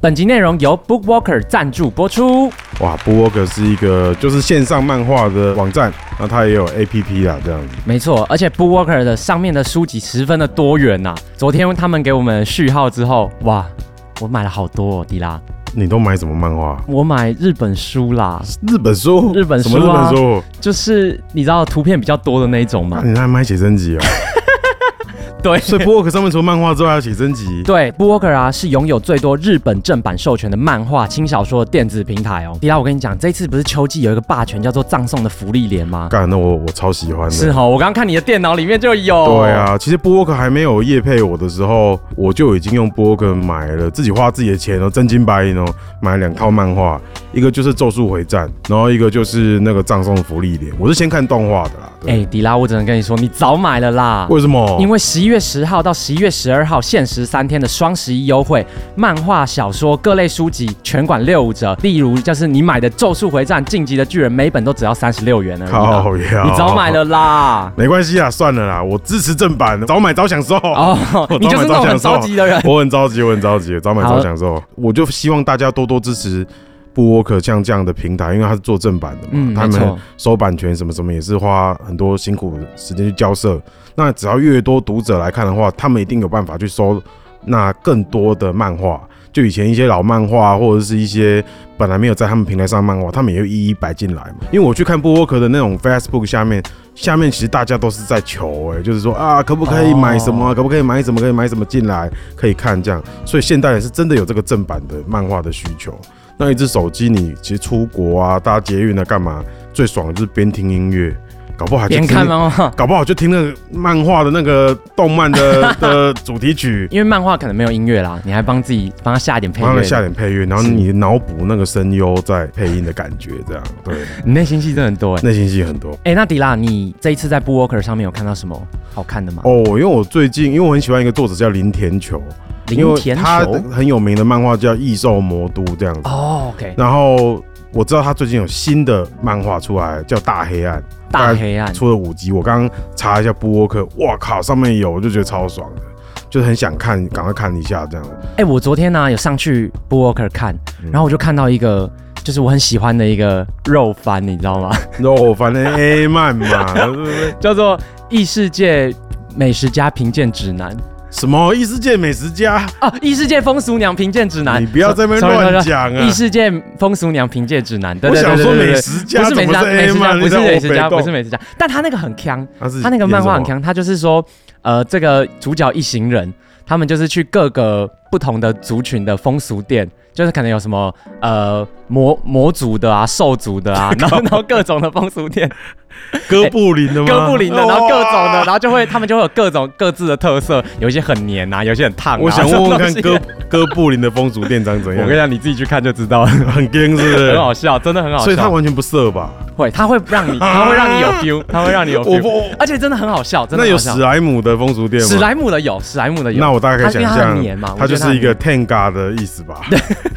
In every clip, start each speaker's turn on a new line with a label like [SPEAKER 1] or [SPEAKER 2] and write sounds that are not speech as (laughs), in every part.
[SPEAKER 1] 本集内容由 Book Walker 赞助播出。
[SPEAKER 2] 哇 b o o k 是一个就是线上漫画的网站，那它也有 APP 啦，这样子。
[SPEAKER 1] 没错，而且 Book Walker 的上面的书籍十分的多元呐、昨天他们给我们序号之后，哇，我买了好多、哦，迪拉，
[SPEAKER 2] 你都买什么漫画？
[SPEAKER 1] 我买日本书啦，
[SPEAKER 2] 日本书？
[SPEAKER 1] 日本书啊
[SPEAKER 2] 什么日本书？
[SPEAKER 1] 就是你知道图片比较多的那一种
[SPEAKER 2] 那
[SPEAKER 1] 嘛。
[SPEAKER 2] 你还买写
[SPEAKER 1] (laughs)
[SPEAKER 2] 真集哦？
[SPEAKER 1] 对
[SPEAKER 2] 所以 b o o k 上面除了漫画之外，还有写真集。
[SPEAKER 1] 对 b o o k e r 啊是拥有最多日本正版授权的漫画、轻小说的电子平台哦。迪拉，我跟你讲，这次不是秋季有一个霸权叫做葬送的福利联吗？
[SPEAKER 2] 干，那我我超喜欢的。
[SPEAKER 1] 是哦，我刚刚看你的电脑里面就有。
[SPEAKER 2] 对，啊，其实 b o o k 还没有业配我的时候，我就已经用 b o o k 买了，自己花自己的钱哦，真金白银哦，买了两套漫画，一个就是《咒术回战》，然后一个就是那个《葬送的福利点》。我是先看动画的啦。对
[SPEAKER 1] 哎、迪拉，我只能跟你说，你早买了啦。
[SPEAKER 2] 为什么？
[SPEAKER 1] 因为十一月十号到十一月十二号限时三天的双十一优惠，漫画、小说各类书籍全馆六五折。例如，就是你买的《咒术回战》《晋级的巨人》，每本都只要三十六元而已啦。
[SPEAKER 2] 靠呀！
[SPEAKER 1] 你早买了啦！
[SPEAKER 2] 没关系啊，算了啦，我支持正版，早买早享受。
[SPEAKER 1] 哦，
[SPEAKER 2] 我
[SPEAKER 1] 你就是那种很
[SPEAKER 2] 早买早享受
[SPEAKER 1] 着急的人。
[SPEAKER 2] (laughs) 我很着急，我很着急，早买
[SPEAKER 1] 好
[SPEAKER 2] 早享受。我就希望大家多多支持布沃克像这样的平台，因为它是做正版的嘛，
[SPEAKER 1] 嗯
[SPEAKER 2] 他
[SPEAKER 1] 没
[SPEAKER 2] 们
[SPEAKER 1] 错
[SPEAKER 2] 收版权什么什么也是花很多辛苦的时间去交涉。那只要越多读者来看的话，他们一定有办法去收那更多的漫画。就以前一些老漫画，或者是一些本来没有在他们平台上的漫画，他们也会一一摆进来嘛。因为我去看布沃克的那种 Facebook 下面，下面其实大家都是在求、哎，就是说啊，可不可以
[SPEAKER 1] 哦
[SPEAKER 2] 买什么啊？可不可以买什么？可以买什么进来？可以看这样。所以现代人是真的有这个正版的漫画的需求。那一只手机，你其实出国啊、搭捷运啊、干嘛，最爽的就是边听音乐，搞不好还就
[SPEAKER 1] 边
[SPEAKER 2] 听
[SPEAKER 1] 看哦漫画，
[SPEAKER 2] 搞不好就听那个漫画的那个动漫的的主题曲，
[SPEAKER 1] (laughs) 因为漫画可能没有音乐啦，你还帮自己帮他下一点配
[SPEAKER 2] 然后
[SPEAKER 1] 乐。
[SPEAKER 2] 下点配乐，然后
[SPEAKER 1] 是
[SPEAKER 2] 你脑补那个声优在配音的感觉，这样
[SPEAKER 1] (laughs)
[SPEAKER 2] 对，
[SPEAKER 1] 你内心戏真的很多哎。
[SPEAKER 2] 内心戏很多。
[SPEAKER 1] 哎，那迪拉，你这一次在 Book Walker 上面有看到什么好看的吗？
[SPEAKER 2] 哦，因为我最近，因为我很喜欢一个作者叫林田球，
[SPEAKER 1] 林田
[SPEAKER 2] 因为他
[SPEAKER 1] 球。
[SPEAKER 2] 很有名的漫画叫《异兽魔都》这样子。
[SPEAKER 1] 哦，OK，
[SPEAKER 2] 然后我知道他最近有新的漫画出来，叫《大黑暗》，
[SPEAKER 1] 大黑暗。
[SPEAKER 2] 出了五集。我刚刚查一下布沃克，哇靠，上面有，我就觉得超爽的，就是很想看，赶快看一下这样。
[SPEAKER 1] 哎、我昨天呢、有上去 Book Walker 看，
[SPEAKER 2] 嗯
[SPEAKER 1] 然后我就看到一个。就是我很喜欢的一个肉番，你知道吗？ (laughs)
[SPEAKER 2] 肉反正 A 漫嘛，对不对？
[SPEAKER 1] 叫做《异世界美食家评鉴指南》
[SPEAKER 2] 什么异世界美食家？
[SPEAKER 1] 啊，《异世界风俗娘评鉴指南》。
[SPEAKER 2] 你不要在那边
[SPEAKER 1] Sorry, sorry,
[SPEAKER 2] 乱讲
[SPEAKER 1] sorry,
[SPEAKER 2] 啊
[SPEAKER 1] 异！世界风俗娘评鉴指南，对
[SPEAKER 2] 我
[SPEAKER 1] 对对
[SPEAKER 2] 想
[SPEAKER 1] 对
[SPEAKER 2] 说
[SPEAKER 1] 对
[SPEAKER 2] 美
[SPEAKER 1] 对
[SPEAKER 2] 食
[SPEAKER 1] 不
[SPEAKER 2] 家
[SPEAKER 1] 是
[SPEAKER 2] 怎
[SPEAKER 1] 美食
[SPEAKER 2] 么
[SPEAKER 1] 家，
[SPEAKER 2] 是
[SPEAKER 1] 美
[SPEAKER 2] A
[SPEAKER 1] 食家
[SPEAKER 2] 漫？
[SPEAKER 1] 不是美食家，不是
[SPEAKER 2] 是
[SPEAKER 1] 美食家，但他那个很强，
[SPEAKER 2] 他是
[SPEAKER 1] 他那个漫画很
[SPEAKER 2] 演什么
[SPEAKER 1] 强，他就是说，呃，这个主角一行人，他们就是去各个不同的族群的风俗店，就是可能有什么呃魔魔族的啊、兽族的
[SPEAKER 2] (laughs)
[SPEAKER 1] 啊，然后然后各种的风俗店，
[SPEAKER 2] 哥布林的吗？
[SPEAKER 1] 哥布林的，然后各种的，
[SPEAKER 2] 哇
[SPEAKER 1] 然。后就会他们就会有各种各自的特色，有一些很黏啊，有一些很烫、啊。
[SPEAKER 2] 我想问
[SPEAKER 1] (laughs)
[SPEAKER 2] 问看
[SPEAKER 1] 这种东
[SPEAKER 2] 哥
[SPEAKER 1] 西，
[SPEAKER 2] 哥 (laughs) 布林的风俗店长怎
[SPEAKER 1] (laughs) 我
[SPEAKER 2] 样
[SPEAKER 1] 跟你？讲，你自己去看就知道了，
[SPEAKER 2] 很 g 是不是
[SPEAKER 1] 很？好笑，真的很好笑。
[SPEAKER 2] 所以他完全不色吧？
[SPEAKER 1] 会，他会让
[SPEAKER 2] (laughs)
[SPEAKER 1] 你，他会让你有 feel，他会让你有
[SPEAKER 2] 我不
[SPEAKER 1] feel，，而且真的很好笑，真的
[SPEAKER 2] 那
[SPEAKER 1] 很
[SPEAKER 2] 有
[SPEAKER 1] 好笑
[SPEAKER 2] 史。莱姆的风俗店吗？
[SPEAKER 1] 史莱姆的有，史莱姆的有。
[SPEAKER 2] 那我大概可以
[SPEAKER 1] 它
[SPEAKER 2] 想
[SPEAKER 1] 因为它很黏
[SPEAKER 2] 象
[SPEAKER 1] 嘛，
[SPEAKER 2] 它
[SPEAKER 1] 我觉
[SPEAKER 2] 就
[SPEAKER 1] 得它
[SPEAKER 2] 是
[SPEAKER 1] 很
[SPEAKER 2] 一个 Tenga 的意思
[SPEAKER 1] (laughs)
[SPEAKER 2] 吧，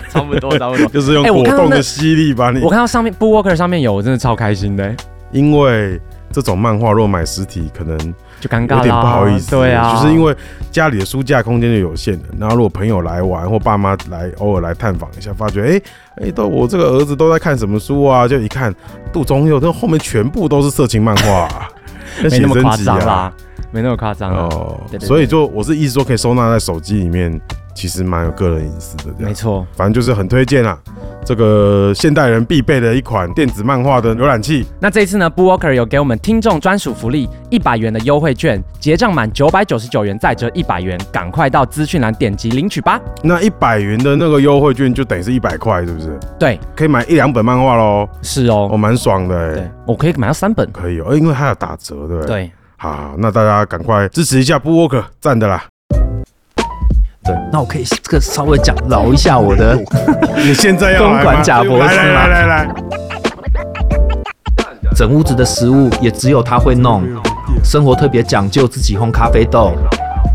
[SPEAKER 1] 差不多，差不多。
[SPEAKER 2] 就是用
[SPEAKER 1] 哎我
[SPEAKER 2] 果
[SPEAKER 1] 看到
[SPEAKER 2] 冻
[SPEAKER 1] 那
[SPEAKER 2] 的吸力把你
[SPEAKER 1] (laughs) 我。看到上面 b o o Walker 上面有，我真的超开心的，
[SPEAKER 2] 因为这种漫画若买实体，可能有
[SPEAKER 1] 就尴尬啦，
[SPEAKER 2] 点不好意思，
[SPEAKER 1] 对啊，
[SPEAKER 2] 就是因为家里的书架空间就有限的。然后如果朋友来玩或爸妈来偶尔来探访一下，发觉哎哎、都我这个儿子都在看什么书啊？就一看杜宗佑，那后面全部都是色情漫画、那
[SPEAKER 1] (laughs) 没那么
[SPEAKER 2] 写真
[SPEAKER 1] 夸
[SPEAKER 2] 集
[SPEAKER 1] 张
[SPEAKER 2] 啊
[SPEAKER 1] 啦，没那么夸张啦，啊
[SPEAKER 2] 哦
[SPEAKER 1] 对对，对
[SPEAKER 2] 所以就我是意思说，可以收纳在手机里面，其实蛮有个人隐私
[SPEAKER 3] 啊
[SPEAKER 2] 的这
[SPEAKER 1] 没
[SPEAKER 2] 样。
[SPEAKER 1] 错。
[SPEAKER 2] 反正就是很推荐啦，这个现代人必备的一款电子漫画的浏览器。
[SPEAKER 1] 那这一次呢 b o o Walker 有给我们听众专属福利，一百元的优惠券，结账满九百九十九元再折一百元，赶快到资讯栏点击领取吧。
[SPEAKER 2] 那一百元的那个优惠券就等于是一百块，是不是？
[SPEAKER 1] 对，
[SPEAKER 2] 可以买一两本漫画喽，
[SPEAKER 1] 是哦，
[SPEAKER 3] Oh
[SPEAKER 2] 哦，蛮爽的、欸。
[SPEAKER 1] 对，我可以买到三本。
[SPEAKER 2] 可以哦，呃因为它有打折，对不对？。
[SPEAKER 1] 对，
[SPEAKER 2] 好，那大家赶快支持一下 b o o k 赞的
[SPEAKER 3] (laughs)
[SPEAKER 2] 啦！
[SPEAKER 3] 对，那我可以这个稍微讲饶一下我的，
[SPEAKER 2] 你现在要来吗
[SPEAKER 3] 公馆假博士吗
[SPEAKER 2] 来来来来来，
[SPEAKER 3] 整屋子的食物也只有他会弄，生活特别讲究自己烘咖啡豆，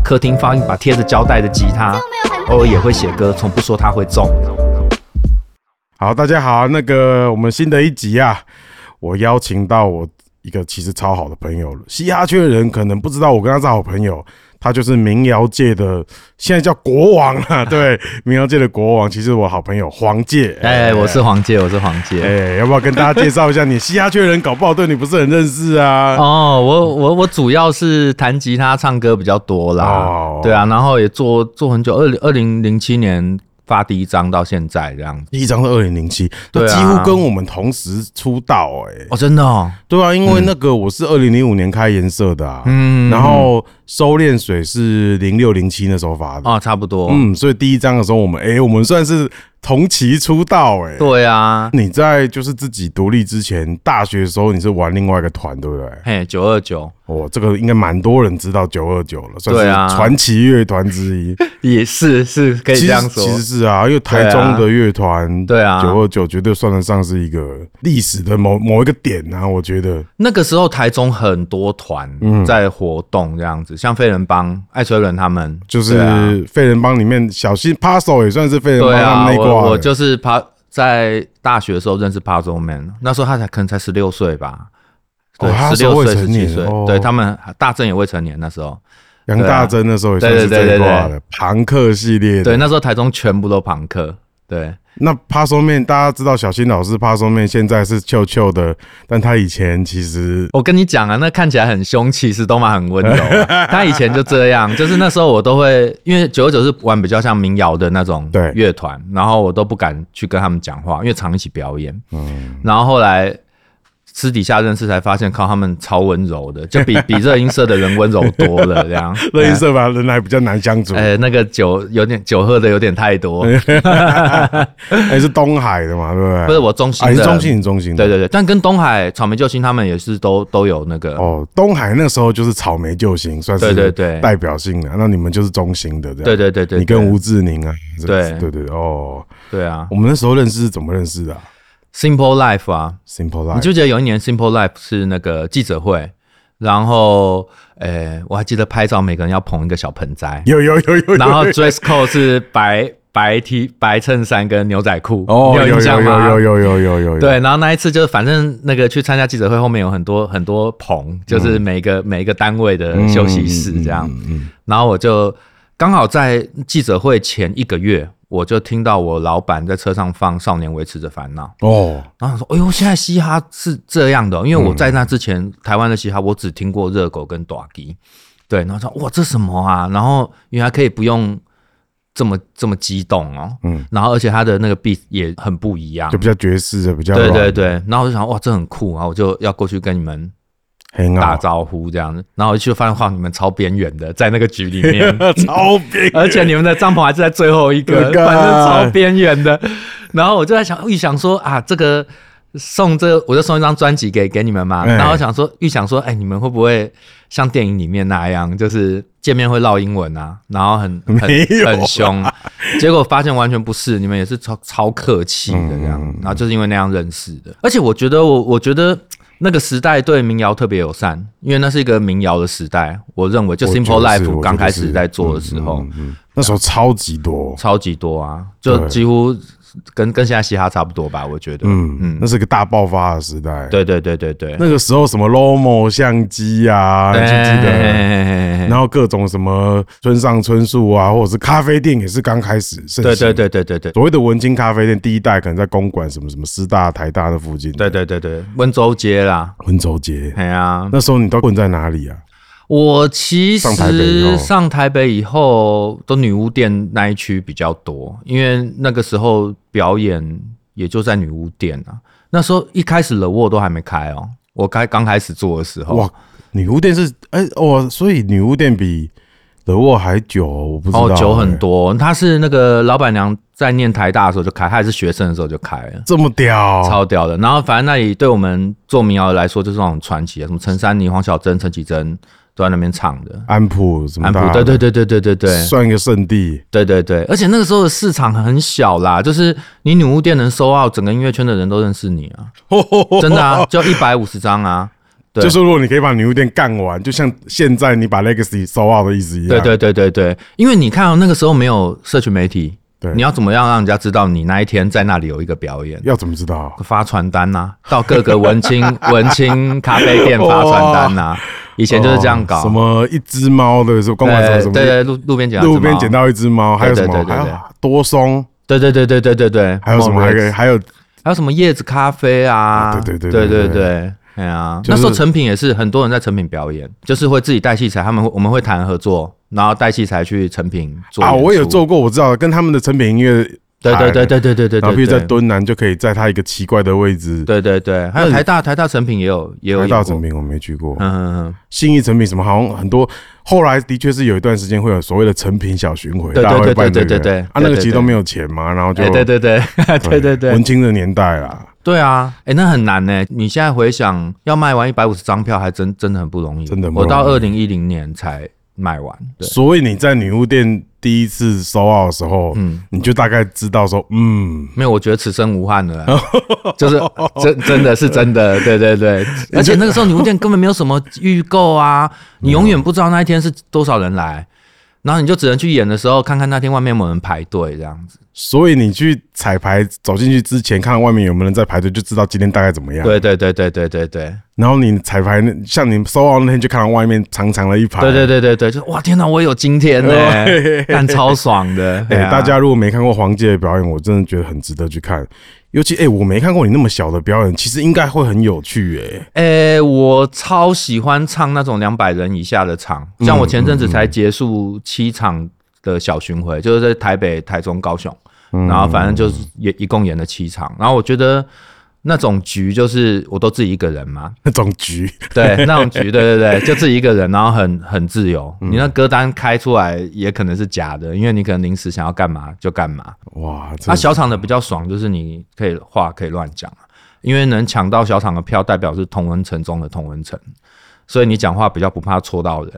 [SPEAKER 3] 客厅放一把贴着胶带的吉他，偶尔也会写歌，从不说他会中。
[SPEAKER 2] 好，大家好，那个我们新的一集啊，我邀请到我一个其实超好的朋友，嘻哈圈的人可能不知道我跟他是好朋友，他就是民谣界的，现在叫国王
[SPEAKER 3] (laughs)
[SPEAKER 2] 啊，对，民谣界的国王，其实我好朋友黄玠，
[SPEAKER 3] 哎，我是黄玠，我是黄玠。
[SPEAKER 2] 哎、要不要跟大家介绍一下你？嘻哈圈人搞不好对你不是很认识啊。
[SPEAKER 3] 哦，我我我主要是弹吉他、唱歌比较多啦，
[SPEAKER 2] 哦
[SPEAKER 3] 对啊，然后也做做很久，二零二零零七年发第一张到现在这样子。
[SPEAKER 2] 第一张是二零零七，那
[SPEAKER 3] 对啊
[SPEAKER 2] 几乎跟我们同时出道哎、
[SPEAKER 3] 哦，真的哦，
[SPEAKER 2] 对啊，因为那个我是二零零五年开颜色的啊，
[SPEAKER 3] 嗯
[SPEAKER 2] 然后收敛水是零六零七那时候发的，
[SPEAKER 3] 哦，差不多，
[SPEAKER 2] 嗯，所以第一张的时候我们哎、我们算是同期出道哎、
[SPEAKER 3] 对啊，
[SPEAKER 2] 你在就是自己独立之前，大学的时候你是玩另外一个团，对不对？
[SPEAKER 3] 嘿，九二九
[SPEAKER 2] 哦，这个应该蛮多人知道九二九了，算
[SPEAKER 3] 对啊
[SPEAKER 2] 是传奇乐团之一。
[SPEAKER 3] 也是是可以
[SPEAKER 2] 其实
[SPEAKER 3] 这样说
[SPEAKER 2] 其，实是啊，因为台中的乐团，
[SPEAKER 3] 对啊
[SPEAKER 2] 九二九绝对算得上是一个历史的某某一个点啊，我觉得。
[SPEAKER 3] 那个时候台中很多团
[SPEAKER 2] 嗯
[SPEAKER 3] 在活动这样子，像飞人帮、艾崔伦他们，
[SPEAKER 2] 就是
[SPEAKER 3] 对啊
[SPEAKER 2] 废人帮里面，小新 p a s o 也算是废人帮
[SPEAKER 3] 对
[SPEAKER 2] 他
[SPEAKER 3] 啊，
[SPEAKER 2] 们那挂的
[SPEAKER 3] 我我就是爬在大学的时候认识 Puzzle Man，那时候他才可能才十六岁吧，
[SPEAKER 2] 哦
[SPEAKER 3] 对，
[SPEAKER 2] 他那
[SPEAKER 3] 十
[SPEAKER 2] 时候
[SPEAKER 3] 六
[SPEAKER 2] 未
[SPEAKER 3] 岁、
[SPEAKER 2] 成
[SPEAKER 3] 十七
[SPEAKER 2] 年
[SPEAKER 3] 岁
[SPEAKER 2] 哦，
[SPEAKER 3] 对他们大正也未成年那时候，
[SPEAKER 2] 杨大珍那时候也算是
[SPEAKER 3] 对
[SPEAKER 2] 这
[SPEAKER 3] 对
[SPEAKER 2] 一
[SPEAKER 3] 对
[SPEAKER 2] 挂
[SPEAKER 3] 对
[SPEAKER 2] 的朋克系列的。
[SPEAKER 3] 对，那时候台中全部都朋克，对，
[SPEAKER 2] 那 p a s o 面大家知道，小新老师 p a s o 面现在是臭臭的，但他以前其实
[SPEAKER 3] 我跟你讲啊，那看起来很凶，其实都蛮很温柔
[SPEAKER 2] (laughs)
[SPEAKER 3] 啊、他以前就这样，就是那时候我都会，因为九九是玩比较像民谣的那种
[SPEAKER 2] 对
[SPEAKER 3] 乐团，然后我都不敢去跟他们讲话，因为常一起表演。
[SPEAKER 2] 嗯
[SPEAKER 3] 然后后来私底下认识才发现，靠，他们超温柔的，就比比热音社的人温柔多了，
[SPEAKER 2] (laughs)
[SPEAKER 3] 这样。
[SPEAKER 2] 乐音社吧，人还比较难相处，
[SPEAKER 3] 呃，那个酒有点酒喝的有点太多，
[SPEAKER 2] 哎还是东海的嘛，对不对？
[SPEAKER 3] 不是我中心
[SPEAKER 2] 啊，你
[SPEAKER 3] 的，
[SPEAKER 2] 是中心，你中心的，
[SPEAKER 3] 对对对，但跟东海草莓救星他们也是都都有那个，
[SPEAKER 2] 哦，东海那时候就是草莓救星，算是
[SPEAKER 3] 对对对
[SPEAKER 2] 代表性的。那你们就是中心的这样。
[SPEAKER 3] 对对对
[SPEAKER 2] 啊
[SPEAKER 3] 对，
[SPEAKER 2] 你跟
[SPEAKER 3] 对
[SPEAKER 2] 吴志宁啊，这
[SPEAKER 3] 对
[SPEAKER 2] 对对对哦。
[SPEAKER 3] 对啊
[SPEAKER 2] 我们那时候认识是怎么认识的啊
[SPEAKER 3] ，Simple Life 啊，
[SPEAKER 2] ？Simple
[SPEAKER 3] 你
[SPEAKER 2] Life，
[SPEAKER 3] 就记得有一年 Simple Life 是那个记者会，然后呃、我还记得拍照，每个人要捧一个小盆栽，
[SPEAKER 2] 有有有有，
[SPEAKER 3] 然后 dress code 是白白 T 白衬衫跟牛仔裤，
[SPEAKER 2] 哦，有
[SPEAKER 3] 你有
[SPEAKER 2] 有
[SPEAKER 3] 印
[SPEAKER 2] 有
[SPEAKER 3] 象吗？
[SPEAKER 2] 有有有有有有，
[SPEAKER 3] 对，然后那一次就是，反正那个去参加记者会，后面有很多很多棚，就是每一个、每一个单位的
[SPEAKER 2] 嗯，
[SPEAKER 3] 休息室这样。
[SPEAKER 2] 嗯嗯嗯
[SPEAKER 3] 然后我就刚好在记者会前一个月，我就听到我老板在车上放《少年维持着烦恼》，
[SPEAKER 2] 嗯哦，
[SPEAKER 3] 然后想说：“哎呦，现在嘻哈是这样的哦，因为我
[SPEAKER 2] 嗯
[SPEAKER 3] 在那之前，台湾的嘻哈我只听过热狗跟短笛，对，然后说哇，这什么啊？然后原来可以不用这么这么激动哦，
[SPEAKER 2] 嗯
[SPEAKER 3] 嗯，然后而且他的那个 beat 也很不一样
[SPEAKER 2] 就，比较爵士的，比较
[SPEAKER 3] 对对对，然后我就想哇，这很酷啊，我就要过去跟你们
[SPEAKER 2] 很
[SPEAKER 3] 打
[SPEAKER 2] 好，
[SPEAKER 3] 招呼这样子，然后一去发现哇，你们超边缘的，在那个局里面，
[SPEAKER 2] 超别
[SPEAKER 3] 而且你们的帐篷还是在最后一个，
[SPEAKER 2] Oh
[SPEAKER 3] 反
[SPEAKER 2] God
[SPEAKER 3] 正超边缘的。然后我就在想，预想说啊，这个送这我就送一张专辑给给你们嘛。
[SPEAKER 2] 哎
[SPEAKER 3] 然后我想说，预想说，哎，你们会不会像电影里面那样，就是见面会唠英文啊，然后很很
[SPEAKER 2] 没有啊啦
[SPEAKER 3] 很凶，结果发现完全不是，你们也是超超客气的这
[SPEAKER 2] 嗯
[SPEAKER 3] 样。然后就是因为那样认识的，而且我觉得我我觉得。那个时代对民谣特别友善，因为那是一个民谣的时代。我认为，就
[SPEAKER 2] 我觉得
[SPEAKER 3] Simple
[SPEAKER 2] 是我觉
[SPEAKER 3] Life
[SPEAKER 2] 得
[SPEAKER 3] 刚开始
[SPEAKER 2] 是嗯
[SPEAKER 3] 在做的时候，
[SPEAKER 2] 那时候超级多，
[SPEAKER 3] 超级多啊，就
[SPEAKER 2] 对
[SPEAKER 3] 几乎跟跟现在嘻哈差不多吧，我觉得。
[SPEAKER 2] 嗯嗯，那是个大爆发的时代。
[SPEAKER 3] 对对对对对。
[SPEAKER 2] 那个时候什么 Lomo 相机啊，你记不记得？
[SPEAKER 3] 得
[SPEAKER 2] 然后各种什么村上春树啊，或者是咖啡店也是刚开始盛行。
[SPEAKER 3] 对对，对对对对
[SPEAKER 2] 所谓的文青咖啡店，第一代可能在公馆什么什么师大、台大那附近。
[SPEAKER 3] 对，对对对，温州街啦，
[SPEAKER 2] 温州街。
[SPEAKER 3] 哎呀，
[SPEAKER 2] 那时候你都混在哪里啊？
[SPEAKER 3] 我其
[SPEAKER 2] 上台北以后
[SPEAKER 3] 实上台北以后，都女巫店那一区比较多，因为那个时候表演也就在女巫店啊。那时候一开始冷沃都还没开哦，我开刚开始做的时候，
[SPEAKER 2] 哇，女巫店是哎、哦，所以女巫店比德沃还久哦、我不知道、
[SPEAKER 3] 哦，酒很，多。他是那个老板娘在念台大的时候就开，她还是学生的时候就开了，
[SPEAKER 2] 哎这么屌，
[SPEAKER 3] 超屌的。然后反正那里对我们做民谣的来说就是那种传奇，啊什么陈珊妮、黄小珍、陈绮贞都在那边唱的。
[SPEAKER 2] 安普什么
[SPEAKER 3] 安
[SPEAKER 2] 的
[SPEAKER 3] 普，对对对对对对对
[SPEAKER 2] 算一个圣地。
[SPEAKER 3] 对对对，而且那个时候的市场很小啦，就是你女巫店能收到，整个音乐圈的人都认识你
[SPEAKER 2] (laughs)
[SPEAKER 3] 啊，真的啊，就一百五十张啊，对
[SPEAKER 2] 就是如果你可以把女巫店干完，就像现在你把 Legacy 收out 的意思一样。
[SPEAKER 3] 对对对对对，因为你看、哦、那个时候没有社群媒体，
[SPEAKER 2] 对
[SPEAKER 3] 你要怎么样让人家知道你那一天在那里有一个表演？
[SPEAKER 2] 要怎么知道？
[SPEAKER 3] 发传单呐、到各个文青文青咖啡店发传单呐、以前就是这样搞。
[SPEAKER 2] 哦什么一只猫的什么公馆什么
[SPEAKER 3] 对
[SPEAKER 2] 什么，
[SPEAKER 3] 对对，路路边捡到一只
[SPEAKER 2] 路边
[SPEAKER 3] 猫
[SPEAKER 2] 捡，到一只猫，还有什么
[SPEAKER 3] 对对对
[SPEAKER 2] 还
[SPEAKER 3] 对
[SPEAKER 2] 有多松，
[SPEAKER 3] 对对对对对对对，
[SPEAKER 2] 还有什么还
[SPEAKER 3] 梦
[SPEAKER 2] 有
[SPEAKER 3] 瑞
[SPEAKER 2] 一个还有
[SPEAKER 3] 还有什么叶子咖啡啊？
[SPEAKER 2] 啊对对对
[SPEAKER 3] 对
[SPEAKER 2] 对
[SPEAKER 3] 对对。哎呀，
[SPEAKER 2] 就是
[SPEAKER 3] 那时候成品也是很多人在成品表演，就是会自己带器材，他们会我们会谈合作，然后带器材去成品做
[SPEAKER 2] 啊，
[SPEAKER 3] 演
[SPEAKER 2] 我有
[SPEAKER 3] 出，
[SPEAKER 2] 做过，我知道跟他们的成品音乐，
[SPEAKER 3] 对对对对对对对
[SPEAKER 2] 然
[SPEAKER 3] 对，
[SPEAKER 2] 后比如在
[SPEAKER 3] 对
[SPEAKER 2] 敦南就可以在它一个奇怪的位置。
[SPEAKER 3] 对对对，还有台大台大成品也有也有
[SPEAKER 2] 台
[SPEAKER 3] 演
[SPEAKER 2] 大
[SPEAKER 3] 过
[SPEAKER 2] 成，品我没去过，
[SPEAKER 3] 嗯嗯嗯，
[SPEAKER 2] 信义成品什么好像很多，后来的确是有一段时间会有所谓的成品小巡回，
[SPEAKER 3] 对对
[SPEAKER 2] 大家会
[SPEAKER 3] 对
[SPEAKER 2] 办
[SPEAKER 3] 对
[SPEAKER 2] 这个
[SPEAKER 3] 对对对
[SPEAKER 2] 啊，那个其
[SPEAKER 3] 对对
[SPEAKER 2] 实
[SPEAKER 3] 对
[SPEAKER 2] 都没有钱嘛，然后就
[SPEAKER 3] 哎对对对对对对
[SPEAKER 2] 文青的年代啦，
[SPEAKER 3] 对啊，哎那很难呢，你现在回想要卖完一百五十张票，还真真的很不容易，
[SPEAKER 2] 真的不
[SPEAKER 3] 我到
[SPEAKER 2] 容易
[SPEAKER 3] 二零一零年才卖完，对，
[SPEAKER 2] 所以你在女巫店第一次收澳的时候，
[SPEAKER 3] 嗯。
[SPEAKER 2] 你就大概知道说，嗯，
[SPEAKER 3] 没有，我觉得此生无憾
[SPEAKER 2] (laughs)
[SPEAKER 3] 了啦，就是真真的是真的，对对对。
[SPEAKER 2] (laughs)
[SPEAKER 3] 而且那个时候女巫店根本没有什么预购啊，你永远不知道那一天是多少人来，然后你就只能去演的时候看看那天外面有没有人排队这样子。
[SPEAKER 2] 所以你去彩排走进去之前，看外面有没有人在排队，就知道今天大概怎么样。
[SPEAKER 3] 对对对对对对对
[SPEAKER 2] 然后你彩排那，像你收澳那天就看到外面长长的一排。
[SPEAKER 3] 对对对对对，就是哇天哪，我有今
[SPEAKER 2] (laughs)
[SPEAKER 3] 天呢、但超爽的。
[SPEAKER 2] 哎、
[SPEAKER 3] 对啊
[SPEAKER 2] 大家如果没看过黄杰的表演，我真的觉得很值得去看。尤其哎、我没看过你那么小的表演，其实应该会很有趣哎、
[SPEAKER 3] 诶、我超喜欢唱那种两百人以下的场，像我前阵子才结束七场的小巡回，就是在台北、台中、高雄，然后反正就是也一共演了七场，然后我觉得。那种局就是我都自己一个人嘛， (laughs)
[SPEAKER 2] (laughs) 那种哎局，
[SPEAKER 3] 对，那种局，对对对，就自己一个人，然后很很自由。你那歌单开出来也可能是假的，因为你可能临时想要干嘛就干嘛。
[SPEAKER 2] 哇，真
[SPEAKER 3] 那、
[SPEAKER 2] 的
[SPEAKER 3] 小场的比较爽，就是你可以话可以乱讲啊因为能抢到小场的票，代表是同文城中的同文城，所以你讲话比较不怕戳到人。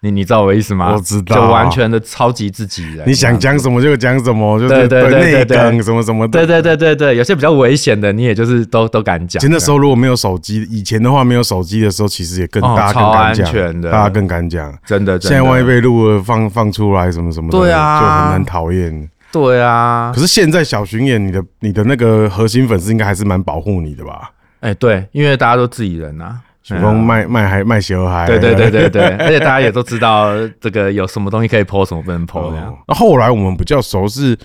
[SPEAKER 3] 你你知道我意思吗？
[SPEAKER 2] 我知道
[SPEAKER 3] 就完全的超级自己人。啊
[SPEAKER 2] 你想讲什么就讲什么，就是
[SPEAKER 3] 对对对
[SPEAKER 2] 内
[SPEAKER 3] 对对
[SPEAKER 2] 梗什么什么
[SPEAKER 3] 对
[SPEAKER 2] 的。
[SPEAKER 3] 对对对对，有些比较危险的，你也就是都都敢
[SPEAKER 2] 以。
[SPEAKER 3] 讲
[SPEAKER 2] 前的时候如果没有手机，以前的话没有手机的时候，其实也更
[SPEAKER 3] 哦
[SPEAKER 2] 大家更敢
[SPEAKER 3] 超安全
[SPEAKER 2] 讲，
[SPEAKER 3] 的
[SPEAKER 2] 大家更敢讲。
[SPEAKER 3] 真的，真
[SPEAKER 2] 现
[SPEAKER 3] 的
[SPEAKER 2] 在万一被录了放放出来什么什么的，
[SPEAKER 3] 对啊
[SPEAKER 2] 就很很讨厌。
[SPEAKER 3] 对啊
[SPEAKER 2] 可，是现在小巡演，你的你的那个核心粉丝应该还是蛮保护你的吧？
[SPEAKER 3] 哎、对，因为大家都自己人啊。
[SPEAKER 2] 许峰卖卖还卖小孩，
[SPEAKER 3] 对对对对对，而且大家也都知道这个有什么东西可以 PO，什么不能 PO 这样。
[SPEAKER 2] 哦那后来我们比较熟是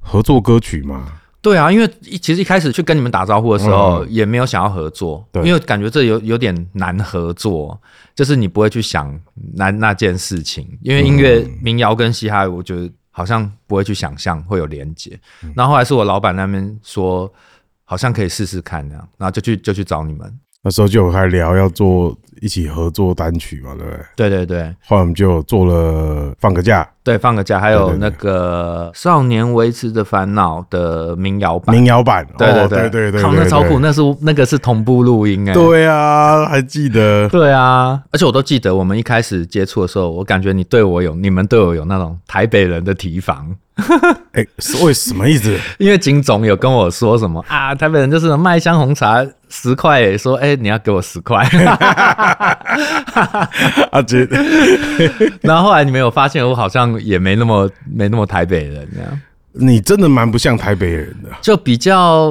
[SPEAKER 2] 合作歌曲嘛，
[SPEAKER 3] 对啊，因为一其实一开始去跟你们打招呼的时候，也没有想要合作，
[SPEAKER 2] 嗯对
[SPEAKER 3] 因为感觉这有有点难合作，就是你不会去想那那件事情，因为音乐、
[SPEAKER 2] 嗯
[SPEAKER 3] 民谣跟嘻哈，我觉得好像不会去想象会有连接。
[SPEAKER 2] 嗯
[SPEAKER 3] 然后后来是我老板那边说，好像可以试试看那样，然后就去就去找你们。
[SPEAKER 2] 那时候就有开始聊要做一起合作单曲嘛，对不对？
[SPEAKER 3] 对对对
[SPEAKER 2] 后来我们就有做了放个假
[SPEAKER 3] 对，放个假，还
[SPEAKER 2] 对
[SPEAKER 3] 有
[SPEAKER 2] 对对
[SPEAKER 3] 那个《少年维持的烦恼》的民谣版。
[SPEAKER 2] 民谣版，
[SPEAKER 3] 对
[SPEAKER 2] 哦
[SPEAKER 3] 对
[SPEAKER 2] 对
[SPEAKER 3] 对
[SPEAKER 2] 对对，
[SPEAKER 3] 靠，
[SPEAKER 2] 对
[SPEAKER 3] 那超酷，
[SPEAKER 2] 对
[SPEAKER 3] 那是那个是同步录音哎、
[SPEAKER 2] 对啊，还记得
[SPEAKER 3] 对啊，而且我都记得我们一开始接触的时候，我感觉你对我有，你们对我有那种台北人的提防，
[SPEAKER 2] 哎，是为什么意思？
[SPEAKER 3] 因为金总有跟我说什么啊，台北人就是卖一箱红茶十块耶，说哎、你要给我十 (laughs) 块，
[SPEAKER 2] 啊，姐，
[SPEAKER 3] 然后后来你们有发现我好像也没那么没那么台北人这样，
[SPEAKER 2] 你真的蛮不像台北人的。
[SPEAKER 3] 就比较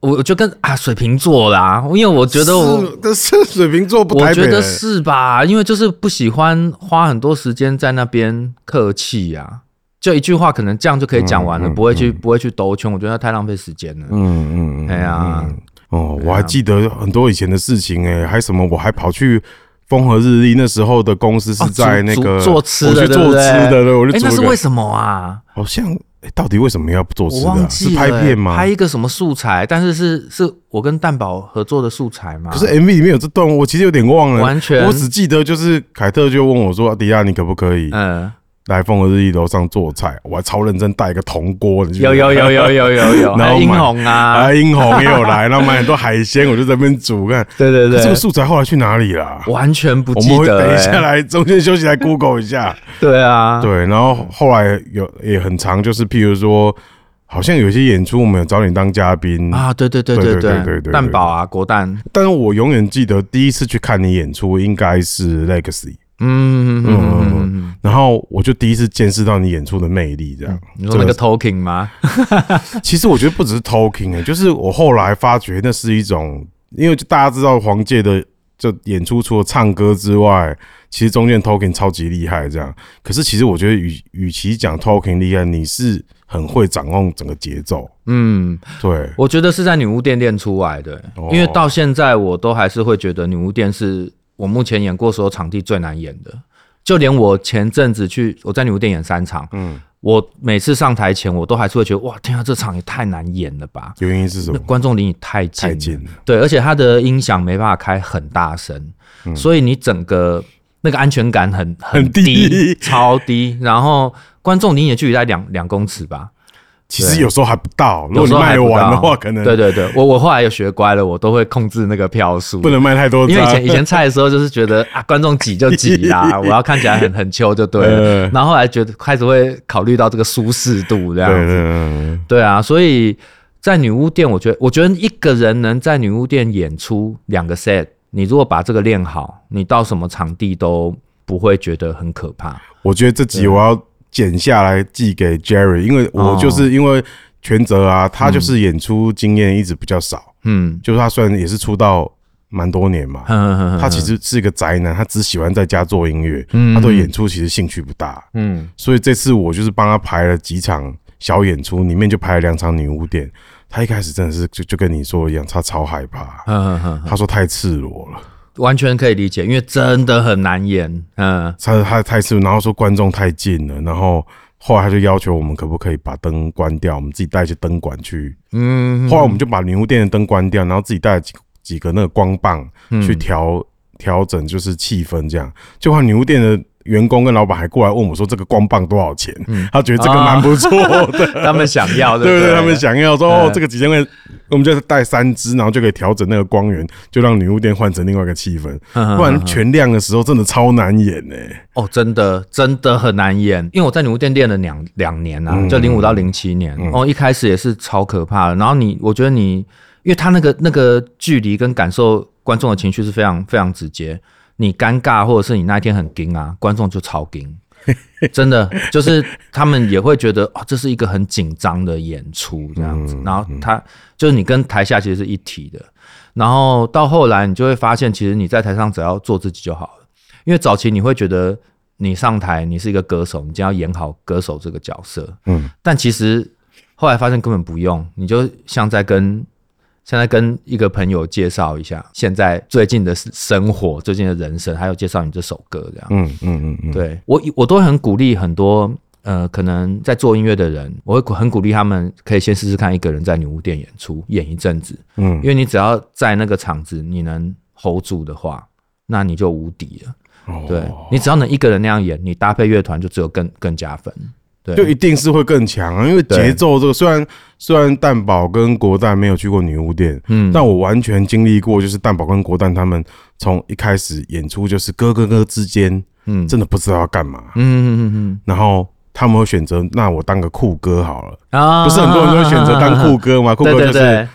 [SPEAKER 3] 我我就跟啊水瓶座啦，因为我觉得我
[SPEAKER 2] 是，但是水瓶座不
[SPEAKER 3] 我
[SPEAKER 2] 台北
[SPEAKER 3] 觉得
[SPEAKER 2] 人，
[SPEAKER 3] 是吧？因为就是不喜欢花很多时间在那边客气啊，就一句话可能这样就可以讲完了，不会去、不会去兜圈，我觉得太浪费时间了。
[SPEAKER 2] 嗯嗯，嗯
[SPEAKER 3] 哎呀哎
[SPEAKER 2] 嗯哦，我还记得很多以前的事情哎、还什么，我还跑去风和日丽那时候的公司是
[SPEAKER 3] 哦
[SPEAKER 2] 在
[SPEAKER 3] 煮
[SPEAKER 2] 那
[SPEAKER 3] 煮
[SPEAKER 2] 个
[SPEAKER 3] 做吃
[SPEAKER 2] 我
[SPEAKER 3] 的，
[SPEAKER 2] 去
[SPEAKER 3] 对不
[SPEAKER 2] 做吃
[SPEAKER 3] 对
[SPEAKER 2] 的，对，我就
[SPEAKER 3] 哎，那是
[SPEAKER 2] 煮一
[SPEAKER 3] 为
[SPEAKER 2] 个，
[SPEAKER 3] 什么啊？
[SPEAKER 2] 好像哎到底为什么要做
[SPEAKER 3] 我
[SPEAKER 2] 吃的啊、
[SPEAKER 3] 忘
[SPEAKER 2] 是
[SPEAKER 3] 记了、
[SPEAKER 2] 拍片吗
[SPEAKER 3] 拍？一个什么素材？但是是是我跟蛋宝合作的素材吗？
[SPEAKER 2] 可是 MV 里面有这段，我其实有点忘了，
[SPEAKER 3] 完全
[SPEAKER 2] 我只记得就是凯特就问我说：“啊迪亚，你可不可以
[SPEAKER 3] 嗯，
[SPEAKER 2] 来风和日丽楼上做菜？”我还超认真带一个铜锅，你记得
[SPEAKER 3] 有
[SPEAKER 2] 吗
[SPEAKER 3] 有有有有有有，
[SPEAKER 2] 然
[SPEAKER 3] 还
[SPEAKER 2] 后
[SPEAKER 3] 有英
[SPEAKER 2] 买
[SPEAKER 3] 红啊，
[SPEAKER 2] 啊，英红也有来，然后买很多海鲜，我就在那边煮看。
[SPEAKER 3] 对 (laughs) 对
[SPEAKER 2] 可是这个
[SPEAKER 3] 对，
[SPEAKER 2] 素材后来去哪里啦？
[SPEAKER 3] 完全不
[SPEAKER 2] 我
[SPEAKER 3] 记
[SPEAKER 2] 们会
[SPEAKER 3] 得、
[SPEAKER 2] 等一下
[SPEAKER 3] 哎
[SPEAKER 2] 来 (laughs) 中间休息来 Google 一下。
[SPEAKER 3] 对啊，
[SPEAKER 2] 对，然后后来有也很长，就是譬如说，好像有些演出我们有找你当嘉宾
[SPEAKER 3] 啊，对对对
[SPEAKER 2] 对对对
[SPEAKER 3] 对
[SPEAKER 2] 对对
[SPEAKER 3] 蛋堡啊，国蛋，
[SPEAKER 2] 但是我永远记得第一次去看你演出应该是 Legacy，
[SPEAKER 3] 嗯嗯嗯嗯，
[SPEAKER 2] 然后我就第一次见识到你演出的魅力。这样，
[SPEAKER 3] 你说那
[SPEAKER 2] 真的
[SPEAKER 3] 个 talking 吗？
[SPEAKER 2] 其实我觉得不只是 talking，、欸、就是我后来发觉那是一种，因为就大家知道黄界的就演出除了唱歌之外，其实中间 talking 超级厉害这样。可是其实我觉得与与其讲 talking 厉害，你是很会掌控整个节奏。
[SPEAKER 3] 嗯，
[SPEAKER 2] 对，
[SPEAKER 3] 我觉得是在女巫店练出来的、
[SPEAKER 2] 哦
[SPEAKER 3] 因为到现在我都还是会觉得女巫店是我目前演过所有场地最难演的。就连我前阵子去我在女巫店演三场，
[SPEAKER 2] 嗯，
[SPEAKER 3] 我每次上台前我都还是会觉得哇，天啊，这场也太难演了吧！
[SPEAKER 2] 原因是什
[SPEAKER 3] 那
[SPEAKER 2] 么？
[SPEAKER 3] 观众离你太近
[SPEAKER 2] 太
[SPEAKER 3] 了，
[SPEAKER 2] 近了，
[SPEAKER 3] 对，而且它的音响没办法开很大声，所以你整个那个安全感很
[SPEAKER 2] 嗯很
[SPEAKER 3] 低，
[SPEAKER 2] 低
[SPEAKER 3] 超低。然后观众离你的距离在两两公尺吧，
[SPEAKER 2] 其实有时候还不到，如果你卖完的话，可能
[SPEAKER 3] 对对对，我我后来有学乖了，我都会控制那个票数，
[SPEAKER 2] 不能啊卖太多张。
[SPEAKER 3] 因为以前以前菜的时候就
[SPEAKER 2] (laughs)
[SPEAKER 3] 是觉得啊，观众挤就挤啦，我要看起来很很秋就对了
[SPEAKER 2] 嗯。
[SPEAKER 3] 然后后来觉得开始会考虑到这个舒适度这样
[SPEAKER 2] 对对
[SPEAKER 3] 子，
[SPEAKER 2] 对
[SPEAKER 3] 对啊，所以在女巫店，我觉得我觉得一个人能在女巫店演出两个 set，你如果把这个练好，你到什么场地都不会觉得很可怕。
[SPEAKER 2] 我觉得这集我要剪下来寄给 Jerry，因为我
[SPEAKER 3] 哦
[SPEAKER 2] 就是因为全责啊，他就是演出经验一直比较少，
[SPEAKER 3] 嗯， (laughs)
[SPEAKER 2] 就是他虽然也是出道蛮多年嘛，
[SPEAKER 3] 哼哼哼
[SPEAKER 2] 他其实是一个宅男，他只喜欢在家做音乐，
[SPEAKER 3] 嗯
[SPEAKER 2] 他对演出其实兴趣不大，
[SPEAKER 3] 嗯
[SPEAKER 2] 所以这次我就是帮他排了几场小演出，里面就排了两场女巫店。他一开始真的是就就跟你说一样，他超害怕，
[SPEAKER 3] 哼哼哼哼，
[SPEAKER 2] 他说太赤裸了，
[SPEAKER 3] 嗯完全可以理解，因为真的很难演。嗯，
[SPEAKER 2] 他他太赤裸，然后说观众太近了，然后后来他就要求我们可不可以把灯关掉，我们自己带一些灯管去。
[SPEAKER 3] 嗯，
[SPEAKER 2] 后来我们就把女巫店的灯关掉，然后自己带了几几个那个光棒去调调整，就是气氛这样。就换女巫店的员工跟老板还过来问我说这个光棒多少钱，他觉得这个蛮不错 (laughs) 的。
[SPEAKER 3] 他们想要，
[SPEAKER 2] 对
[SPEAKER 3] 不
[SPEAKER 2] 对，
[SPEAKER 3] 对？
[SPEAKER 2] 他们想要说哦
[SPEAKER 3] 嗯，
[SPEAKER 2] 这个几千块，我们就带三支，然后就可以调整那个光源，就让女巫店换成另外一个气氛。
[SPEAKER 3] 想
[SPEAKER 2] 不然全亮的时候真的超难演欸呢、
[SPEAKER 3] 哦，真的真的很难演，因为我在女巫店练了两两年啊，
[SPEAKER 2] 嗯
[SPEAKER 3] 就零五到零七年，哦，一开始也是超可怕的。然后你，我觉得你，因为他那个那个距离跟感受观众的情绪是非常非常直接，你尴尬或者是你那一天很惊啊，观众就超惊。真的就是他们也会觉得哦，这是一个很紧张的演出这样子，然后他就是你跟台下其实是一体的，然后到后来你就会发现，其实你在台上只要做自己就好了，因为早期你会觉得你上台你是一个歌手，你就要演好歌手这个角色，
[SPEAKER 2] 嗯，
[SPEAKER 3] 但其实后来发现根本不用，你就像在跟像在跟一个朋友介绍一下现在最近的生活、最近的人生，还有介绍你这首歌这样，
[SPEAKER 2] 嗯嗯嗯嗯，
[SPEAKER 3] 对我，我都会很鼓励很多呃，可能在做音乐的人，我会很鼓励他们可以先试试看一个人在女巫店演出，演一阵子，
[SPEAKER 2] 嗯
[SPEAKER 3] 因为你只要在那个场子你能 hold 住的话，那你就无敌了。
[SPEAKER 2] 哦
[SPEAKER 3] 对、你只要能一个人那样演，你搭配乐团就只有更更加分。对，
[SPEAKER 2] 就一定是会更强啊，因为节奏这个虽然虽然蛋堡跟国蛋没有去过女巫店，
[SPEAKER 3] 嗯
[SPEAKER 2] 但我完全经历过，就是蛋堡跟国蛋他们从一开始演出就是歌跟歌之间
[SPEAKER 3] 嗯
[SPEAKER 2] 真的不知道要干嘛，
[SPEAKER 3] 嗯嗯
[SPEAKER 2] 然后他们会选择那我当个酷哥好了，
[SPEAKER 3] 嗯啊
[SPEAKER 2] 不是很多人都会选择
[SPEAKER 3] (laughs)
[SPEAKER 2] 当酷哥吗？酷
[SPEAKER 3] 对
[SPEAKER 2] 哥
[SPEAKER 3] 对
[SPEAKER 2] 就是
[SPEAKER 3] 对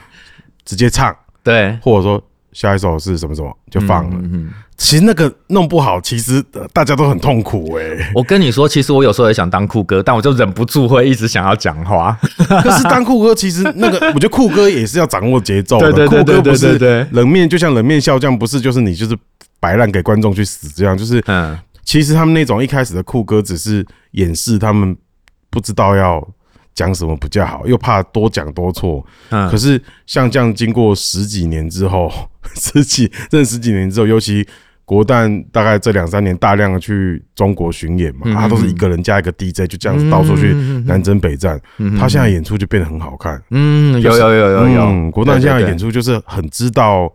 [SPEAKER 2] 直接唱，
[SPEAKER 3] 对，
[SPEAKER 2] 或者说下一首是什么什么就放了。
[SPEAKER 3] 嗯嗯
[SPEAKER 2] 其实那个弄不好，其实呃大家都很痛苦哎、
[SPEAKER 3] 我跟你说，其实我有时候也想当酷哥，但我就忍不住会一直想要讲话。
[SPEAKER 2] (laughs) 可是当酷哥，其实那个，
[SPEAKER 3] (laughs)
[SPEAKER 2] 我觉得酷哥也是要掌握节奏的。
[SPEAKER 3] 对对对对
[SPEAKER 2] 酷哥不
[SPEAKER 3] 对对
[SPEAKER 2] 是
[SPEAKER 3] 对
[SPEAKER 2] 冷面，就像冷面笑匠，不是就是你就是摆烂给观众去死这样。就是
[SPEAKER 3] 嗯，
[SPEAKER 2] 其实他们那种一开始的酷哥，只是掩饰他们不知道要讲什么比较好，又怕多讲多错。
[SPEAKER 3] 嗯
[SPEAKER 2] 可是像这样经过十几年之后， (laughs) 十几认识十几年之后，尤其。国蛋大概这两三年大量的去中国巡演嘛，啊
[SPEAKER 3] 嗯
[SPEAKER 2] 他都是一个人加一个 DJ，就这样子到处去
[SPEAKER 3] 嗯嗯嗯嗯
[SPEAKER 2] 南征北战。
[SPEAKER 3] 嗯
[SPEAKER 2] 他现在演出就变得很好看，
[SPEAKER 3] 嗯，有有有有有，
[SPEAKER 2] 嗯，国蛋现在
[SPEAKER 3] 对对对
[SPEAKER 2] 演出就是很知道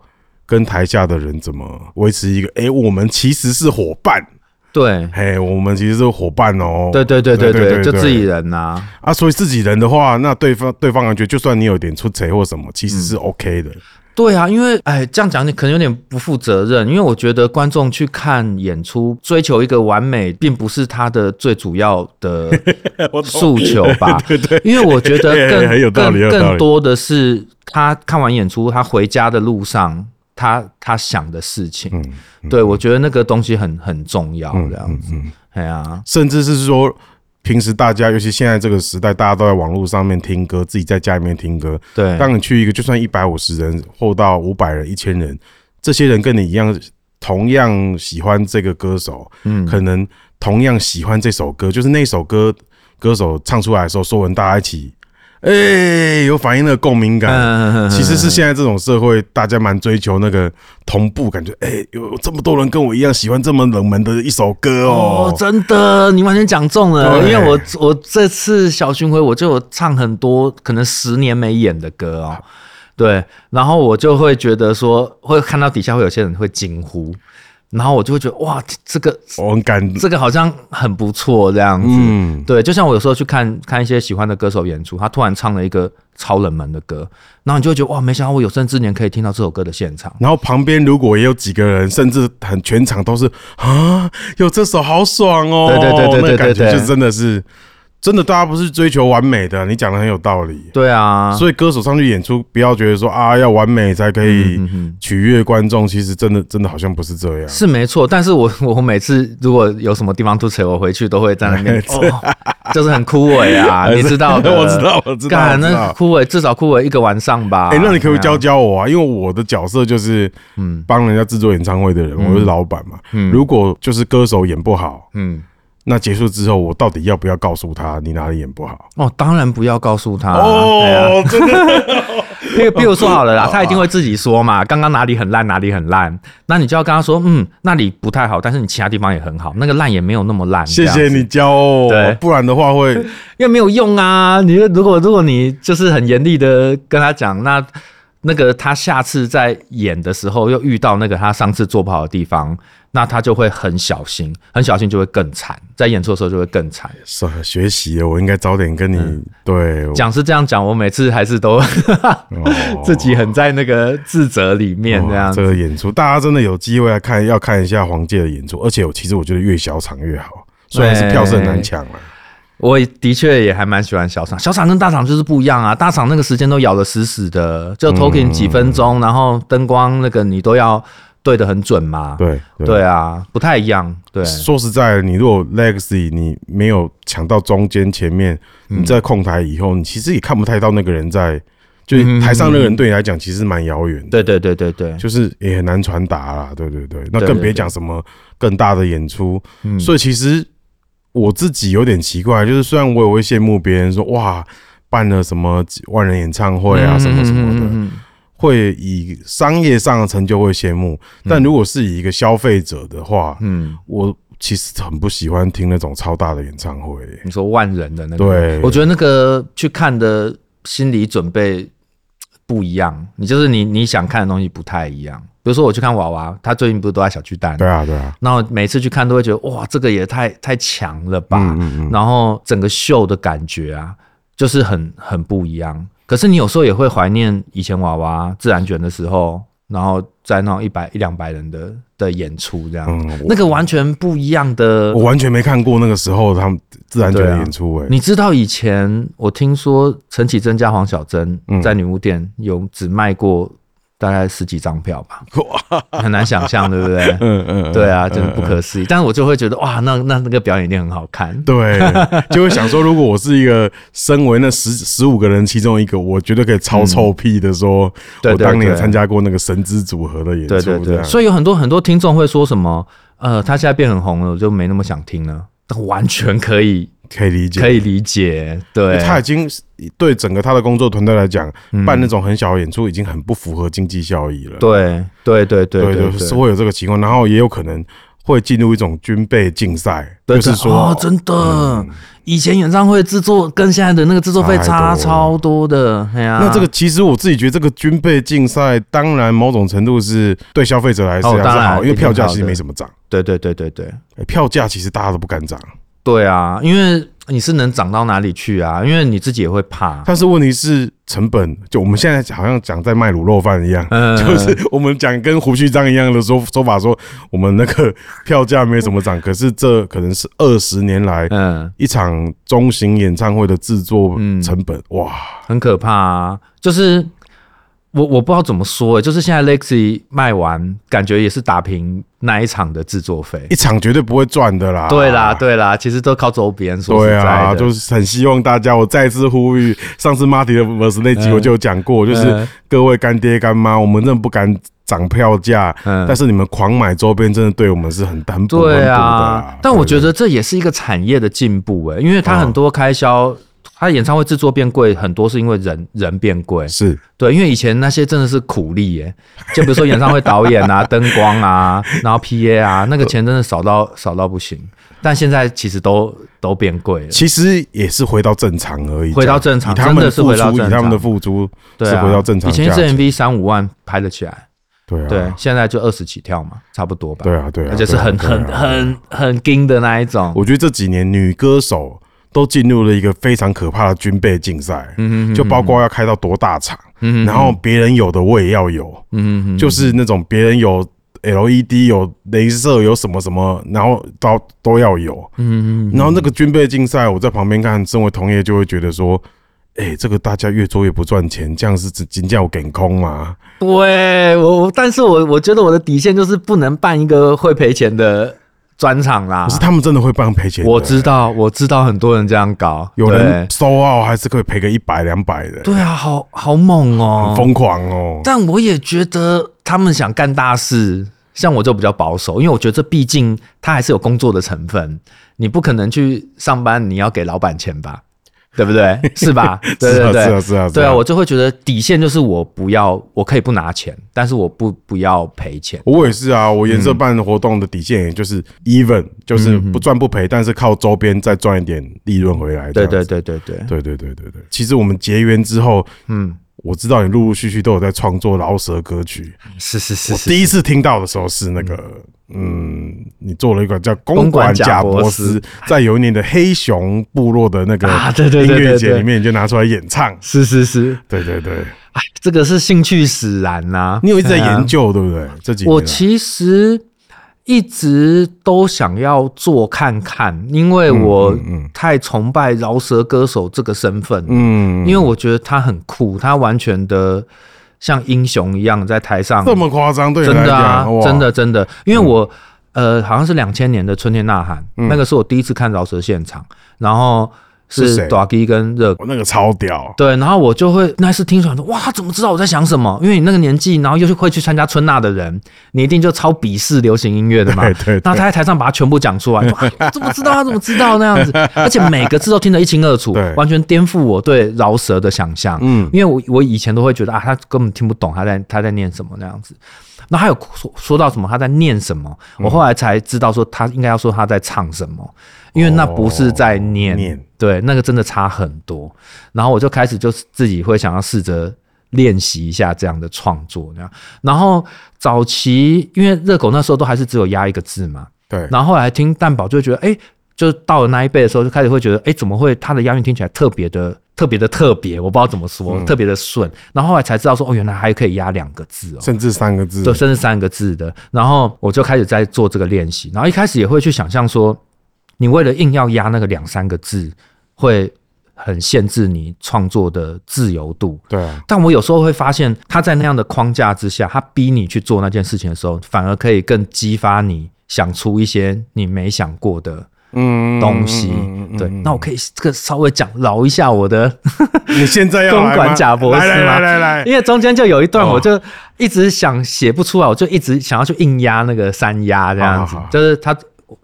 [SPEAKER 2] 跟台下的人怎么维持一个，哎、我们其实是伙伴，
[SPEAKER 3] 对
[SPEAKER 2] 嘿，我们其实是伙伴哦、
[SPEAKER 3] 对对对对
[SPEAKER 2] 对对
[SPEAKER 3] 对，
[SPEAKER 2] 对
[SPEAKER 3] 就自己人呐。
[SPEAKER 2] 啊，所以自己人的话，那对方对方感觉就算你有点出贼或什么，
[SPEAKER 3] 嗯
[SPEAKER 2] 其实是 OK 的，
[SPEAKER 3] 对啊，因为哎，这样讲你可能有点不负责任，因为我觉得观众去看演出，追求一个完美，并不是他的最主要
[SPEAKER 2] (laughs)
[SPEAKER 3] 的诉求吧？对对因为我觉得
[SPEAKER 2] 哎很有
[SPEAKER 3] 更
[SPEAKER 2] 道理很有
[SPEAKER 3] 更
[SPEAKER 2] 道理
[SPEAKER 3] 更多的是他看完演出，他回家的路上，他他想的事情。
[SPEAKER 2] 嗯嗯
[SPEAKER 3] 对，我觉得那个东西很很重要，这样子。哎呀、
[SPEAKER 2] 甚至是说。平时大家，尤其现在这个时代，大家都在网络上面听歌，自己在家里面听歌。
[SPEAKER 3] 对，
[SPEAKER 2] 当你去一个就算一百五十人或到五百人、一千人，这些人跟你一样同样喜欢这个歌手，
[SPEAKER 3] 嗯
[SPEAKER 2] 可能同样喜欢这首歌，就是那首歌歌手唱出来的时候，说文大家一起，哎、有反应那个共鸣
[SPEAKER 3] (laughs)
[SPEAKER 2] 感。
[SPEAKER 3] 嗯
[SPEAKER 2] 其实是现在这种社会，大家蛮追求那个同步感觉。哎、有这么多人跟我一样喜欢这么冷门的一首歌哦，
[SPEAKER 3] 哦，真的，你完全讲中了。
[SPEAKER 2] 对
[SPEAKER 3] 因为我我这次小巡回，我就有唱很多可能十年没演的歌哦。对，然后我就会觉得说，会看到底下会有些人会惊呼，然后我就会觉得哇，这个
[SPEAKER 2] 我很感
[SPEAKER 3] 这个好像很不错这样子。
[SPEAKER 2] 嗯，
[SPEAKER 3] 对，就像我有时候去看看一些喜欢的歌手演出，他突然唱了一个超冷门的歌，然后你就会觉得哇，没想到我有生之年可以听到这首歌的现场。
[SPEAKER 2] 然后旁边如果也有几个人，甚至很全场都是啊，有这首好爽哦，
[SPEAKER 3] 对对对对对
[SPEAKER 2] 那感
[SPEAKER 3] 对
[SPEAKER 2] 觉
[SPEAKER 3] 对
[SPEAKER 2] 就真的是真的，大家不是追求完美的，你讲的很有道理。
[SPEAKER 3] 对啊，
[SPEAKER 2] 所以歌手上去演出，不要觉得说啊要完美才可以
[SPEAKER 3] 嗯嗯嗯
[SPEAKER 2] 取悦观众，其实真的真的好像不是这样。
[SPEAKER 3] 是没错，但是我 (laughs) 我每次如果有什么地方吐槽，我回去都会在那
[SPEAKER 2] (laughs)
[SPEAKER 3] 边，哦， (laughs) 就是很枯萎啊，你知道的，
[SPEAKER 2] 我知道，我知道，我
[SPEAKER 3] 干
[SPEAKER 2] 知
[SPEAKER 3] 那
[SPEAKER 2] 道。
[SPEAKER 3] 枯萎至少枯萎一个晚上吧。
[SPEAKER 2] 哎、那你可不可以
[SPEAKER 3] 对啊
[SPEAKER 2] 教教我啊？因为我的角色就是，嗯，帮人家制作演唱会的人，我是老板嘛。如果就是歌手演不好，
[SPEAKER 3] 嗯，
[SPEAKER 2] 那结束之后，我到底要不要告诉他你哪里演不好？
[SPEAKER 3] 哦，当然不要告诉他对啊
[SPEAKER 2] 哦，真的，
[SPEAKER 3] (laughs) 譬如譬如说
[SPEAKER 2] (laughs)
[SPEAKER 3] 好了啦，他一定会自己说嘛，刚刚哪里很烂，哪里很烂，那你就要跟他说，嗯，那里不太好，但是你其他地方也很好，那个烂也没有那么烂。
[SPEAKER 2] 谢
[SPEAKER 3] 这
[SPEAKER 2] 谢
[SPEAKER 3] 样子
[SPEAKER 2] 你教哦
[SPEAKER 3] 对，
[SPEAKER 2] 不然的话会
[SPEAKER 3] 因为没有用啊！你如果如果你就是很严厉的跟他讲，那那个他下次在演的时候又遇到那个他上次做不好的地方，那他就会很小心，很小心就会更惨，在演出的时候就会更惨。
[SPEAKER 2] 算了学习了，我应该早点跟你、对
[SPEAKER 3] 嗯讲是这样讲，我每次还是都 (laughs) 自己很在那个自责里面这样
[SPEAKER 2] 哦
[SPEAKER 3] 子。
[SPEAKER 2] 这个演出，大家真的有机会来看，要看一下黄玠的演出，而且我其实我觉得越小场越好，虽然是票是很难抢啊。
[SPEAKER 3] 我的确也还蛮喜欢小厂，小厂跟大厂就是不一样啊。大厂那个时间都咬得死死的，就 talking 几分
[SPEAKER 2] 嗯
[SPEAKER 3] 钟，然后灯光那个你都要对得很准嘛。
[SPEAKER 2] 对
[SPEAKER 3] 对啊，不太一样。对，
[SPEAKER 2] 说实在的，你如果 Legacy 你没有抢到中间前面，
[SPEAKER 3] 嗯
[SPEAKER 2] 你在控台以后，你其实也看不太到那个人在，
[SPEAKER 3] 嗯
[SPEAKER 2] 就是台上那个人对你来讲其实蛮遥远的，
[SPEAKER 3] 对对对对对，
[SPEAKER 2] 就是也很难传达啦。对对对，那
[SPEAKER 3] 对
[SPEAKER 2] 更
[SPEAKER 3] 对
[SPEAKER 2] 别
[SPEAKER 3] 对嗯
[SPEAKER 2] 讲什么更大的演出。所以其实我自己有点奇怪，就是虽然我也会羡慕别人说哇办了什么几万人演唱会啊什么什么的，
[SPEAKER 3] 嗯嗯嗯嗯
[SPEAKER 2] 会以商业上的成就会羡慕，但如果是以一个消费者的话，
[SPEAKER 3] 嗯，
[SPEAKER 2] 我其实很不喜欢听那种超大的演唱会。
[SPEAKER 3] 你说万人的那个，
[SPEAKER 2] 对
[SPEAKER 3] 我觉得那个去看的心理准备不一样，你就是你你想看的东西不太一样。比如说我去看娃娃，他最近不是都在小巨蛋，
[SPEAKER 2] 对啊，对啊，
[SPEAKER 3] 那我每次去看都会觉得哇，这个也太太强了吧，
[SPEAKER 2] 嗯嗯嗯，
[SPEAKER 3] 然后整个秀的感觉啊，就是很很不一样。可是你有时候也会怀念以前娃娃自然卷的时候，然后在那种一百一两百人的的演出这样，
[SPEAKER 2] 嗯我
[SPEAKER 3] 那个完全不一样的
[SPEAKER 2] 我。完全没看过那个时候他们自然觉
[SPEAKER 3] 对
[SPEAKER 2] 的
[SPEAKER 3] 啊
[SPEAKER 2] 演出、欸，哎、
[SPEAKER 3] 你知道以前我听说陈绮贞加黄小珍
[SPEAKER 2] 嗯
[SPEAKER 3] 在女巫店有只卖过大概十几张票吧，很难想象，对不对？
[SPEAKER 2] 嗯嗯，
[SPEAKER 3] 对啊，真的不可思议。但是我就会觉得哇，那那那个表演一定很好看。
[SPEAKER 2] 对，就会想说，如果我是一个身为那十十五个人其中一个，我绝对可以超臭屁的说，
[SPEAKER 3] 对
[SPEAKER 2] 我
[SPEAKER 3] 对
[SPEAKER 2] 当年
[SPEAKER 3] 对
[SPEAKER 2] 参加过那个神之组合的演出，
[SPEAKER 3] 对对
[SPEAKER 2] 这
[SPEAKER 3] 对，
[SPEAKER 2] 样
[SPEAKER 3] 所以有很多很多听众会说什么，呃，他现在变很红了，我就没那么想听了。但完全可以
[SPEAKER 2] 可以理解，
[SPEAKER 3] 可以理解，
[SPEAKER 2] 因
[SPEAKER 3] 对嗯
[SPEAKER 2] 为，他已经是对整个他的工作团队来讲，办那种很小的演出已经很不符合经济效益了。
[SPEAKER 3] 对对对对
[SPEAKER 2] 对
[SPEAKER 3] 对
[SPEAKER 2] 对，是会有这个情况，然后也有可能会进入一种军备竞赛，
[SPEAKER 3] 对
[SPEAKER 2] 就是
[SPEAKER 3] 对
[SPEAKER 2] 说
[SPEAKER 3] 哦，真的，以前演唱会制作跟现在的那个制作费
[SPEAKER 2] 差
[SPEAKER 3] 差
[SPEAKER 2] 太
[SPEAKER 3] 超多的，哎呀，
[SPEAKER 2] 那这个其实我自己觉得，这个军备竞赛当然某种程度是对消费者来
[SPEAKER 3] 哦
[SPEAKER 2] 讲是
[SPEAKER 3] 当然
[SPEAKER 2] 好，因为
[SPEAKER 3] 一定
[SPEAKER 2] 票价
[SPEAKER 3] 好
[SPEAKER 2] 其实
[SPEAKER 3] 的
[SPEAKER 2] 没什么涨，
[SPEAKER 3] 对对对对对
[SPEAKER 2] 欸票价其实大家都不敢涨。
[SPEAKER 3] 对啊，因为你是能涨到哪里去啊？因为你自己也会怕，
[SPEAKER 2] 但是问题是成本，就我们现在好像讲在卖卤肉饭一样，
[SPEAKER 3] 嗯
[SPEAKER 2] (laughs) (laughs) 就是我们讲跟胡须章一样的说说法说我们那个 (laughs) 票价没怎么涨，可是这可能是二十年来
[SPEAKER 3] 嗯，
[SPEAKER 2] 一场中型演唱会的制作
[SPEAKER 3] 嗯
[SPEAKER 2] 成本，哇，
[SPEAKER 3] 很可怕啊！就是我我不知道怎么说、欸，就是现在 Lexi 卖完，感觉也是打平那一场的制作费
[SPEAKER 2] 一。场绝对不会赚的啦。
[SPEAKER 3] 对啦，。对啦，其实都靠周边。说实
[SPEAKER 2] 对
[SPEAKER 3] 在的，
[SPEAKER 2] 啊，就是很希望大家，我再次呼吁，上次马迪的 verse 那集我就有讲过，就是
[SPEAKER 3] 嗯
[SPEAKER 2] 各位干爹干妈，我们真的不敢涨票价，
[SPEAKER 3] 嗯
[SPEAKER 2] 但是你们狂买周边，真的对我们是很单薄很补
[SPEAKER 3] 对
[SPEAKER 2] 的
[SPEAKER 3] 啊
[SPEAKER 2] 啊。，
[SPEAKER 3] 但我觉
[SPEAKER 2] 对啊
[SPEAKER 3] 得这也是一个产业的进步哎、因为它很多开销，它演唱会制作变贵，很多是因为人人变贵。
[SPEAKER 2] 是
[SPEAKER 3] 对，因为以前那些真的是苦力耶、就比如说演唱会导演
[SPEAKER 2] (laughs)
[SPEAKER 3] 啊、灯光啊，然后 PA 啊，那个钱真的少到少到不行。但现在其实都都变贵了。
[SPEAKER 2] 其实也是回到正常而已，
[SPEAKER 3] 回到正常
[SPEAKER 2] 以他们
[SPEAKER 3] 真的是
[SPEAKER 2] 付
[SPEAKER 3] 回到
[SPEAKER 2] 出，以
[SPEAKER 3] 正
[SPEAKER 2] 他们的
[SPEAKER 3] 常
[SPEAKER 2] 付出
[SPEAKER 3] 对
[SPEAKER 2] 是
[SPEAKER 3] 啊，
[SPEAKER 2] 回到正常
[SPEAKER 3] 以
[SPEAKER 2] 价
[SPEAKER 3] 前
[SPEAKER 2] 钱。
[SPEAKER 3] 一支 MV 三五万拍得起来，
[SPEAKER 2] 对啊，
[SPEAKER 3] 对，现在就二十起跳嘛，差不多吧。
[SPEAKER 2] 对啊，对啊，
[SPEAKER 3] 而且是
[SPEAKER 2] 对啊
[SPEAKER 3] 很
[SPEAKER 2] 对啊
[SPEAKER 3] 很很很硬的那一种。
[SPEAKER 2] 我觉得这几年女歌手都进入了一个非常可怕的军备竞赛，就包括要开到多大场，然后别人有的我也要有，
[SPEAKER 3] 嗯，
[SPEAKER 2] 就是那种别人有 LED 有镭射有什么什么，然后都都要有，嗯，然后那个军备竞赛，我在旁边看，身为同业就会觉得说。哎、这个大家越做越不赚钱，这样是真真叫给空吗？
[SPEAKER 3] 对嗯我，我但是我我觉得我的底线就是不能办一个会赔钱的专场啦
[SPEAKER 2] 可。是他们真的会帮赔钱的。
[SPEAKER 3] 啊我知道，我知道很多人这样搞，
[SPEAKER 2] 有人
[SPEAKER 3] 对
[SPEAKER 2] 收澳还是可以赔个一百两百的，
[SPEAKER 3] 对啊，好好猛哦
[SPEAKER 2] 很、疯狂哦。
[SPEAKER 3] 但我也觉得他们想干大事，像我就比较保守，因为我觉得这毕竟它还是有工作的成分，你不可能去上班，你要给老板钱吧，对
[SPEAKER 2] (laughs)
[SPEAKER 3] 不对？是吧？对
[SPEAKER 2] 是
[SPEAKER 3] 对
[SPEAKER 2] 啊
[SPEAKER 3] 对，
[SPEAKER 2] 是啊是啊是啊
[SPEAKER 3] 对啊，我就会觉得底线就是我不要，我可以不拿钱，但是我不不要赔钱。
[SPEAKER 2] 我也是啊，我颜色办活动的底线也就是 even，就是
[SPEAKER 3] 嗯
[SPEAKER 2] 不赚不赔，但是靠周边再赚一点利润回来这
[SPEAKER 3] 对
[SPEAKER 2] 样子。
[SPEAKER 3] 对对对对，
[SPEAKER 2] 对对对对对。其实我们结缘之后，
[SPEAKER 3] 嗯，
[SPEAKER 2] 我知道你陆陆续续都有在创作饶舌歌曲。
[SPEAKER 3] 是是是
[SPEAKER 2] 我
[SPEAKER 3] 是，
[SPEAKER 2] 第一次听到的时候是那个，嗯，你做了一个叫《
[SPEAKER 3] 公
[SPEAKER 2] 公
[SPEAKER 3] 馆
[SPEAKER 2] 馆
[SPEAKER 3] 贾
[SPEAKER 2] 贾
[SPEAKER 3] 伯
[SPEAKER 2] 伯
[SPEAKER 3] 斯
[SPEAKER 2] 斯》，在有一年的黑熊部落的那个
[SPEAKER 3] 啊对对对
[SPEAKER 2] 音
[SPEAKER 3] 对
[SPEAKER 2] 乐节
[SPEAKER 3] 对
[SPEAKER 2] 里面，你就拿出来演唱。
[SPEAKER 3] 是是是，
[SPEAKER 2] 对对对，
[SPEAKER 3] 哎，这个是兴趣使然呐、
[SPEAKER 2] 你有一直在
[SPEAKER 3] 对啊
[SPEAKER 2] 研究，对不对？这几年
[SPEAKER 3] 我
[SPEAKER 2] 来
[SPEAKER 3] 其实一直都想要做看看，因为我
[SPEAKER 2] 嗯
[SPEAKER 3] 太崇拜饶舌歌手这个身份，
[SPEAKER 2] 嗯，
[SPEAKER 3] 因为我觉得他很酷，他完全的像英雄一样在台上，
[SPEAKER 2] 这么夸张，对你
[SPEAKER 3] 真
[SPEAKER 2] 来
[SPEAKER 3] 的啊
[SPEAKER 2] 讲，哇，嗯
[SPEAKER 3] 真的真的，因为我。呃，好像是两千年的《春天呐喊》那个是我第一次看饶舌现场，然后
[SPEAKER 2] 是
[SPEAKER 3] 是
[SPEAKER 2] 谁
[SPEAKER 3] d a g 跟热狗。
[SPEAKER 2] 我那个超屌，
[SPEAKER 3] 对，然后我就会那一次听出来说，哇，他怎么知道我在想什么？因为你那个年纪，然后又去会去参加春娜的人，你一定就超鄙视流行音乐的
[SPEAKER 2] (laughs)
[SPEAKER 3] 嘛。
[SPEAKER 2] 对对对
[SPEAKER 3] 那他在台上把它全部讲出来，说啊我怎么知道？他怎么知道那
[SPEAKER 2] (laughs)
[SPEAKER 3] 样子？而且每个字都听得一清二楚
[SPEAKER 2] 对，
[SPEAKER 3] 完全颠覆我对饶舌的想象。嗯，因为我我以前都会觉得啊，他根本听不懂他在他在念什么那样子。那还有说说到什么他在念什么，
[SPEAKER 2] 嗯
[SPEAKER 3] 我后来才知道说他应该要说他在唱什么，因为那不是在念，
[SPEAKER 2] 哦念
[SPEAKER 3] 对，那个真的差很多。然后我就开始就是自己会想要试着练习一下这样的创作，这样。然后早期因为热狗那时候都还是只有压一个字嘛，
[SPEAKER 2] 对，
[SPEAKER 3] 然后后来听蛋堡就会觉得，哎、就到了那一辈的时候，就开始会觉得，哎、怎么会他的押韵听起来特别的、特别的特别？我不知道怎么说，
[SPEAKER 2] 嗯
[SPEAKER 3] 特别的顺。然后后来才知道说，哦，原来还可以押两个字哦。
[SPEAKER 2] 甚至三个字，
[SPEAKER 3] 对，甚至三个字的。然后我就开始在做这个练习，然后一开始也会去想象说，你为了硬要压那个两三个字，会很限制你创作的自由度。
[SPEAKER 2] 对啊，
[SPEAKER 3] 但我有时候会发现，他在那样的框架之下，他逼你去做那件事情的时候，反而可以更激发你想出一些你没想过的
[SPEAKER 2] 嗯，
[SPEAKER 3] 东西。对，那我可以这个稍微讲饶一下我的
[SPEAKER 2] 你现在要来吗
[SPEAKER 3] 公馆贾伯斯吗
[SPEAKER 2] 来来来来来，
[SPEAKER 3] 因为中间就有一段，
[SPEAKER 2] 哦
[SPEAKER 3] 我就一直想写不出来，我就一直想要去硬压那个三压这样子
[SPEAKER 2] 哦好好好，
[SPEAKER 3] 就是他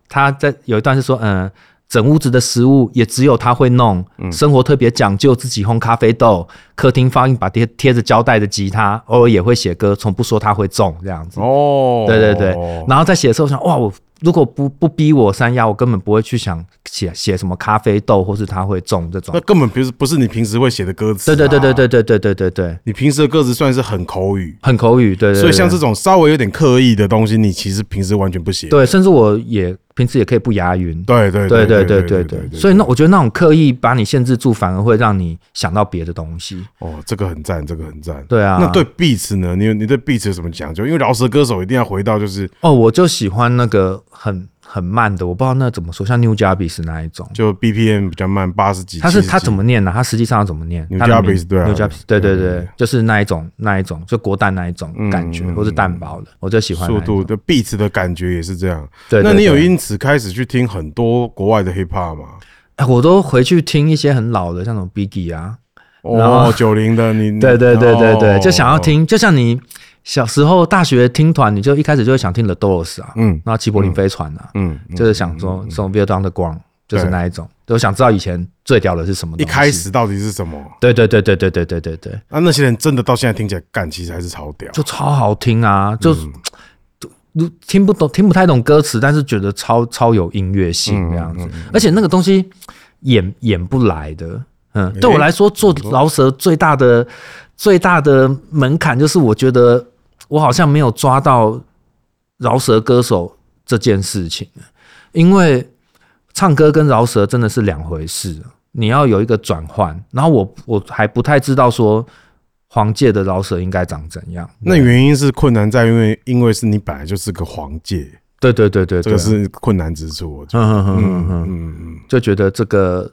[SPEAKER 3] 他在有一段是说，嗯。整屋子的食物也只有他会弄，
[SPEAKER 2] 嗯
[SPEAKER 3] 生活特别讲究，自己烘咖啡豆，客厅放一把贴贴着胶带的吉他，偶尔也会写歌，从不说他会中这样子。
[SPEAKER 2] 哦，
[SPEAKER 3] 对对对，然后在写的时候想，哇，我如果不不逼我三压，我根本不会去想写写什么咖啡豆，或是他会中这种
[SPEAKER 2] 那。根本不是不是你平时会写的歌词，啊
[SPEAKER 3] 对对对对，对对对对对对，
[SPEAKER 2] 你平时的歌词算是很口语，
[SPEAKER 3] 很口语，对对对。
[SPEAKER 2] 所以像这种稍微有点刻意的东西，你其实平时完全不写，
[SPEAKER 3] 对，甚至我也平时也可以不押韵。
[SPEAKER 2] 对对
[SPEAKER 3] 对
[SPEAKER 2] 对
[SPEAKER 3] 对对
[SPEAKER 2] 对
[SPEAKER 3] 对对，所以那我觉得那种刻意把你限制住，反而会让你想到别的东西。
[SPEAKER 2] 哦，这个很赞，这个很赞。
[SPEAKER 3] 对啊，
[SPEAKER 2] 那对 beats 呢？你有你对 beats 有什么讲究？因为饶舌歌手一定要回到就是
[SPEAKER 3] 哦，我就喜欢那个很很慢的，我不知道那怎么说，像 New Jabis 那一种，
[SPEAKER 2] 就 BPM 比较慢，八十几，
[SPEAKER 3] 它是
[SPEAKER 2] 70几
[SPEAKER 3] 它怎么念呢、它实际上要怎么念
[SPEAKER 2] New
[SPEAKER 3] 它的名
[SPEAKER 2] Jabis，对啊
[SPEAKER 3] New Jabis，对
[SPEAKER 2] 对
[SPEAKER 3] 对
[SPEAKER 2] 对嗯
[SPEAKER 3] 对，就是那一种那一种，就国蛋那一种感觉，或是蛋堡的，我就喜欢那一
[SPEAKER 2] 速
[SPEAKER 3] 种
[SPEAKER 2] 度，的 beats 的感觉也是这样。
[SPEAKER 3] 对，对
[SPEAKER 2] 那你有
[SPEAKER 3] 对
[SPEAKER 2] 因此开始去听很多国外的 hip hop 吗？
[SPEAKER 3] 哎我都回去听一些很老的，像什么 Biggie 啊，然后
[SPEAKER 2] 哦，九零的你，
[SPEAKER 3] 对对对对对，
[SPEAKER 2] 哦
[SPEAKER 3] 就想要听，就像你小时候大学听团，你就一开始就会想听 The Doors 啊，
[SPEAKER 2] 嗯
[SPEAKER 3] 然后齐柏林飞船啊，
[SPEAKER 2] 嗯，嗯
[SPEAKER 3] 就是想说从 Veer Down the Ground，就是那一种，就想知道以前最屌的是什么东
[SPEAKER 2] 一
[SPEAKER 3] 西。
[SPEAKER 2] 开，始到底是什么？
[SPEAKER 3] 对对对对对对对对对，
[SPEAKER 2] 那那些人真的到现在听起来干，其实还是超屌。
[SPEAKER 3] 就超好听啊，就。就听不懂，听不太懂歌词，但是觉得超超有音乐性这样子，而且那个东西演演不来的。嗯，对我来说，做饶舌最大的最大的门槛就是，我觉得我好像没有抓到饶舌歌手这件事情，因为唱歌跟饶舌真的是两回事，你要有一个转换。然后我我还不太知道说黄界的饶舌应该长怎样。
[SPEAKER 2] 那原因是困难在，因为因为是你本来就是个黄界，
[SPEAKER 3] 对对对对，
[SPEAKER 2] 这
[SPEAKER 3] 对啊
[SPEAKER 2] 个是困难之处。哦我觉得，
[SPEAKER 3] 嗯嗯嗯嗯，
[SPEAKER 2] 嗯嗯。
[SPEAKER 3] 就觉得这个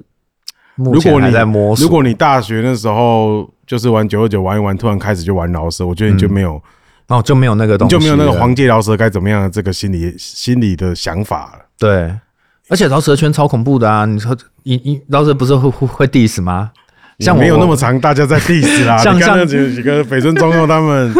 [SPEAKER 3] 目
[SPEAKER 2] 如
[SPEAKER 3] 前
[SPEAKER 2] 果
[SPEAKER 3] 还
[SPEAKER 2] 你
[SPEAKER 3] 在摸索。
[SPEAKER 2] 如果你大学那时候就是玩九二九玩一玩，突然开始就玩饶舌，我觉得你就没有，
[SPEAKER 3] 哦就没有那个东
[SPEAKER 2] 你
[SPEAKER 3] 西
[SPEAKER 2] 就
[SPEAKER 3] 了，
[SPEAKER 2] 没有那个黄界饶舌该怎么样的这个心理心理的想法了。
[SPEAKER 3] 对。而且饶舌圈超恐怖的啊！你说一一饶舌不是会会会 diss 吗？像我
[SPEAKER 2] 没有那么啊长，大家在 diss 啦。
[SPEAKER 3] (laughs) 像
[SPEAKER 2] 你看
[SPEAKER 3] 像
[SPEAKER 2] 那几几个北村中佑他们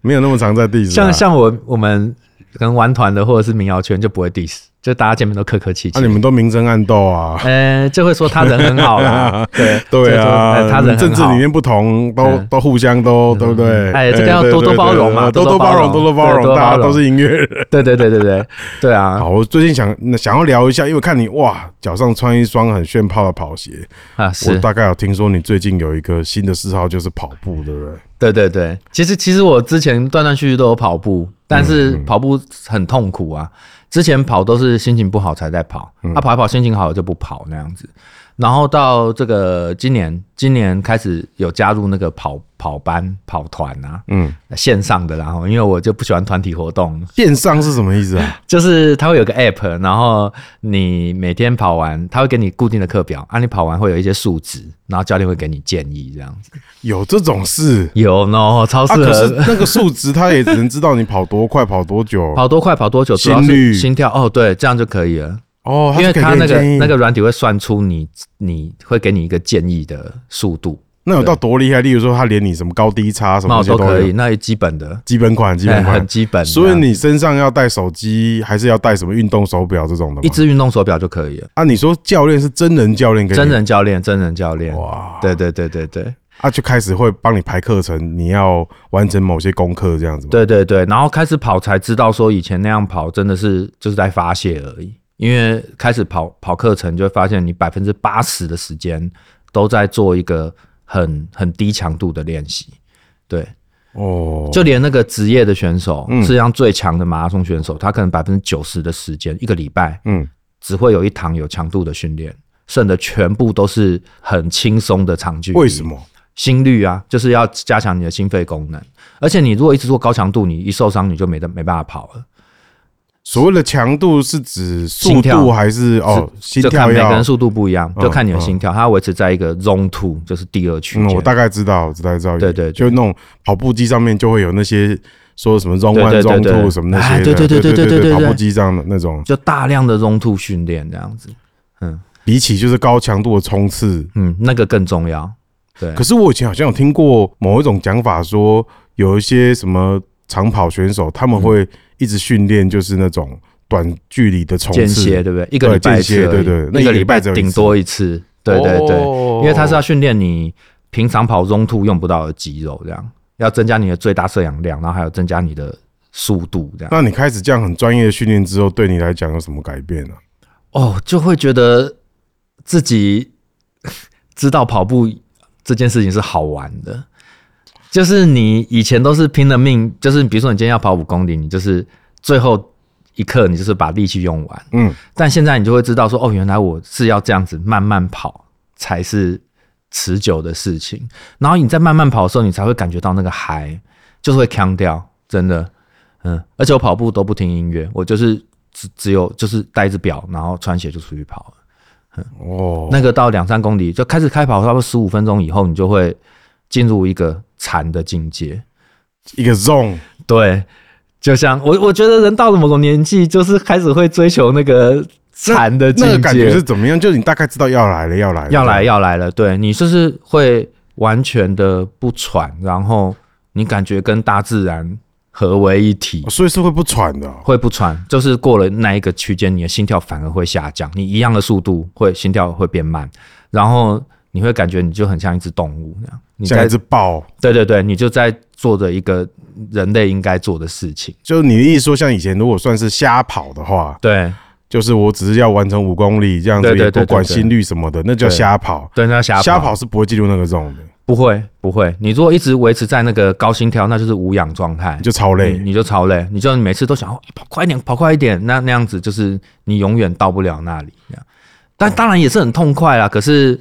[SPEAKER 2] 没有那么长在 diss 啦。
[SPEAKER 3] 像像我我们可能玩团的或者是民谣圈就不会 diss，就大家见面都客客气气
[SPEAKER 2] 啊，你。们都明争暗斗啊。
[SPEAKER 3] 呃，就会说他人很好啊
[SPEAKER 2] (laughs)
[SPEAKER 3] 啦，对
[SPEAKER 2] 对
[SPEAKER 3] 就
[SPEAKER 2] 啊，
[SPEAKER 3] 就他人很好
[SPEAKER 2] 政治理念不同，都
[SPEAKER 3] 嗯
[SPEAKER 2] 都互相都对不对？
[SPEAKER 3] 哎这个要
[SPEAKER 2] 对
[SPEAKER 3] 多多
[SPEAKER 2] 对对
[SPEAKER 3] 包容嘛
[SPEAKER 2] 对
[SPEAKER 3] 多
[SPEAKER 2] 多多
[SPEAKER 3] 多包
[SPEAKER 2] 包
[SPEAKER 3] 容
[SPEAKER 2] 容，多多包
[SPEAKER 3] 对多
[SPEAKER 2] 容，
[SPEAKER 3] 多包
[SPEAKER 2] 大家
[SPEAKER 3] 容
[SPEAKER 2] 都是音乐人。
[SPEAKER 3] 对对对对对对啊！
[SPEAKER 2] 好，我最近想想要聊一下，因为看你哇，脚上穿一双很炫炮的跑鞋，
[SPEAKER 3] 啊
[SPEAKER 2] 我
[SPEAKER 3] 是，
[SPEAKER 2] 大概有听说你最近有一个新的嗜好，就是跑步，对不对？
[SPEAKER 3] 对对对。其实其实我之前断断续续都有跑步，但是
[SPEAKER 2] 嗯
[SPEAKER 3] 跑步很痛苦啊。之前跑都是心情不好才在跑，
[SPEAKER 2] 嗯
[SPEAKER 3] 啊跑一跑心情好了就不跑那样子。然后到这个今年，今年开始有加入那个跑跑班、跑团啊，
[SPEAKER 2] 嗯，
[SPEAKER 3] 线上的啦，然后因为我就不喜欢团体活动，
[SPEAKER 2] 线上是什么意思
[SPEAKER 3] (laughs)
[SPEAKER 2] 啊？
[SPEAKER 3] 就是它会有个 app，然后你每天跑完，它会给你固定的课表啊，你跑完会有一些数值，然后教练会给你建议这样子。
[SPEAKER 2] 有这种事？
[SPEAKER 3] 有 no 超适
[SPEAKER 2] 啊，可是
[SPEAKER 3] 合、
[SPEAKER 2] 那个数值他也只能知道你跑多快，跑多
[SPEAKER 3] (laughs)
[SPEAKER 2] 久
[SPEAKER 3] 跑多快跑多久，主
[SPEAKER 2] 心
[SPEAKER 3] 要是
[SPEAKER 2] 率
[SPEAKER 3] 心跳哦，对，这样就可以了，
[SPEAKER 2] 哦，
[SPEAKER 3] 因为
[SPEAKER 2] 就
[SPEAKER 3] 它
[SPEAKER 2] 可以给
[SPEAKER 3] 那
[SPEAKER 2] 你
[SPEAKER 3] 个
[SPEAKER 2] 建议
[SPEAKER 3] 那个软体会算出你你会给你一个建议的速度，
[SPEAKER 2] 那有到多厉害？例如说，他连你什么高低差什么
[SPEAKER 3] 那
[SPEAKER 2] 那
[SPEAKER 3] 我
[SPEAKER 2] 些
[SPEAKER 3] 都可以，
[SPEAKER 2] 有，
[SPEAKER 3] 那基本的，
[SPEAKER 2] 基本款，基
[SPEAKER 3] 哎
[SPEAKER 2] 本
[SPEAKER 3] 很
[SPEAKER 2] 款。
[SPEAKER 3] 基本的，
[SPEAKER 2] 所以你身上要带手机，还是要带什么运动手表这种的
[SPEAKER 3] 一
[SPEAKER 2] 吗？
[SPEAKER 3] 只运动手表就可以了，
[SPEAKER 2] 啊，你说教练是真人教练给你，
[SPEAKER 3] 真人教练，真人教练，
[SPEAKER 2] 哇，
[SPEAKER 3] 对对对对对。
[SPEAKER 2] 啊，就开始会帮你排课程，你要完成某些功课这样子吗？
[SPEAKER 3] 对对对，然后开始跑才知道说以前那样跑真的是就是在发泄而已，因为开始跑跑课程就会发现你百分之八十的时间都在做一个很很低强度的练习。对，
[SPEAKER 2] 哦，
[SPEAKER 3] 就连那个职业的选手，
[SPEAKER 2] 嗯
[SPEAKER 3] 世界上最强的马拉松选手，他可能百分之九十的时间，一个礼拜
[SPEAKER 2] 嗯，
[SPEAKER 3] 只会有一堂有强度的训练，剩的全部都是很轻松的长距离。
[SPEAKER 2] 为什么？
[SPEAKER 3] 心率啊，就是要加强你的心肺功能。而且你如果一直做高强度，你一受伤你就没得没办法跑了。
[SPEAKER 2] 所谓的强度是指
[SPEAKER 3] 心
[SPEAKER 2] 速
[SPEAKER 3] 跳
[SPEAKER 2] 度还是哦心
[SPEAKER 3] 就看
[SPEAKER 2] 跳
[SPEAKER 3] 每个
[SPEAKER 2] 要
[SPEAKER 3] 人？速度不一样，
[SPEAKER 2] 嗯
[SPEAKER 3] 就看你的心跳，它维持在一个 zone two，就是第二区
[SPEAKER 2] 嗯，
[SPEAKER 3] 间。
[SPEAKER 2] 我大概知道，我大概知道，
[SPEAKER 3] 对对对
[SPEAKER 2] 就那种跑步机上面就会有那些说什么 zone
[SPEAKER 3] 对
[SPEAKER 2] one
[SPEAKER 3] 对对
[SPEAKER 2] zone
[SPEAKER 3] 对
[SPEAKER 2] two 什么那
[SPEAKER 3] 哎
[SPEAKER 2] 些的，
[SPEAKER 3] 对对对对
[SPEAKER 2] 对
[SPEAKER 3] 对对对
[SPEAKER 2] 跑步机上的那种，
[SPEAKER 3] 就大量的 zone two 训练这样子，
[SPEAKER 2] 比起就是高强度的冲刺，
[SPEAKER 3] 嗯，那个更重要。对，
[SPEAKER 2] 可是我以前好像有听过某一种讲法说，有一些什么长跑选手，他
[SPEAKER 3] 嗯
[SPEAKER 2] 们会一直训练，就是那种短距离的冲
[SPEAKER 3] 间
[SPEAKER 2] 刺
[SPEAKER 3] 歇，对不对？一个礼拜一次
[SPEAKER 2] 间
[SPEAKER 3] 而已，
[SPEAKER 2] 歇对对那
[SPEAKER 3] 一
[SPEAKER 2] 一
[SPEAKER 3] 个
[SPEAKER 2] 个
[SPEAKER 3] 礼
[SPEAKER 2] 礼
[SPEAKER 3] 拜
[SPEAKER 2] 拜只有一次
[SPEAKER 3] 顶多一次，对对对，
[SPEAKER 2] 哦
[SPEAKER 3] 因为它是要训练你平常跑中途用不到的肌肉，这样要增加你的最大摄氧量，然后还有增加你的速度，这样。
[SPEAKER 2] 那你开始这样很专业的训练之后，对你来讲有什么改变呢、啊？
[SPEAKER 3] 哦，就会觉得自己 (laughs) 知道跑步这件事情是好玩的。就是你以前都是拼了命，就是比如说你今天要跑五公里，你就是最后一刻你就是把力气用完。
[SPEAKER 2] 嗯，
[SPEAKER 3] 但现在你就会知道说，哦，原来我是要这样子慢慢跑才是持久的事情。然后你在慢慢跑的时候，你才会感觉到那个嗨，就是会腔掉，真的。嗯，而且我跑步都不听音乐，我就是只只有就是带一只表，然后穿鞋就出去跑了。
[SPEAKER 2] 哦，
[SPEAKER 3] 那个到两三公里就开始开跑，差不多十五分钟以后，你就会进入一个禅的境界。
[SPEAKER 2] 一个 zone
[SPEAKER 3] 对，就像我我觉得人到了某个年纪，就是开始会追求那个禅的境界，
[SPEAKER 2] 那个感觉是怎么样？就是你大概知道要来了，要来了，
[SPEAKER 3] 要来要来了，对你就是会完全的不喘，然后你感觉跟大自然合为一体
[SPEAKER 2] 哦，所以是会不喘的哦、
[SPEAKER 3] 会不喘，就是过了那一个区间，你的心跳反而会下降，你一样的速度会心跳会变慢，然后你会感觉你就很像一只动物那样，你
[SPEAKER 2] 像
[SPEAKER 3] 在
[SPEAKER 2] 一只豹。
[SPEAKER 3] 对对对，你就在做着一个人类应该做的事情，
[SPEAKER 2] 就是你的意思说，像以前如果算是瞎跑的话，
[SPEAKER 3] 对
[SPEAKER 2] 就是我只是要完成五公里这样子，
[SPEAKER 3] 对对
[SPEAKER 2] 也不
[SPEAKER 3] 对对
[SPEAKER 2] 管
[SPEAKER 3] 对
[SPEAKER 2] 心率什么的，那叫
[SPEAKER 3] 对
[SPEAKER 2] 瞎跑。
[SPEAKER 3] 对，那瞎
[SPEAKER 2] 瞎跑是不会进入那个 zone 的，
[SPEAKER 3] 不会不会，你如果一直维持在那个高心跳，那就是无氧状态
[SPEAKER 2] 你，就超累
[SPEAKER 3] 你。你就超累，你就每次都想、哦、跑快一点，跑快一点，那那样子就是你永远到不了那里。这样但当然也是很痛快啦，可是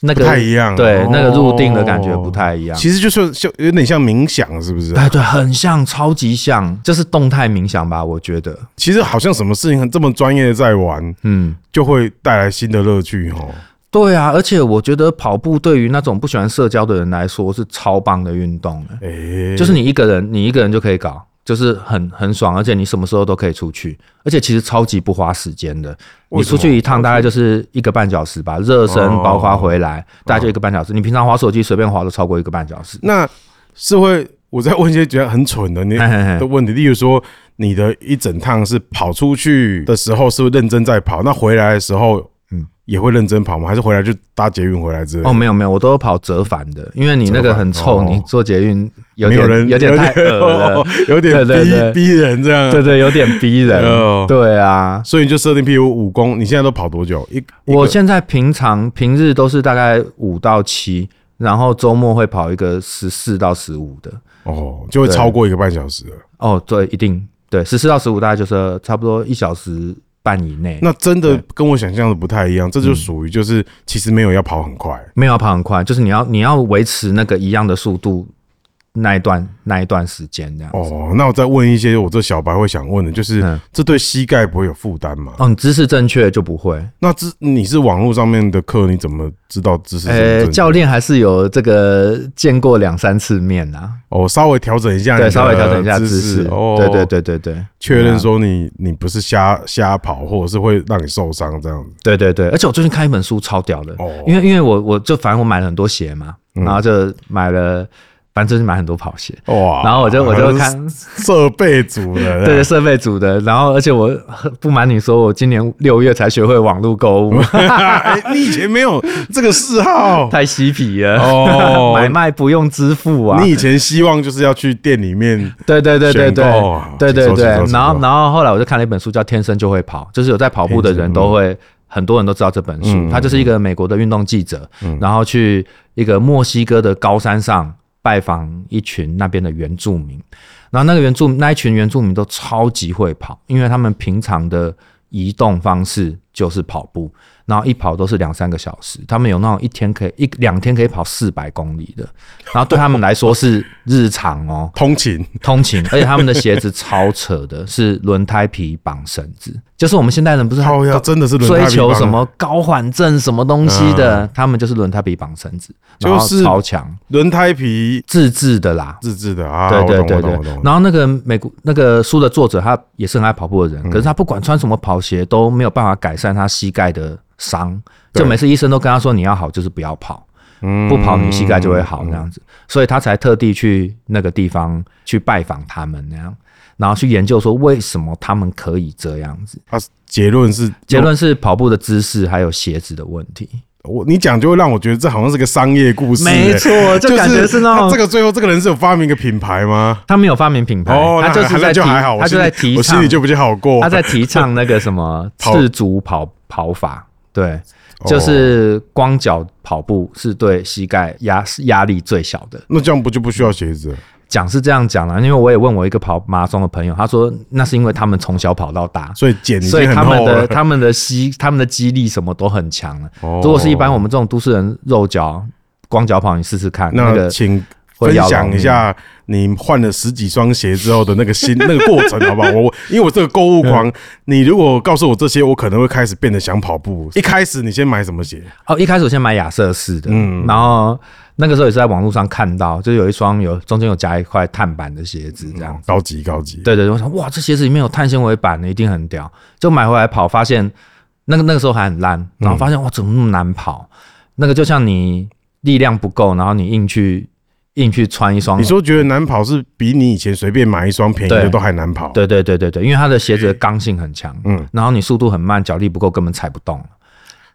[SPEAKER 3] 那
[SPEAKER 2] 不
[SPEAKER 3] 个
[SPEAKER 2] 太一样，
[SPEAKER 3] 对、
[SPEAKER 2] 哦
[SPEAKER 3] 那个入定的感觉不太一样。
[SPEAKER 2] 其实就是就有点像冥想，是不是啊？
[SPEAKER 3] 对对，很像，超级像，就是动态冥想吧，我觉得，
[SPEAKER 2] 其实好像什么事情这么专业的在玩，
[SPEAKER 3] 嗯，
[SPEAKER 2] 就会带来新的乐趣
[SPEAKER 3] (laughs)
[SPEAKER 2] 哦。
[SPEAKER 3] 对啊，而且我觉得跑步对于那种不喜欢社交的人来说是超棒的运动、欸，
[SPEAKER 2] 哎，
[SPEAKER 3] 就是你一个人，你一个人就可以搞，就是很很爽，而且你什么时候都可以出去，而且其实超级不花时间的。
[SPEAKER 2] 为
[SPEAKER 3] 你
[SPEAKER 2] 什么
[SPEAKER 3] 出去一趟大概就是一个半小时吧，热身
[SPEAKER 2] 哦
[SPEAKER 3] 包括回来，大概就一个半小时。你平常滑手机随便滑都超过一个半小时。
[SPEAKER 2] 那是会我在问一些觉得很蠢
[SPEAKER 3] (laughs)
[SPEAKER 2] 的你
[SPEAKER 3] 嘿嘿
[SPEAKER 2] 的
[SPEAKER 3] 嘿
[SPEAKER 2] 问题，例如说你的一整趟是跑出去的时候是不是认真在跑，那回来的时候
[SPEAKER 3] 嗯
[SPEAKER 2] 也会认真跑吗？还是回来就搭捷运回来之类的
[SPEAKER 3] 哦，？没有没有，我都有跑折返的，因为你那
[SPEAKER 2] 折
[SPEAKER 3] 个
[SPEAKER 2] 返
[SPEAKER 3] 很臭，
[SPEAKER 2] 哦
[SPEAKER 3] 你坐捷运有
[SPEAKER 2] 没
[SPEAKER 3] 点
[SPEAKER 2] 有哦人
[SPEAKER 3] 点太恶
[SPEAKER 2] (laughs)
[SPEAKER 3] 了，
[SPEAKER 2] 有点
[SPEAKER 3] 对对
[SPEAKER 2] 逼
[SPEAKER 3] 对
[SPEAKER 2] 逼人这样。
[SPEAKER 3] (laughs) 对对，有点逼人。
[SPEAKER 2] 哦
[SPEAKER 3] (laughs) 对啊，
[SPEAKER 2] 所以你就设定，譬如五公，你现在都跑多久？一一个
[SPEAKER 3] 我现在平常平日都是大概五到七，然后周末会跑一个十四到十五的。
[SPEAKER 2] 哦，就会超过一个半小时了。
[SPEAKER 3] 哦，对，一定对，十四到十五大概就是差不多一小时半以内。
[SPEAKER 2] 那真的跟我想象的不太一样，这就属于就是其实没有要跑很快，
[SPEAKER 3] 没有要跑很快，就是你要你要维持那个一样的速度那一段那一段时间这样。哦
[SPEAKER 2] 哦，那我再问一些我这小白会想问的，就是、
[SPEAKER 3] 嗯哦
[SPEAKER 2] 这对膝盖不会有负担吗？
[SPEAKER 3] 你姿势正确就不会。
[SPEAKER 2] 那这你是网络上面的课，你怎么知道姿势正不
[SPEAKER 3] 呃、
[SPEAKER 2] 正确？
[SPEAKER 3] 教练还是有这个见过两三次面啊，
[SPEAKER 2] 哦，稍微调整一下你的
[SPEAKER 3] 对，
[SPEAKER 2] 姿势，
[SPEAKER 3] 稍微调整一下姿势。
[SPEAKER 2] 哦，
[SPEAKER 3] 对对，对对对，啊
[SPEAKER 2] 确认说你你不是瞎瞎跑，或者是会让你受伤这样子。
[SPEAKER 3] 对对对，而且我最近看一本书超屌的，
[SPEAKER 2] 哦，
[SPEAKER 3] 因为因为我我就反正我买了很多鞋嘛，
[SPEAKER 2] 嗯
[SPEAKER 3] 然后就买了，反正就是买很多跑鞋，
[SPEAKER 2] 哇，
[SPEAKER 3] 然后我就我就看。
[SPEAKER 2] 设备组
[SPEAKER 3] (laughs)
[SPEAKER 2] 的，
[SPEAKER 3] 对设备组的，然后而且我不瞒你说，我今年六月才学会网络购
[SPEAKER 2] (laughs)
[SPEAKER 3] 物，
[SPEAKER 2] 哎你以前没有这个嗜好
[SPEAKER 3] 太嬉皮了。
[SPEAKER 2] 哦
[SPEAKER 3] (laughs) 买卖不用支付啊！
[SPEAKER 2] 你以前希望就是要去店里面
[SPEAKER 3] 对对对对对
[SPEAKER 2] 选购啊
[SPEAKER 3] 对
[SPEAKER 2] 请
[SPEAKER 3] 对
[SPEAKER 2] 说
[SPEAKER 3] 对
[SPEAKER 2] 请说。请
[SPEAKER 3] 然后
[SPEAKER 2] 说
[SPEAKER 3] 然后后来我就看了一本书叫《天生就会跑》，就是有在跑步的人都会，很多人都知道这本书
[SPEAKER 2] 嗯嗯。嗯
[SPEAKER 3] 他就是一个美国的运动记者，然后去一个墨西哥的高山上拜访一群那边的原住民，然后那个原住那一群原住民都超级会跑，因为他们平常的移动方式就是跑步，然后一跑都是两三个小时，他们有那种一天可以一两天可以跑四百公里的，然后对他们来说是日常哦。
[SPEAKER 2] 通勤，
[SPEAKER 3] 通勤，而且他们的鞋子超扯的， (laughs) 是轮胎皮绑绳子，就是我们现代人不是
[SPEAKER 2] 靠呀，
[SPEAKER 3] 很
[SPEAKER 2] 哦真的是轮胎
[SPEAKER 3] 追
[SPEAKER 2] 比
[SPEAKER 3] 求
[SPEAKER 2] 棒
[SPEAKER 3] 什么高缓震什么东西的，他们就是轮胎皮绑绳子，然后
[SPEAKER 2] 嗯就是
[SPEAKER 3] 超强
[SPEAKER 2] 轮胎皮
[SPEAKER 3] 自制的啦。
[SPEAKER 2] 自制的啊，
[SPEAKER 3] 对对
[SPEAKER 2] 我懂
[SPEAKER 3] 对
[SPEAKER 2] 我懂
[SPEAKER 3] 对
[SPEAKER 2] 我懂，
[SPEAKER 3] 然后那个美国那个书的作者，他也是很爱跑步的人，
[SPEAKER 2] 嗯
[SPEAKER 3] 可是他不管穿什么跑鞋都没有办法改善他膝盖的伤，
[SPEAKER 2] 对嗯
[SPEAKER 3] 就每次医生都跟他说你要好就是不要跑，不跑你膝盖就会好那样子，所以他才特地去那个地方去拜访他们那样，然后去研究说为什么他们可以这样子。
[SPEAKER 2] 啊，结论是
[SPEAKER 3] 结论是跑步的姿势还有鞋子的问题，
[SPEAKER 2] 我你讲就会让我觉得这好像是个商业故事、欸，
[SPEAKER 3] 错，
[SPEAKER 2] 就他这个最后这个人是有发明一个品牌吗？
[SPEAKER 3] 他没有发明品牌，
[SPEAKER 2] 哦，
[SPEAKER 3] 哎他
[SPEAKER 2] 那
[SPEAKER 3] 就是
[SPEAKER 2] 那
[SPEAKER 3] 在提
[SPEAKER 2] 就还好，我
[SPEAKER 3] 他就
[SPEAKER 2] 心里
[SPEAKER 3] 在提
[SPEAKER 2] 我心里
[SPEAKER 3] 倡，
[SPEAKER 2] 就比较好过。
[SPEAKER 3] 他在提倡那个什么
[SPEAKER 2] 哦 (laughs) 跑
[SPEAKER 3] 赤足跑跑法，对，
[SPEAKER 2] 哦
[SPEAKER 3] 就是光脚跑步是对膝盖压压力最小的。
[SPEAKER 2] 那这样不就不需要鞋子了？
[SPEAKER 3] 讲是这样讲了，因为我也问我一个跑马拉松的朋友，他说那是因为他们从小跑到大，
[SPEAKER 2] 所以剪哦已
[SPEAKER 3] 所以
[SPEAKER 2] 经很
[SPEAKER 3] 他们
[SPEAKER 2] 厚
[SPEAKER 3] 的
[SPEAKER 2] 了。
[SPEAKER 3] 他们的肌他们的肌力什么都很强了。
[SPEAKER 2] 哦
[SPEAKER 3] 如果是一般我们这种都市人肉脚光脚跑，你试试看那
[SPEAKER 2] 那
[SPEAKER 3] 个
[SPEAKER 2] 请
[SPEAKER 3] 会嗯
[SPEAKER 2] 分
[SPEAKER 3] 咬
[SPEAKER 2] 享
[SPEAKER 3] 人
[SPEAKER 2] 一下你换了十几双鞋之后的那个心那个过程，好不好？我 (laughs) 因为我这个购物
[SPEAKER 3] 嗯
[SPEAKER 2] 狂，你如果告诉我这些，我可能会开始变得想跑步。一开始你先买什么鞋？
[SPEAKER 3] 哦，一开始我先买亚瑟士的，
[SPEAKER 2] 嗯
[SPEAKER 3] 然后那个时候也是在网络上看到，就有一双有中间有夹一块碳板的鞋子这样。
[SPEAKER 2] 高级高级。
[SPEAKER 3] 对对对，我想哇，这鞋子里面有碳纤维板的，一定很屌。就买回来跑，发现那个那个时候还很烂，然后
[SPEAKER 2] 嗯
[SPEAKER 3] 发现、哇，怎么那么难跑？那个就像你力量不够，然后你硬去硬去穿一双。
[SPEAKER 2] 你说觉得难跑是比你以前随便买一双便宜的
[SPEAKER 3] 嗯对
[SPEAKER 2] 都还难跑？，
[SPEAKER 3] 对对对对对，因为它的鞋子的刚性很强，
[SPEAKER 2] 嗯
[SPEAKER 3] 嗯，然后你速度很慢，脚力不够，根本踩不动。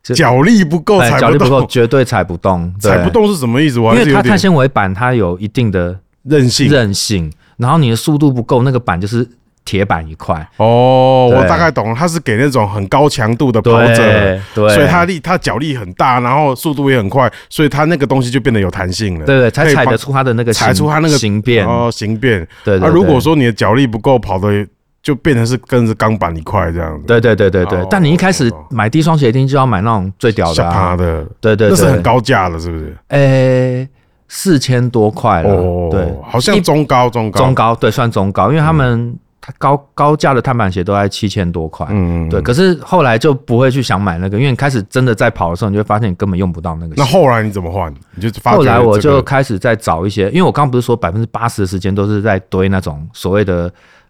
[SPEAKER 3] 就
[SPEAKER 2] 脚力不够
[SPEAKER 3] 哎
[SPEAKER 2] 哦踩
[SPEAKER 3] 脚力
[SPEAKER 2] 不
[SPEAKER 3] 不够，
[SPEAKER 2] 动，
[SPEAKER 3] 绝对踩不
[SPEAKER 2] (laughs)
[SPEAKER 3] 动，对
[SPEAKER 2] 踩不。动是什么意思？我还
[SPEAKER 3] 因
[SPEAKER 2] 是
[SPEAKER 3] 为
[SPEAKER 2] 有
[SPEAKER 3] 它碳
[SPEAKER 2] 点
[SPEAKER 3] 纤维板它有一定的
[SPEAKER 2] 任性
[SPEAKER 3] 韧性，然后你的速度不够，那个板就是铁板一块。
[SPEAKER 2] 哦。
[SPEAKER 3] 对
[SPEAKER 2] 我大概懂了，他是给那种很高强度的跑者。
[SPEAKER 3] 对对，
[SPEAKER 2] 所以他力他脚力很大，然后速度也很快，所以他那个东西就变得有弹性了。
[SPEAKER 3] 对对
[SPEAKER 2] 可
[SPEAKER 3] 才
[SPEAKER 2] 以
[SPEAKER 3] 踩
[SPEAKER 2] 帮
[SPEAKER 3] 得出它的那个
[SPEAKER 2] 踩出
[SPEAKER 3] 形
[SPEAKER 2] 它那个
[SPEAKER 3] 形变。
[SPEAKER 2] 哦，形变。
[SPEAKER 3] 对
[SPEAKER 2] 那、
[SPEAKER 3] 对，
[SPEAKER 2] 如
[SPEAKER 3] 对
[SPEAKER 2] 果说你的脚力不够，跑的就变成是跟着钢板一块这样子，
[SPEAKER 3] 对对对对
[SPEAKER 2] 哦
[SPEAKER 3] 对，但你一开始买第一双鞋，一定就要买那种最屌的
[SPEAKER 2] 下趴
[SPEAKER 3] 啊。
[SPEAKER 2] 的，
[SPEAKER 3] 对对，
[SPEAKER 2] 那
[SPEAKER 3] 对
[SPEAKER 2] 是很，高价了，是不是？
[SPEAKER 3] 诶，四千多块了
[SPEAKER 2] 哦，，
[SPEAKER 3] 哎对，
[SPEAKER 2] 好像中高中高嗯
[SPEAKER 3] 中，高，对，算中高，因为他们它高高价的碳板鞋都在七千多块。
[SPEAKER 2] 嗯，
[SPEAKER 3] 对，。可是后来就不会去想买那个，因为你开始真的在跑的时候，你就会发现你根本用不到那个鞋。
[SPEAKER 2] 那后来你怎么换？你就发觉
[SPEAKER 3] 后来我
[SPEAKER 2] 这个
[SPEAKER 3] 就开始在找一些，因为我刚刚不是说百分之八十的时间都是在堆那种所谓的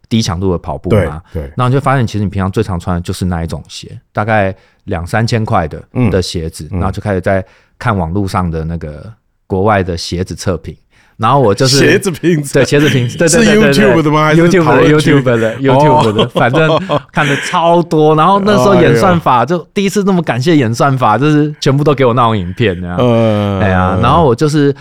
[SPEAKER 3] 低强度的跑步
[SPEAKER 2] 对
[SPEAKER 3] 嘛，
[SPEAKER 2] 对，
[SPEAKER 3] 然后你就发现其实你平常最常穿的就是那一种鞋，大概两三千块的
[SPEAKER 2] 嗯
[SPEAKER 3] 的鞋子，
[SPEAKER 2] 嗯
[SPEAKER 3] 然后就开始在看网络上的那个国外的鞋子测评，然后我就是
[SPEAKER 2] 鞋子瓶子
[SPEAKER 3] 对，鞋子评对对
[SPEAKER 2] 是
[SPEAKER 3] 对对对
[SPEAKER 2] YouTube 的吗还是
[SPEAKER 3] ？YouTube
[SPEAKER 2] 讨
[SPEAKER 3] 的
[SPEAKER 2] 论区哦
[SPEAKER 3] YouTube
[SPEAKER 2] (laughs)
[SPEAKER 3] 的 YouTube 的，反正看的超多。然后那时
[SPEAKER 2] 哎
[SPEAKER 3] 候演算法就第一次那么感谢演算法，就是全部都给我那种影片这样。
[SPEAKER 2] 呃
[SPEAKER 3] 哎呀，然后我就是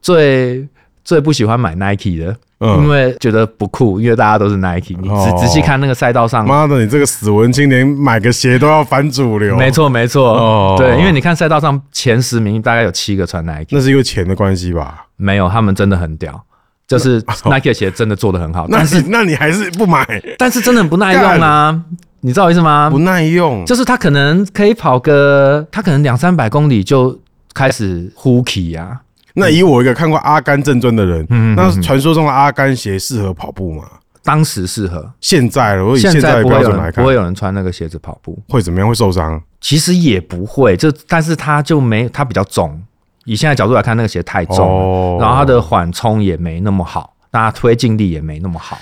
[SPEAKER 3] 最最不喜欢买 Nike 的，
[SPEAKER 2] 嗯
[SPEAKER 3] 因为觉得不酷，因为大家都是 Nike，你
[SPEAKER 2] 哦
[SPEAKER 3] 仔仔细看那个赛道上。
[SPEAKER 2] 妈的，你这个死文青，连买个鞋都要反主流，
[SPEAKER 3] 没，错，没错，
[SPEAKER 2] 哦
[SPEAKER 3] 对，因为你看赛道上前十名大概有七个穿 Nike，
[SPEAKER 2] 那是因为钱的关系吧？
[SPEAKER 3] 没有，他们真的很屌，就是
[SPEAKER 2] (laughs)
[SPEAKER 3] Nike 的鞋真的做的很好，
[SPEAKER 2] 那
[SPEAKER 3] 但是
[SPEAKER 2] 你那你还是不买，
[SPEAKER 3] 但是真的很不耐用啊，你知道我意思吗
[SPEAKER 2] 不？耐用，
[SPEAKER 3] 就是他可能可以跑个，他可能两三百公里就开始呼气啊，
[SPEAKER 2] 那以我一个看过《阿甘正传》的人，
[SPEAKER 3] 嗯
[SPEAKER 2] 那传说中的阿甘鞋适合跑步吗？
[SPEAKER 3] 当时适合，
[SPEAKER 2] 现在了，我以
[SPEAKER 3] 现
[SPEAKER 2] 现在的
[SPEAKER 3] 不
[SPEAKER 2] 标
[SPEAKER 3] 会有
[SPEAKER 2] 准来
[SPEAKER 3] 人
[SPEAKER 2] 看
[SPEAKER 3] 不，会有人穿那个鞋子跑步，
[SPEAKER 2] 会怎么样？会受伤？
[SPEAKER 3] 其实也不会，就但是它就没它比较重，以现在角度来看，那个鞋太重了，
[SPEAKER 2] 哦
[SPEAKER 3] 然后它的缓冲也没那么好，那它推进力也没那么好，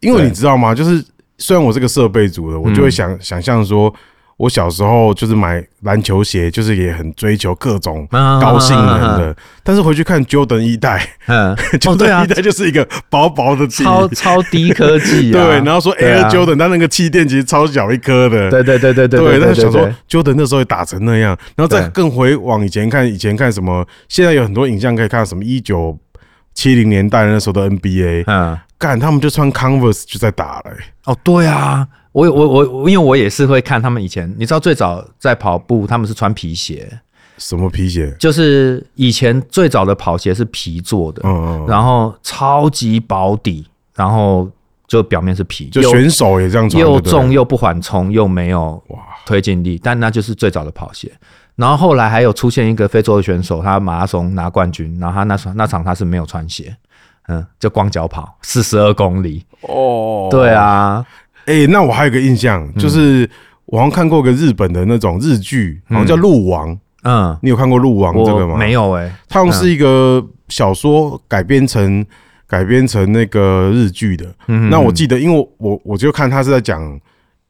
[SPEAKER 2] 因为
[SPEAKER 3] 对嗯
[SPEAKER 2] 你知道吗？就是虽然我是个设备组的，我就会想、想象说，我小时候就是买篮球鞋，就是也很追求各种
[SPEAKER 3] 啊
[SPEAKER 2] 高性能的，但是回去看 Jordan 一代 (laughs)
[SPEAKER 3] 嗯，哦对
[SPEAKER 2] ，Jordan
[SPEAKER 3] 啊
[SPEAKER 2] 一，代就是一个薄薄的底
[SPEAKER 3] (laughs) 超超低科技、啊，
[SPEAKER 2] 对，然后说
[SPEAKER 3] 对
[SPEAKER 2] Air
[SPEAKER 3] 啊
[SPEAKER 2] Jordan，它那个气垫其实超小一颗的，
[SPEAKER 3] 对对对对对
[SPEAKER 2] 对，
[SPEAKER 3] 对
[SPEAKER 2] 但是
[SPEAKER 3] 对
[SPEAKER 2] 想说
[SPEAKER 3] 对
[SPEAKER 2] Jordan 那时候也打成那样，然后再
[SPEAKER 3] 对
[SPEAKER 2] 更回往以前看，以前看什么，现在有很多影像可以看，什么一九七零年代那时候的
[SPEAKER 3] (laughs)
[SPEAKER 2] NBA，
[SPEAKER 3] 嗯。
[SPEAKER 2] 干他们就穿 Converse 就在打了、欸
[SPEAKER 3] 哦，对啊，我我我我，因为我也是会看他们以前，你知道最早在跑步，他们是穿皮鞋，
[SPEAKER 2] 什么皮鞋？
[SPEAKER 3] 就是以前最早的跑鞋是皮做的，
[SPEAKER 2] 嗯嗯，
[SPEAKER 3] 然后超级薄底，然后就表面是皮，
[SPEAKER 2] 就
[SPEAKER 3] 又
[SPEAKER 2] 选手也这样穿，
[SPEAKER 3] 又
[SPEAKER 2] 对不对
[SPEAKER 3] 重又不缓冲，又没有
[SPEAKER 2] 哇
[SPEAKER 3] 推进力，但那就是最早的跑鞋。然后后来还有出现一个非洲的选手，他马拉松拿冠军，然后他那场那场他是没有穿鞋，嗯，就光脚跑四十二公里。
[SPEAKER 2] 哦
[SPEAKER 3] (laughs) 对。啊，
[SPEAKER 2] 哎、那我还有一个印象，
[SPEAKER 3] 嗯
[SPEAKER 2] 就是我好像看过个日本的那种日剧，好像叫《鹿王》，
[SPEAKER 3] 嗯，
[SPEAKER 2] 你有看过《鹿王》这个
[SPEAKER 3] 我
[SPEAKER 2] 吗？
[SPEAKER 3] 没有哎、
[SPEAKER 2] 它好像是一个小说改编成改编成那个日剧的。
[SPEAKER 3] 嗯
[SPEAKER 2] 那我记得，因为我我就看他是在讲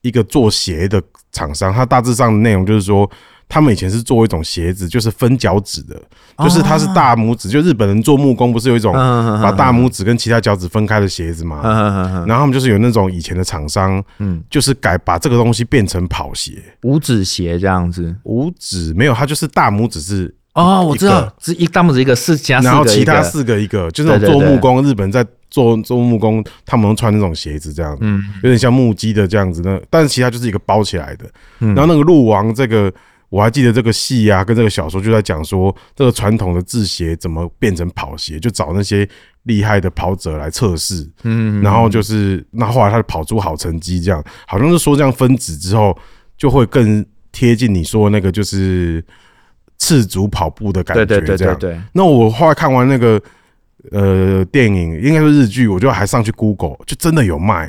[SPEAKER 2] 一个做鞋的厂商，他大致上的内容就是说，他们以前是做一种鞋子，就是分脚趾的，
[SPEAKER 3] 啊
[SPEAKER 2] 就是它是大拇指，就日本人做木工不是有一种
[SPEAKER 3] 嗯 (laughs)
[SPEAKER 2] 把大拇指跟其他脚趾分开的鞋子嘛？
[SPEAKER 3] 嗯，
[SPEAKER 2] 然后他们就是有那种以前的厂商，嗯
[SPEAKER 3] 嗯，
[SPEAKER 2] 就是改把这个东西变成跑鞋，
[SPEAKER 3] 五指鞋这样子。
[SPEAKER 2] 五指没有，它就是大拇指是
[SPEAKER 3] 哦，我
[SPEAKER 2] 一
[SPEAKER 3] 知道
[SPEAKER 2] 个，
[SPEAKER 3] 是一大拇指一个，四加四
[SPEAKER 2] 然后
[SPEAKER 3] 个
[SPEAKER 2] 其
[SPEAKER 3] 一
[SPEAKER 2] 他
[SPEAKER 3] 个。
[SPEAKER 2] 四个一个，就是那种
[SPEAKER 3] 对对
[SPEAKER 2] 做
[SPEAKER 3] 对
[SPEAKER 2] 木工，日本在做做木工，他们都穿那种鞋子这样，嗯，有点像木屐的这样子那但是其他就是一个包起来的。
[SPEAKER 3] 嗯
[SPEAKER 2] 然后那个鹿王这个，我还记得这个戏啊，跟这个小说就在讲说，这个传统的制鞋怎么变成跑鞋，就找那些厉害的跑者来测试，嗯，然后就是那后来他跑出好成绩，这样好像是说这样分子之后就会更贴近你说的那个就是。赤足跑步的感觉，
[SPEAKER 3] 对对对
[SPEAKER 2] 这样
[SPEAKER 3] 对对，
[SPEAKER 2] 那我后来看完那个呃电影，应该说日剧，我就还上去 Google，就真的有卖、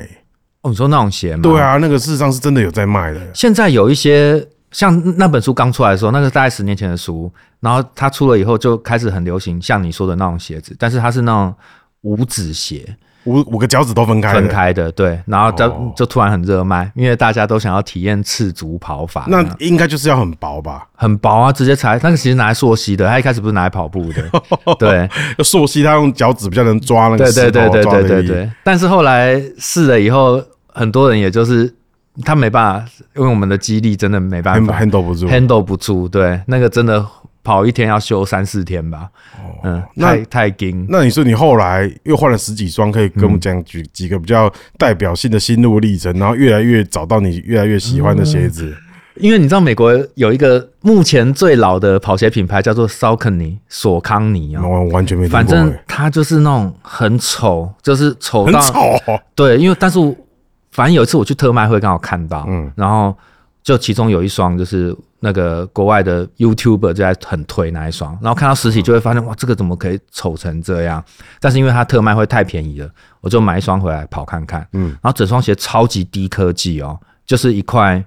[SPEAKER 3] 哦，你说那种鞋吗？
[SPEAKER 2] 对。啊，那个事实上是真的有在卖的。
[SPEAKER 3] 现在有一些像那本书刚出来的时候，那个大概十年前的书，然后它出了以后就开始很流行，像你说的那种鞋子，但是它是那种五指鞋，
[SPEAKER 2] 五五个脚趾头分开了
[SPEAKER 3] 分。开的，哎对，然后
[SPEAKER 2] 哦
[SPEAKER 3] 就就突然很热卖，因为大家都想要体验赤足跑法，
[SPEAKER 2] 那应该就是要很薄吧？
[SPEAKER 3] 很薄啊，直接踩。那个其实拿来溯溪的，他一开始不是拿来跑步 (laughs) 的，对，
[SPEAKER 2] 溯溪它用脚趾比较能抓那个
[SPEAKER 3] 对
[SPEAKER 2] 石头，
[SPEAKER 3] 对对对
[SPEAKER 2] 抓那
[SPEAKER 3] 对
[SPEAKER 2] 个
[SPEAKER 3] 对
[SPEAKER 2] 力
[SPEAKER 3] 对。但是后来试了以后，很多人也就是他没办法，因为我们的肌力真的没办
[SPEAKER 2] ，hand
[SPEAKER 3] 法
[SPEAKER 2] handle 不住。
[SPEAKER 3] handle 不住，对，那个真的跑一天要休三四天吧，嗯，
[SPEAKER 2] 哦那
[SPEAKER 3] 太太紧。
[SPEAKER 2] 那你说你后来又换了十几双，可以跟我们讲几几个比较代表性的心路历程，然后越来越找到你越来越喜欢的鞋子。
[SPEAKER 3] 因为你知道美国有一个目前最老的跑鞋品牌叫做 Saucony 索康尼啊、
[SPEAKER 2] 那我完哦全没听过
[SPEAKER 3] 反正
[SPEAKER 2] 欸
[SPEAKER 3] 它就是那种很丑，就是丑
[SPEAKER 2] 很
[SPEAKER 3] 到
[SPEAKER 2] 丑哦，
[SPEAKER 3] 对，因为但是我反正有一次我去特卖会刚好看到，嗯，然后就其中有一双就是那个国外的 YouTuber 就在很推那一双，然后看到实体就会发现、哇，这个怎么可以丑成这样？但是因为它特卖会太便宜了，我就买一双回来跑看看，嗯，然后整双鞋超级低科技哦，就是一块。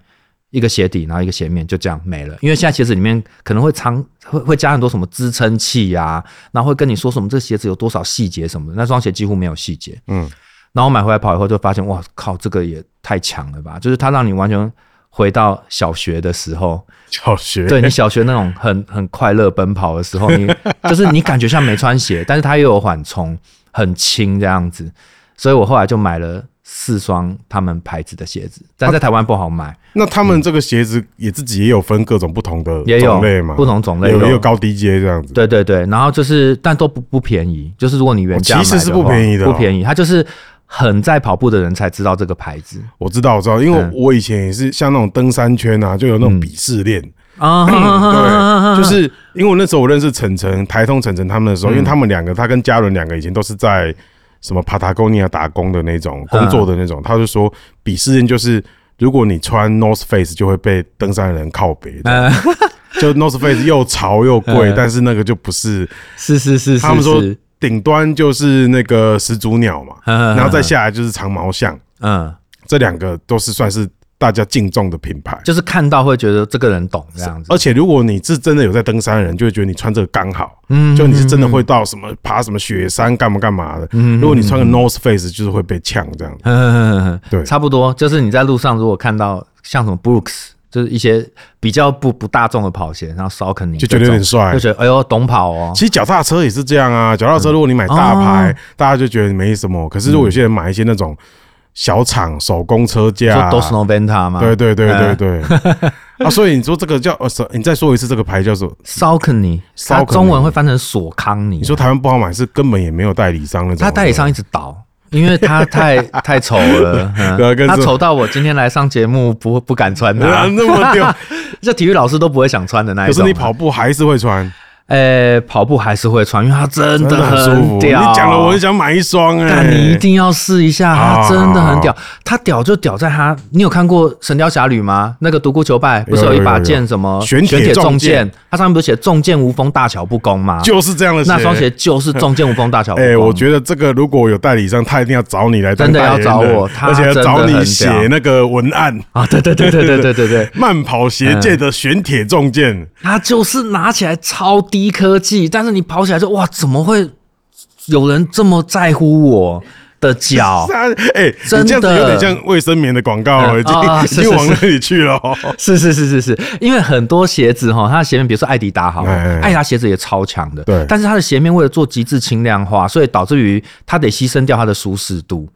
[SPEAKER 3] 一个鞋底，然后一个鞋面，就这样没了。因为现在鞋子里面可能会藏会会加很多什么支撑器呀、然后会跟你说什么这鞋子有多少细节什么的。那双鞋几乎没有细节，然后买回来跑以后就发现，哇靠，这个也太强了吧！就是它让你完全回到小学的时候，
[SPEAKER 2] 小学
[SPEAKER 3] 对你小学那种很很快乐奔跑的时候，你 (laughs) 就是你感觉像没穿鞋，但是它又有缓冲，很轻这样子。所以我后来就买了四双他们牌子的鞋子，但在台湾不好买，
[SPEAKER 2] 那他们这个鞋子也自己也有分各种不同的
[SPEAKER 3] 也有
[SPEAKER 2] 种类嘛，
[SPEAKER 3] 不同种类
[SPEAKER 2] 有
[SPEAKER 3] 有
[SPEAKER 2] 也有高低阶这样子。
[SPEAKER 3] 对对对，然后就是，但都不不便宜，就是如果你原价、
[SPEAKER 2] 哦其实是不便宜的哦
[SPEAKER 3] 不便宜，它就是很在跑步的人才知道这个牌子
[SPEAKER 2] 我知道，我知道，因为
[SPEAKER 3] 嗯
[SPEAKER 2] 我以前也是像那种登山圈啊，就有那种鄙视
[SPEAKER 3] (laughs)
[SPEAKER 2] 链，
[SPEAKER 3] 啊，
[SPEAKER 2] 对，
[SPEAKER 3] (laughs)
[SPEAKER 2] 就是因为我那时候我认识晨晨、台通晨晨他们的时
[SPEAKER 3] 嗯
[SPEAKER 2] 候，因为他们两个，他跟嘉伦两个以前都是在什么帕塔哥尼亚打工的那种工作的那种，他就说鄙视链就是如果你穿 North Face 就会被登山的人靠北，
[SPEAKER 3] (laughs) 嗯
[SPEAKER 2] 就 North Face 又潮又贵，
[SPEAKER 3] 嗯
[SPEAKER 2] 但是那个就不是，
[SPEAKER 3] 是是是，
[SPEAKER 2] 他们说
[SPEAKER 3] 是是
[SPEAKER 2] 顶端就是那个始祖鸟嘛，
[SPEAKER 3] 嗯
[SPEAKER 2] 然后再下来就是长毛象，
[SPEAKER 3] 嗯，
[SPEAKER 2] 这两个都是算是大家敬重的品牌。
[SPEAKER 3] 就是看到会觉得这个人懂这样子，
[SPEAKER 2] 而且如果你是真的有在登山的人，就会觉得你穿这个刚好，
[SPEAKER 3] 嗯
[SPEAKER 2] 就你是真的会到什么爬什么雪山干嘛干嘛的。如果你穿个 North Face，就是会被呛这样。
[SPEAKER 3] 嗯，
[SPEAKER 2] 对
[SPEAKER 3] (laughs) 差不多，就是你在路上如果看到像什么 Brooks，就是一些比较不不大众的跑鞋，然后 s a l c o n y
[SPEAKER 2] 就觉得有点帅
[SPEAKER 3] 就觉得哎呦懂跑哦嗯
[SPEAKER 2] 其，实脚踏车也是这样啊，脚踏车如果你买大牌，大家就觉得没什么。可是如果有些人买一些那种小厂手工车
[SPEAKER 3] 就
[SPEAKER 2] 架啊，
[SPEAKER 3] 都 Snowventa 嘛，呃
[SPEAKER 2] 对对对对对。
[SPEAKER 3] 嗯
[SPEAKER 2] (laughs) 啊，所以你说这个叫呃，什你再说一次这个牌叫什么？
[SPEAKER 3] s a l c o n y 它
[SPEAKER 2] Saucony
[SPEAKER 3] 中文会翻成索康尼，
[SPEAKER 2] 你说台湾不好买，是根本也没有代理商那种。
[SPEAKER 3] 他代
[SPEAKER 2] (laughs)
[SPEAKER 3] 理商一直倒。因为他太太丑了，
[SPEAKER 2] 对啊
[SPEAKER 3] 嗯
[SPEAKER 2] 跟
[SPEAKER 3] 他
[SPEAKER 2] 说
[SPEAKER 3] 丑到我今天来上节目不不敢穿
[SPEAKER 2] (laughs) 啊
[SPEAKER 3] (laughs) 它，
[SPEAKER 2] 那么丢，
[SPEAKER 3] 这体育老师都不会想穿的那一
[SPEAKER 2] 可是
[SPEAKER 3] 种。
[SPEAKER 2] 你跑步还是会穿，
[SPEAKER 3] 呃、跑步还是会穿，因为它真
[SPEAKER 2] 真的很舒服。
[SPEAKER 3] 很
[SPEAKER 2] 你
[SPEAKER 3] 屌。
[SPEAKER 2] 讲哎了，我就想买一双哎、
[SPEAKER 3] 但你一定要试一下，
[SPEAKER 2] 好
[SPEAKER 3] 它真的很屌
[SPEAKER 2] 好。
[SPEAKER 3] 它屌就屌在它，你有看过《神雕侠侣》吗？那个独孤求败不是
[SPEAKER 2] 有
[SPEAKER 3] 有一
[SPEAKER 2] 有
[SPEAKER 3] 把
[SPEAKER 2] 有
[SPEAKER 3] 剑什么
[SPEAKER 2] 玄铁
[SPEAKER 3] 铁
[SPEAKER 2] 重
[SPEAKER 3] 重
[SPEAKER 2] 剑
[SPEAKER 3] 剑？它上面不是写“重剑无锋，大巧不工”吗？
[SPEAKER 2] 就是这样的鞋。
[SPEAKER 3] 那双鞋，就是“重剑无锋，大巧不
[SPEAKER 2] 哎、
[SPEAKER 3] 工”。
[SPEAKER 2] 我觉得这个如果有代理商，他一定要找你来当
[SPEAKER 3] 真的要
[SPEAKER 2] 代言人
[SPEAKER 3] 找我他
[SPEAKER 2] 而且要
[SPEAKER 3] 真的
[SPEAKER 2] 找你
[SPEAKER 3] 很
[SPEAKER 2] 写
[SPEAKER 3] 屌
[SPEAKER 2] 那个文案。
[SPEAKER 3] 啊，对 (laughs) 对对对对对对对，
[SPEAKER 2] (laughs)
[SPEAKER 3] 嗯
[SPEAKER 2] 慢跑鞋界的玄铁重剑，
[SPEAKER 3] 它就是拿起来超低科技，但是你跑起来就哇，怎么会有人这么在乎我的脚？
[SPEAKER 2] 啊哎、你
[SPEAKER 3] 真
[SPEAKER 2] 这样子有点
[SPEAKER 3] 的
[SPEAKER 2] 像卫生棉的广告了，
[SPEAKER 3] 嗯
[SPEAKER 2] 已经、
[SPEAKER 3] 啊
[SPEAKER 2] 已
[SPEAKER 3] 是是
[SPEAKER 2] 经往
[SPEAKER 3] 是
[SPEAKER 2] 那里去了哦。
[SPEAKER 3] (laughs) 是是是是是，因为很多鞋子哈，它的鞋面，比如说艾迪达好了，
[SPEAKER 2] 哎哎哎
[SPEAKER 3] 艾迪达鞋子也超强的，
[SPEAKER 2] 对
[SPEAKER 3] 但是它的鞋面为了做极致轻量化，所以导致于它得牺牲掉它的舒适度。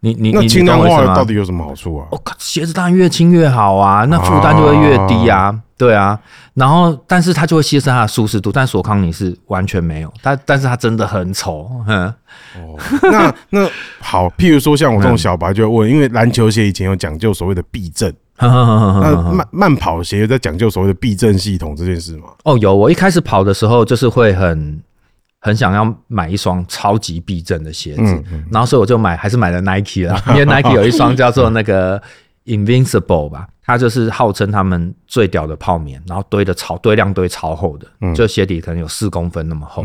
[SPEAKER 3] 你你
[SPEAKER 2] 那
[SPEAKER 3] 你
[SPEAKER 2] 轻
[SPEAKER 3] 你
[SPEAKER 2] 量
[SPEAKER 3] 懂我意
[SPEAKER 2] 化
[SPEAKER 3] 思吗？
[SPEAKER 2] 到底有什么好处啊？
[SPEAKER 3] 我靠，鞋子当然越轻越好啊，那负担就会越低啊，对啊。然后，但是它就会牺牲它的舒适度，但索康尼是完全没有，但但是它真的很丑，嗯， (laughs)
[SPEAKER 2] 那那好，譬如说像我这种小白
[SPEAKER 3] 嗯
[SPEAKER 2] 就会问，因为篮球鞋以前有讲究所谓的避震，那
[SPEAKER 3] 嗯
[SPEAKER 2] 慢慢跑鞋有在讲究所谓的避震系统这件事嘛？
[SPEAKER 3] 哦，有，我一开始跑的时候就是会很很想要买一双超级避震的鞋子，然后所以我就买，还是买了 Nike 啦，因为 Nike 有一双叫做那个 Invincible 吧，它就是号称他们最屌的泡棉，然后堆的超堆量堆超厚的，就鞋底可能有四公分那么厚。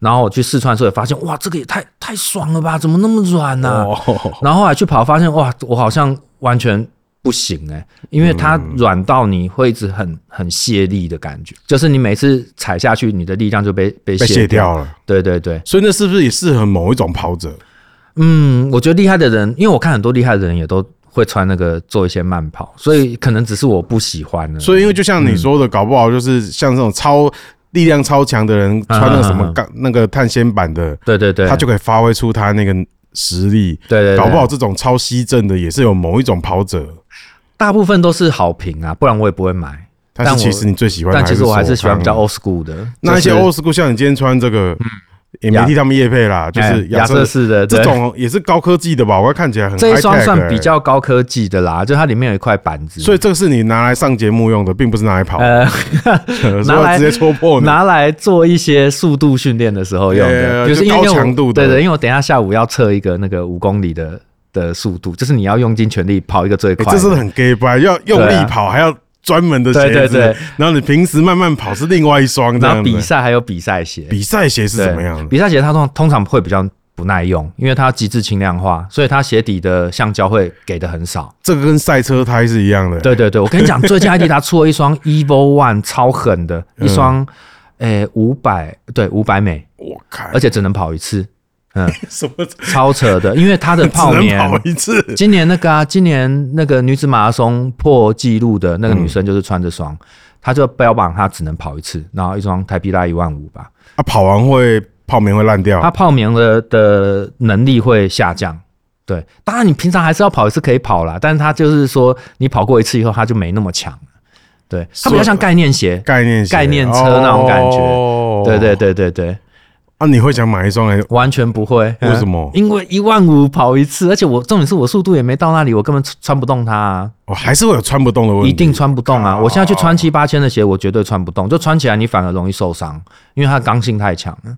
[SPEAKER 3] 然后我去试穿的时候也发现，哇，这个也太太爽了吧，怎么那么软呢、然后后来去跑，发现哇，我好像完全不行哎、因为它软到你会一直很很泄力的感觉，就是你每次踩下去，你的力量就被被
[SPEAKER 2] 被
[SPEAKER 3] 卸
[SPEAKER 2] 卸掉了，
[SPEAKER 3] 对对对，
[SPEAKER 2] 所以那是不是也适合某一种跑者？
[SPEAKER 3] 嗯，我觉得厉害的人，因为我看很多厉害的人也都会穿那个做一些慢跑，所以可能只是我不喜欢了。
[SPEAKER 2] 所以因为就像你说的，搞不好就是像这种超力量超强的人，穿那个什么
[SPEAKER 3] 嗯
[SPEAKER 2] 钢那个碳纤板的，
[SPEAKER 3] 对对对，
[SPEAKER 2] 他就可以发挥出他那个实力。
[SPEAKER 3] 对对对
[SPEAKER 2] 搞不好这种超吸震的也是有某一种跑者，
[SPEAKER 3] 大部分都是好评啊，不然我也不会买。
[SPEAKER 2] 但是
[SPEAKER 3] 但
[SPEAKER 2] 其
[SPEAKER 3] 我
[SPEAKER 2] 实你最喜欢的
[SPEAKER 3] 但
[SPEAKER 2] 还是
[SPEAKER 3] 其实
[SPEAKER 2] 手
[SPEAKER 3] 我
[SPEAKER 2] 康，
[SPEAKER 3] 还是喜欢比较 old school 的，
[SPEAKER 2] 哦那一些
[SPEAKER 3] 就是嗯
[SPEAKER 2] old school，像你今天穿这个，也没
[SPEAKER 3] 亚
[SPEAKER 2] 替他们夜配啦，就是
[SPEAKER 3] 哎亚瑟士的
[SPEAKER 2] 这。
[SPEAKER 3] 对
[SPEAKER 2] 种也是高科技的吧？我看起来很
[SPEAKER 3] 这一双
[SPEAKER 2] high-tech
[SPEAKER 3] 算
[SPEAKER 2] 欸
[SPEAKER 3] 比，较高科技的啦，就它里面有一块板子，
[SPEAKER 2] 所以这个是你拿来上节目用的，并不是拿来跑， (laughs)
[SPEAKER 3] 呃，
[SPEAKER 2] 是
[SPEAKER 3] 拿
[SPEAKER 2] 要
[SPEAKER 3] 来
[SPEAKER 2] 直接戳破你。
[SPEAKER 3] 拿来做一些速度训练的时候用
[SPEAKER 2] Yeah，
[SPEAKER 3] 的，就是因为
[SPEAKER 2] 就高
[SPEAKER 3] 我
[SPEAKER 2] 强度的
[SPEAKER 3] 对对，因为我等一下下午要测一个那个五公里的的速度，就是你要用尽全力跑一个最
[SPEAKER 2] 欸
[SPEAKER 3] 快
[SPEAKER 2] 这
[SPEAKER 3] 的。
[SPEAKER 2] 真的很 gay 吧？要用力
[SPEAKER 3] 对啊
[SPEAKER 2] 跑，还要专门的鞋
[SPEAKER 3] 对对
[SPEAKER 2] 子
[SPEAKER 3] 对，
[SPEAKER 2] 然后你平时慢慢跑是另外一双这
[SPEAKER 3] 然后
[SPEAKER 2] 样子。
[SPEAKER 3] 比赛还有比赛鞋，
[SPEAKER 2] 比赛鞋是
[SPEAKER 3] 对
[SPEAKER 2] 怎么样的？
[SPEAKER 3] 比赛鞋它通通常会比较不耐用，因为它极致轻量化，所以它鞋底的橡胶会给的很少。
[SPEAKER 2] 这个跟赛车胎是一样的。
[SPEAKER 3] 对对对，我跟你讲，最近艾迪达出了一双 Evo One 超狠的，
[SPEAKER 2] 嗯
[SPEAKER 3] 一双诶五百对五百美，
[SPEAKER 2] 我看
[SPEAKER 3] 而且只能跑一次，
[SPEAKER 2] 什么只
[SPEAKER 3] 超扯的，因为它的 (laughs) 泡
[SPEAKER 2] 能
[SPEAKER 3] 棉。
[SPEAKER 2] 跑一次，
[SPEAKER 3] 今年那个啊，今年那个女子马拉松破纪录的那个女
[SPEAKER 2] 嗯
[SPEAKER 3] 生就是穿这双，她就标榜她只能跑一次，然后一双台币大概一万五吧。
[SPEAKER 2] 啊，跑完会泡棉会烂掉
[SPEAKER 3] 它。泡棉的的能力会下降。对，当然你平常还是要跑一次可以跑啦，但是它就是说你跑过一次以后，它就没那么强了。对，它比较像概念鞋。
[SPEAKER 2] 概念鞋
[SPEAKER 3] 概念车那种感觉
[SPEAKER 2] 哦
[SPEAKER 3] 对对对对对，
[SPEAKER 2] 啊，你会想买一双来？
[SPEAKER 3] 完全不会。
[SPEAKER 2] 为什么
[SPEAKER 3] 嗯因为一万五跑一次，而且我重点是我速度也没到那里，我根本穿不动它啊，
[SPEAKER 2] 我哦还是会有穿不动的问题。
[SPEAKER 3] 一定穿不动啊！
[SPEAKER 2] 哦
[SPEAKER 3] 我现在去穿七八千的鞋，我绝对穿不动，就穿起来你反而容易受伤，因为它刚性太强了。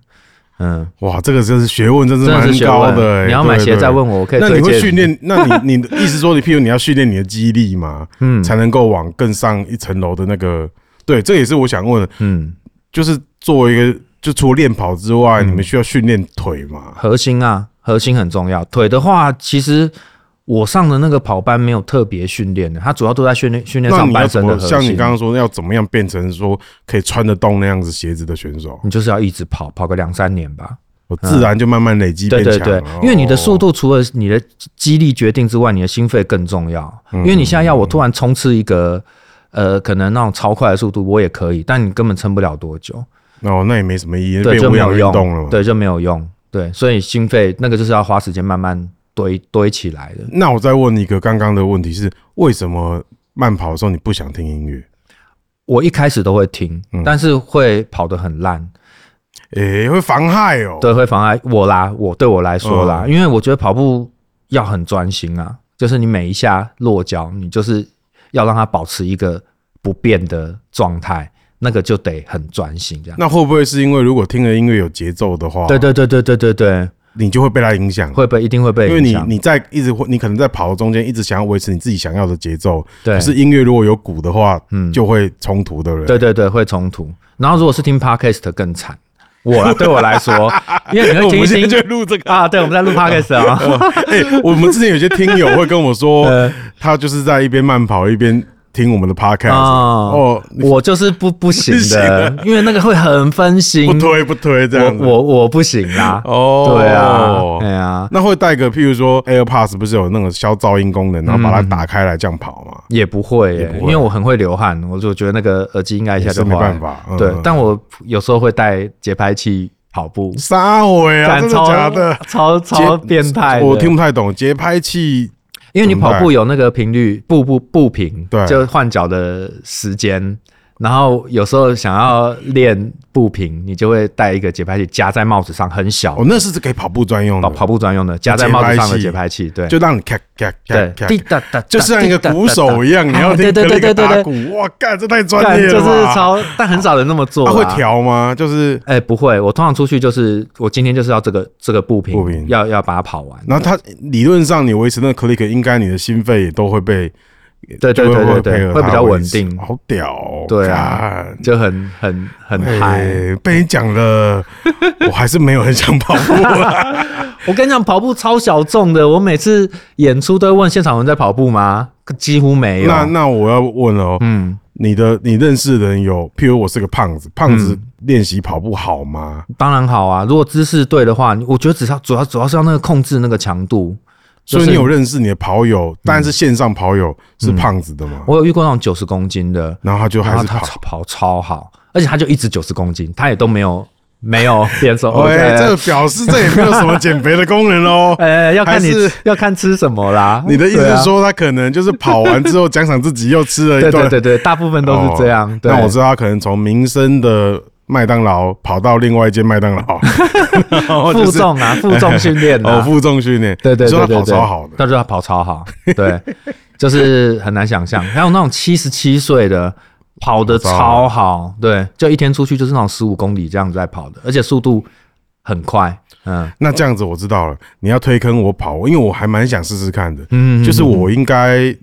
[SPEAKER 3] 嗯，
[SPEAKER 2] 哇，这个真是学问，真是
[SPEAKER 3] 真的
[SPEAKER 2] 蛮
[SPEAKER 3] 是学
[SPEAKER 2] 高
[SPEAKER 3] 问。
[SPEAKER 2] 的欸。
[SPEAKER 3] 你要买
[SPEAKER 2] 对
[SPEAKER 3] 鞋
[SPEAKER 2] 对
[SPEAKER 3] 再问我，我可以
[SPEAKER 2] 那你
[SPEAKER 3] 推
[SPEAKER 2] 会
[SPEAKER 3] 荐
[SPEAKER 2] 训
[SPEAKER 3] (laughs)
[SPEAKER 2] 练？那你你的意思说，你譬如你要训练你的肌力嘛，
[SPEAKER 3] 嗯
[SPEAKER 2] 才能够往更上一层楼的那个。对，这也是我想问的，
[SPEAKER 3] 嗯。
[SPEAKER 2] 就是作为一个，就除了练跑之外，你们需要训练腿嘛？
[SPEAKER 3] 核心啊，核心很重要。腿的话，其实我上的那个跑班没有特别训练的，它主要都在训练训练
[SPEAKER 2] 那
[SPEAKER 3] 上
[SPEAKER 2] 你要
[SPEAKER 3] 半
[SPEAKER 2] 怎
[SPEAKER 3] 身的
[SPEAKER 2] 么
[SPEAKER 3] 核心。
[SPEAKER 2] 像你刚刚说，要怎么样变成说可以穿得动那样子鞋子的选手？
[SPEAKER 3] 你就是要一直跑，跑个两三年吧。
[SPEAKER 2] 我自然就慢慢累积
[SPEAKER 3] 对
[SPEAKER 2] 变
[SPEAKER 3] 对
[SPEAKER 2] 强
[SPEAKER 3] 对
[SPEAKER 2] 了。，
[SPEAKER 3] 因为你的速
[SPEAKER 2] 哦，
[SPEAKER 3] 度除了你的肌力决定之外，你的心肺更重要。
[SPEAKER 2] 嗯
[SPEAKER 3] 因为你现在要我突然冲刺一个，呃，可能那种超快的速度，我也可以，但你根本撑不了多久，
[SPEAKER 2] 哦，那也没什么意义，
[SPEAKER 3] 对，
[SPEAKER 2] 变
[SPEAKER 3] 就
[SPEAKER 2] 无
[SPEAKER 3] 没
[SPEAKER 2] 氧
[SPEAKER 3] 有
[SPEAKER 2] 运动了
[SPEAKER 3] 用，
[SPEAKER 2] 嘛。
[SPEAKER 3] 对，就没有用，对，所以心肺那个就是要花时间慢慢堆堆起来的。
[SPEAKER 2] 那我再问一个刚刚的问题是，为什么慢跑的时候你不想听音乐？
[SPEAKER 3] 我一开始都会听
[SPEAKER 2] 嗯，
[SPEAKER 3] 但是会跑得很烂，
[SPEAKER 2] 诶、会妨害哦、
[SPEAKER 3] 对，会妨碍我啦。我对我来说啦，
[SPEAKER 2] 嗯
[SPEAKER 3] 因为我觉得跑步要很专心啊，就是你每一下落脚，你就是要让它保持一个不变的状态，那个就得很专心这样。
[SPEAKER 2] 那会不会是因为如果听了音乐有节奏的话，
[SPEAKER 3] 对，对对对对对对，
[SPEAKER 2] 你就会被它影响？
[SPEAKER 3] 会被一定会被
[SPEAKER 2] 因为
[SPEAKER 3] 影
[SPEAKER 2] 你
[SPEAKER 3] 响。
[SPEAKER 2] 你在一直会，你可能在跑的中间一直想要维持你自己想要的节奏，
[SPEAKER 3] 对
[SPEAKER 2] 可是音乐如果有鼓的话，
[SPEAKER 3] 嗯
[SPEAKER 2] 就会冲突的人。
[SPEAKER 3] 对对对，会冲突。然后如果是听 podcast 更惨，我啦对我来
[SPEAKER 2] (laughs)
[SPEAKER 3] 说，因为你会
[SPEAKER 2] 我
[SPEAKER 3] 听
[SPEAKER 2] 们
[SPEAKER 3] 一
[SPEAKER 2] 现在
[SPEAKER 3] 听
[SPEAKER 2] 就哦录这个。
[SPEAKER 3] 啊，对，我们在录
[SPEAKER 2] (laughs)
[SPEAKER 3] podcast 啊、
[SPEAKER 2] 哎，我们之前有些听友会跟我
[SPEAKER 3] (laughs)
[SPEAKER 2] 说，他就是在一边慢跑一边听我们的 podcast。
[SPEAKER 3] 哦
[SPEAKER 2] 哦，
[SPEAKER 3] 我就是不不行
[SPEAKER 2] 不行啊
[SPEAKER 3] 的，因为那个会很分心。
[SPEAKER 2] 不推不推这样子。
[SPEAKER 3] 我我我不行啦。
[SPEAKER 2] 哦
[SPEAKER 3] 对啊，对 (laughs) 啊，
[SPEAKER 2] 那会带个，譬如说 AirPods 不是有那种消噪音功能，然后把它
[SPEAKER 3] 嗯
[SPEAKER 2] 打开来这样跑嘛？
[SPEAKER 3] 也不会耶、
[SPEAKER 2] 不会
[SPEAKER 3] 因为我很会流汗，我就觉得那个耳机应该一下
[SPEAKER 2] 也是
[SPEAKER 3] 就
[SPEAKER 2] 没
[SPEAKER 3] 坏
[SPEAKER 2] 办。法。嗯
[SPEAKER 3] 对，但我有时候会带节拍器跑
[SPEAKER 2] (laughs)
[SPEAKER 3] 步，
[SPEAKER 2] 撒回啊，
[SPEAKER 3] 干
[SPEAKER 2] 真的
[SPEAKER 3] 超
[SPEAKER 2] 假的？
[SPEAKER 3] 超超
[SPEAKER 2] 节
[SPEAKER 3] 变态的。
[SPEAKER 2] 我听不太懂节拍器。
[SPEAKER 3] 因为你跑步有那个频率步步步频，
[SPEAKER 2] 对
[SPEAKER 3] 就换脚的时间。然后有时候想要练步频，你就会带一个节拍器夹在帽子上，很小
[SPEAKER 2] 哦，，那是给跑步专用
[SPEAKER 3] 哦跑
[SPEAKER 2] 的，
[SPEAKER 3] 跑步专用的，夹在帽子上的节拍器，对，
[SPEAKER 2] 就让你咔咔咔
[SPEAKER 3] 对，
[SPEAKER 2] 咔，
[SPEAKER 3] 滴答答，
[SPEAKER 2] 就像一个鼓手一样，你要听
[SPEAKER 3] 对对对对对
[SPEAKER 2] 打
[SPEAKER 3] 哎对
[SPEAKER 2] 鼓。哇，干，这太专
[SPEAKER 3] 干
[SPEAKER 2] 业
[SPEAKER 3] 就
[SPEAKER 2] 了吧，
[SPEAKER 3] 是超，但很少人那么做。
[SPEAKER 2] 他会。调吗？就是，
[SPEAKER 3] 哎，不会，我通常出去就是我今天就是要这个这个步
[SPEAKER 2] 步频
[SPEAKER 3] 频，要要把它跑完。
[SPEAKER 2] 然后他理论上你维持那个 click，应该你的心肺也都会被，
[SPEAKER 3] 对对
[SPEAKER 2] 就
[SPEAKER 3] 对
[SPEAKER 2] 会
[SPEAKER 3] 对对，
[SPEAKER 2] 配合
[SPEAKER 3] 会
[SPEAKER 2] 它
[SPEAKER 3] 比较
[SPEAKER 2] 维
[SPEAKER 3] 稳
[SPEAKER 2] 持
[SPEAKER 3] 定，
[SPEAKER 2] 好屌哦，
[SPEAKER 3] 对啊
[SPEAKER 2] 干
[SPEAKER 3] 就很很很嗨。
[SPEAKER 2] 哎，被你讲
[SPEAKER 3] (laughs)
[SPEAKER 2] 了，我还是没有很想跑步了。
[SPEAKER 3] 我跟你讲，跑步超小众的，我每次演出都会问现场有人在跑步吗？几乎没有。
[SPEAKER 2] 那那我要问了哦，
[SPEAKER 3] 嗯，
[SPEAKER 2] 你的你认识的人有，譬如我是个胖子，胖子练习跑步好吗？
[SPEAKER 3] 当然好啊，如果姿势对的话，你我觉得只要主要主要是要那个控制那个强度。就
[SPEAKER 2] 所以
[SPEAKER 3] 是嗯
[SPEAKER 2] 你有认识你的跑友，但是线上跑友是胖子的吗？
[SPEAKER 3] 我有遇过那种九十公斤的，
[SPEAKER 2] 然后他就
[SPEAKER 3] 然
[SPEAKER 2] 还
[SPEAKER 3] 后
[SPEAKER 2] 是
[SPEAKER 3] 哦啊他
[SPEAKER 2] 跑。
[SPEAKER 3] 超跑超好，而且他就一直九十公斤，他也都没有
[SPEAKER 2] (laughs)
[SPEAKER 3] 没有变瘦。
[SPEAKER 2] 喂，
[SPEAKER 3] OK。
[SPEAKER 2] 哎这个表示这也没有什么减肥的功能哦
[SPEAKER 3] (laughs) 呃，要看你
[SPEAKER 2] 还是
[SPEAKER 3] 要看吃什么
[SPEAKER 2] (laughs)
[SPEAKER 3] 啦。
[SPEAKER 2] 你的意思
[SPEAKER 3] 对啊
[SPEAKER 2] 是说，他可能就是跑完之后 (laughs) 奖赏自己又吃了一
[SPEAKER 3] 对
[SPEAKER 2] 顿
[SPEAKER 3] 对对对，大部分 (laughs) 都是这样。
[SPEAKER 2] 哦
[SPEAKER 3] 对
[SPEAKER 2] 那我知道他可能从民生的麦当劳跑到另外一间麦当
[SPEAKER 3] (laughs)
[SPEAKER 2] 劳，然后就
[SPEAKER 3] 负
[SPEAKER 2] 是
[SPEAKER 3] 重啊，负重训练
[SPEAKER 2] (laughs) 哦
[SPEAKER 3] 啊，
[SPEAKER 2] 负重训练，
[SPEAKER 3] 对对
[SPEAKER 2] 你
[SPEAKER 3] 对
[SPEAKER 2] 说
[SPEAKER 3] 对
[SPEAKER 2] 他跑
[SPEAKER 3] 对，
[SPEAKER 2] 超好的，
[SPEAKER 3] 他说他跑超好，对，就是很难想象。还有那种七十七岁的跑得超好，对，就一天出去就是那种十五公里这样子在跑的，而且速度很快，嗯
[SPEAKER 2] 那这样子我知道了，你要推坑我跑，因为我还蛮想试试看的，
[SPEAKER 3] 嗯，
[SPEAKER 2] 就是我应该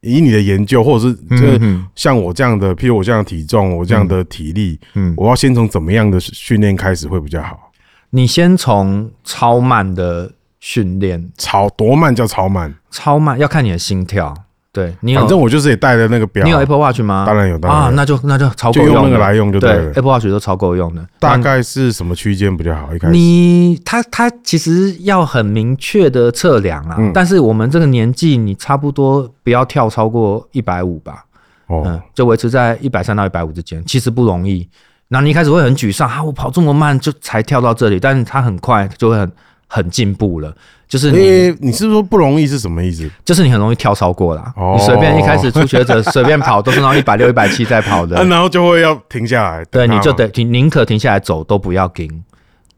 [SPEAKER 2] 以你的研究，或者是
[SPEAKER 3] 嗯
[SPEAKER 2] 就是
[SPEAKER 3] 嗯
[SPEAKER 2] 像我这样的，譬如我这样的体重，我这样的体力，
[SPEAKER 3] 嗯，
[SPEAKER 2] 我要先从怎么样的训练开始会比较好？
[SPEAKER 3] 你先从超慢的训练，
[SPEAKER 2] 超多慢叫超慢，
[SPEAKER 3] 超慢要看你的心跳，对你有
[SPEAKER 2] 反正我就是也带了那个表
[SPEAKER 3] 你，有 Apple Watch 吗？
[SPEAKER 2] 当然有当然有
[SPEAKER 3] 啊，那就那就超够
[SPEAKER 2] 就用
[SPEAKER 3] 的
[SPEAKER 2] 那个来用就
[SPEAKER 3] 对
[SPEAKER 2] 对了
[SPEAKER 3] a p p l e Watch 都超够用的，
[SPEAKER 2] 大
[SPEAKER 3] 那
[SPEAKER 2] 概是什么区间比较好？一开始
[SPEAKER 3] 你他他其实要很明确的测量啊，
[SPEAKER 2] 嗯
[SPEAKER 3] 但是我们这个年纪，你差不多不要跳超过一百五吧，嗯
[SPEAKER 2] 哦，，
[SPEAKER 3] 就维持在一百三到一百五之间，其实不容易。那你一开始会很沮丧啊，我跑这么慢就才跳到这里，但是他很快就会很很进步了，就是你、
[SPEAKER 2] 诶，你是说不容易是什么意思？
[SPEAKER 3] 就是你很容易跳超过啦，
[SPEAKER 2] 哦
[SPEAKER 3] 你随便一开始初学者随便跑都是
[SPEAKER 2] (laughs)
[SPEAKER 3] 那一百六一百七在跑的
[SPEAKER 2] 啊，，然后就会要停下来，
[SPEAKER 3] 对，
[SPEAKER 2] 等它
[SPEAKER 3] 你就
[SPEAKER 2] 嘛
[SPEAKER 3] 得停，宁可停下来走都不要停，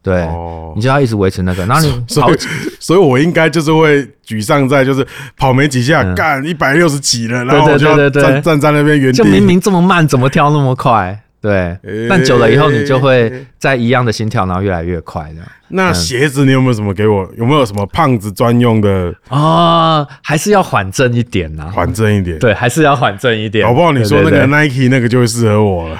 [SPEAKER 3] 对。
[SPEAKER 2] 哦
[SPEAKER 3] 你。就要一直维持那个，然后你
[SPEAKER 2] 所
[SPEAKER 3] 跑
[SPEAKER 2] 以，所以我应该就是会沮丧在，就是跑没几下，干一百六十几了，然后我就要
[SPEAKER 3] 嗯对对对对
[SPEAKER 2] 站站在那边原地，
[SPEAKER 3] 就明明这么慢，怎么跳那么快？对，
[SPEAKER 2] 诶
[SPEAKER 3] 但久了以后，你就会在一样的心跳，然后越来越快这样。
[SPEAKER 2] 那鞋子你有没有什么给我？有没有什么胖子专用的
[SPEAKER 3] 哦，还是要缓正一点呐、
[SPEAKER 2] 缓震一点？，
[SPEAKER 3] 对，还是要缓正一点。
[SPEAKER 2] 搞哦不好你说那个
[SPEAKER 3] 对
[SPEAKER 2] Nike 那个就会适合我了，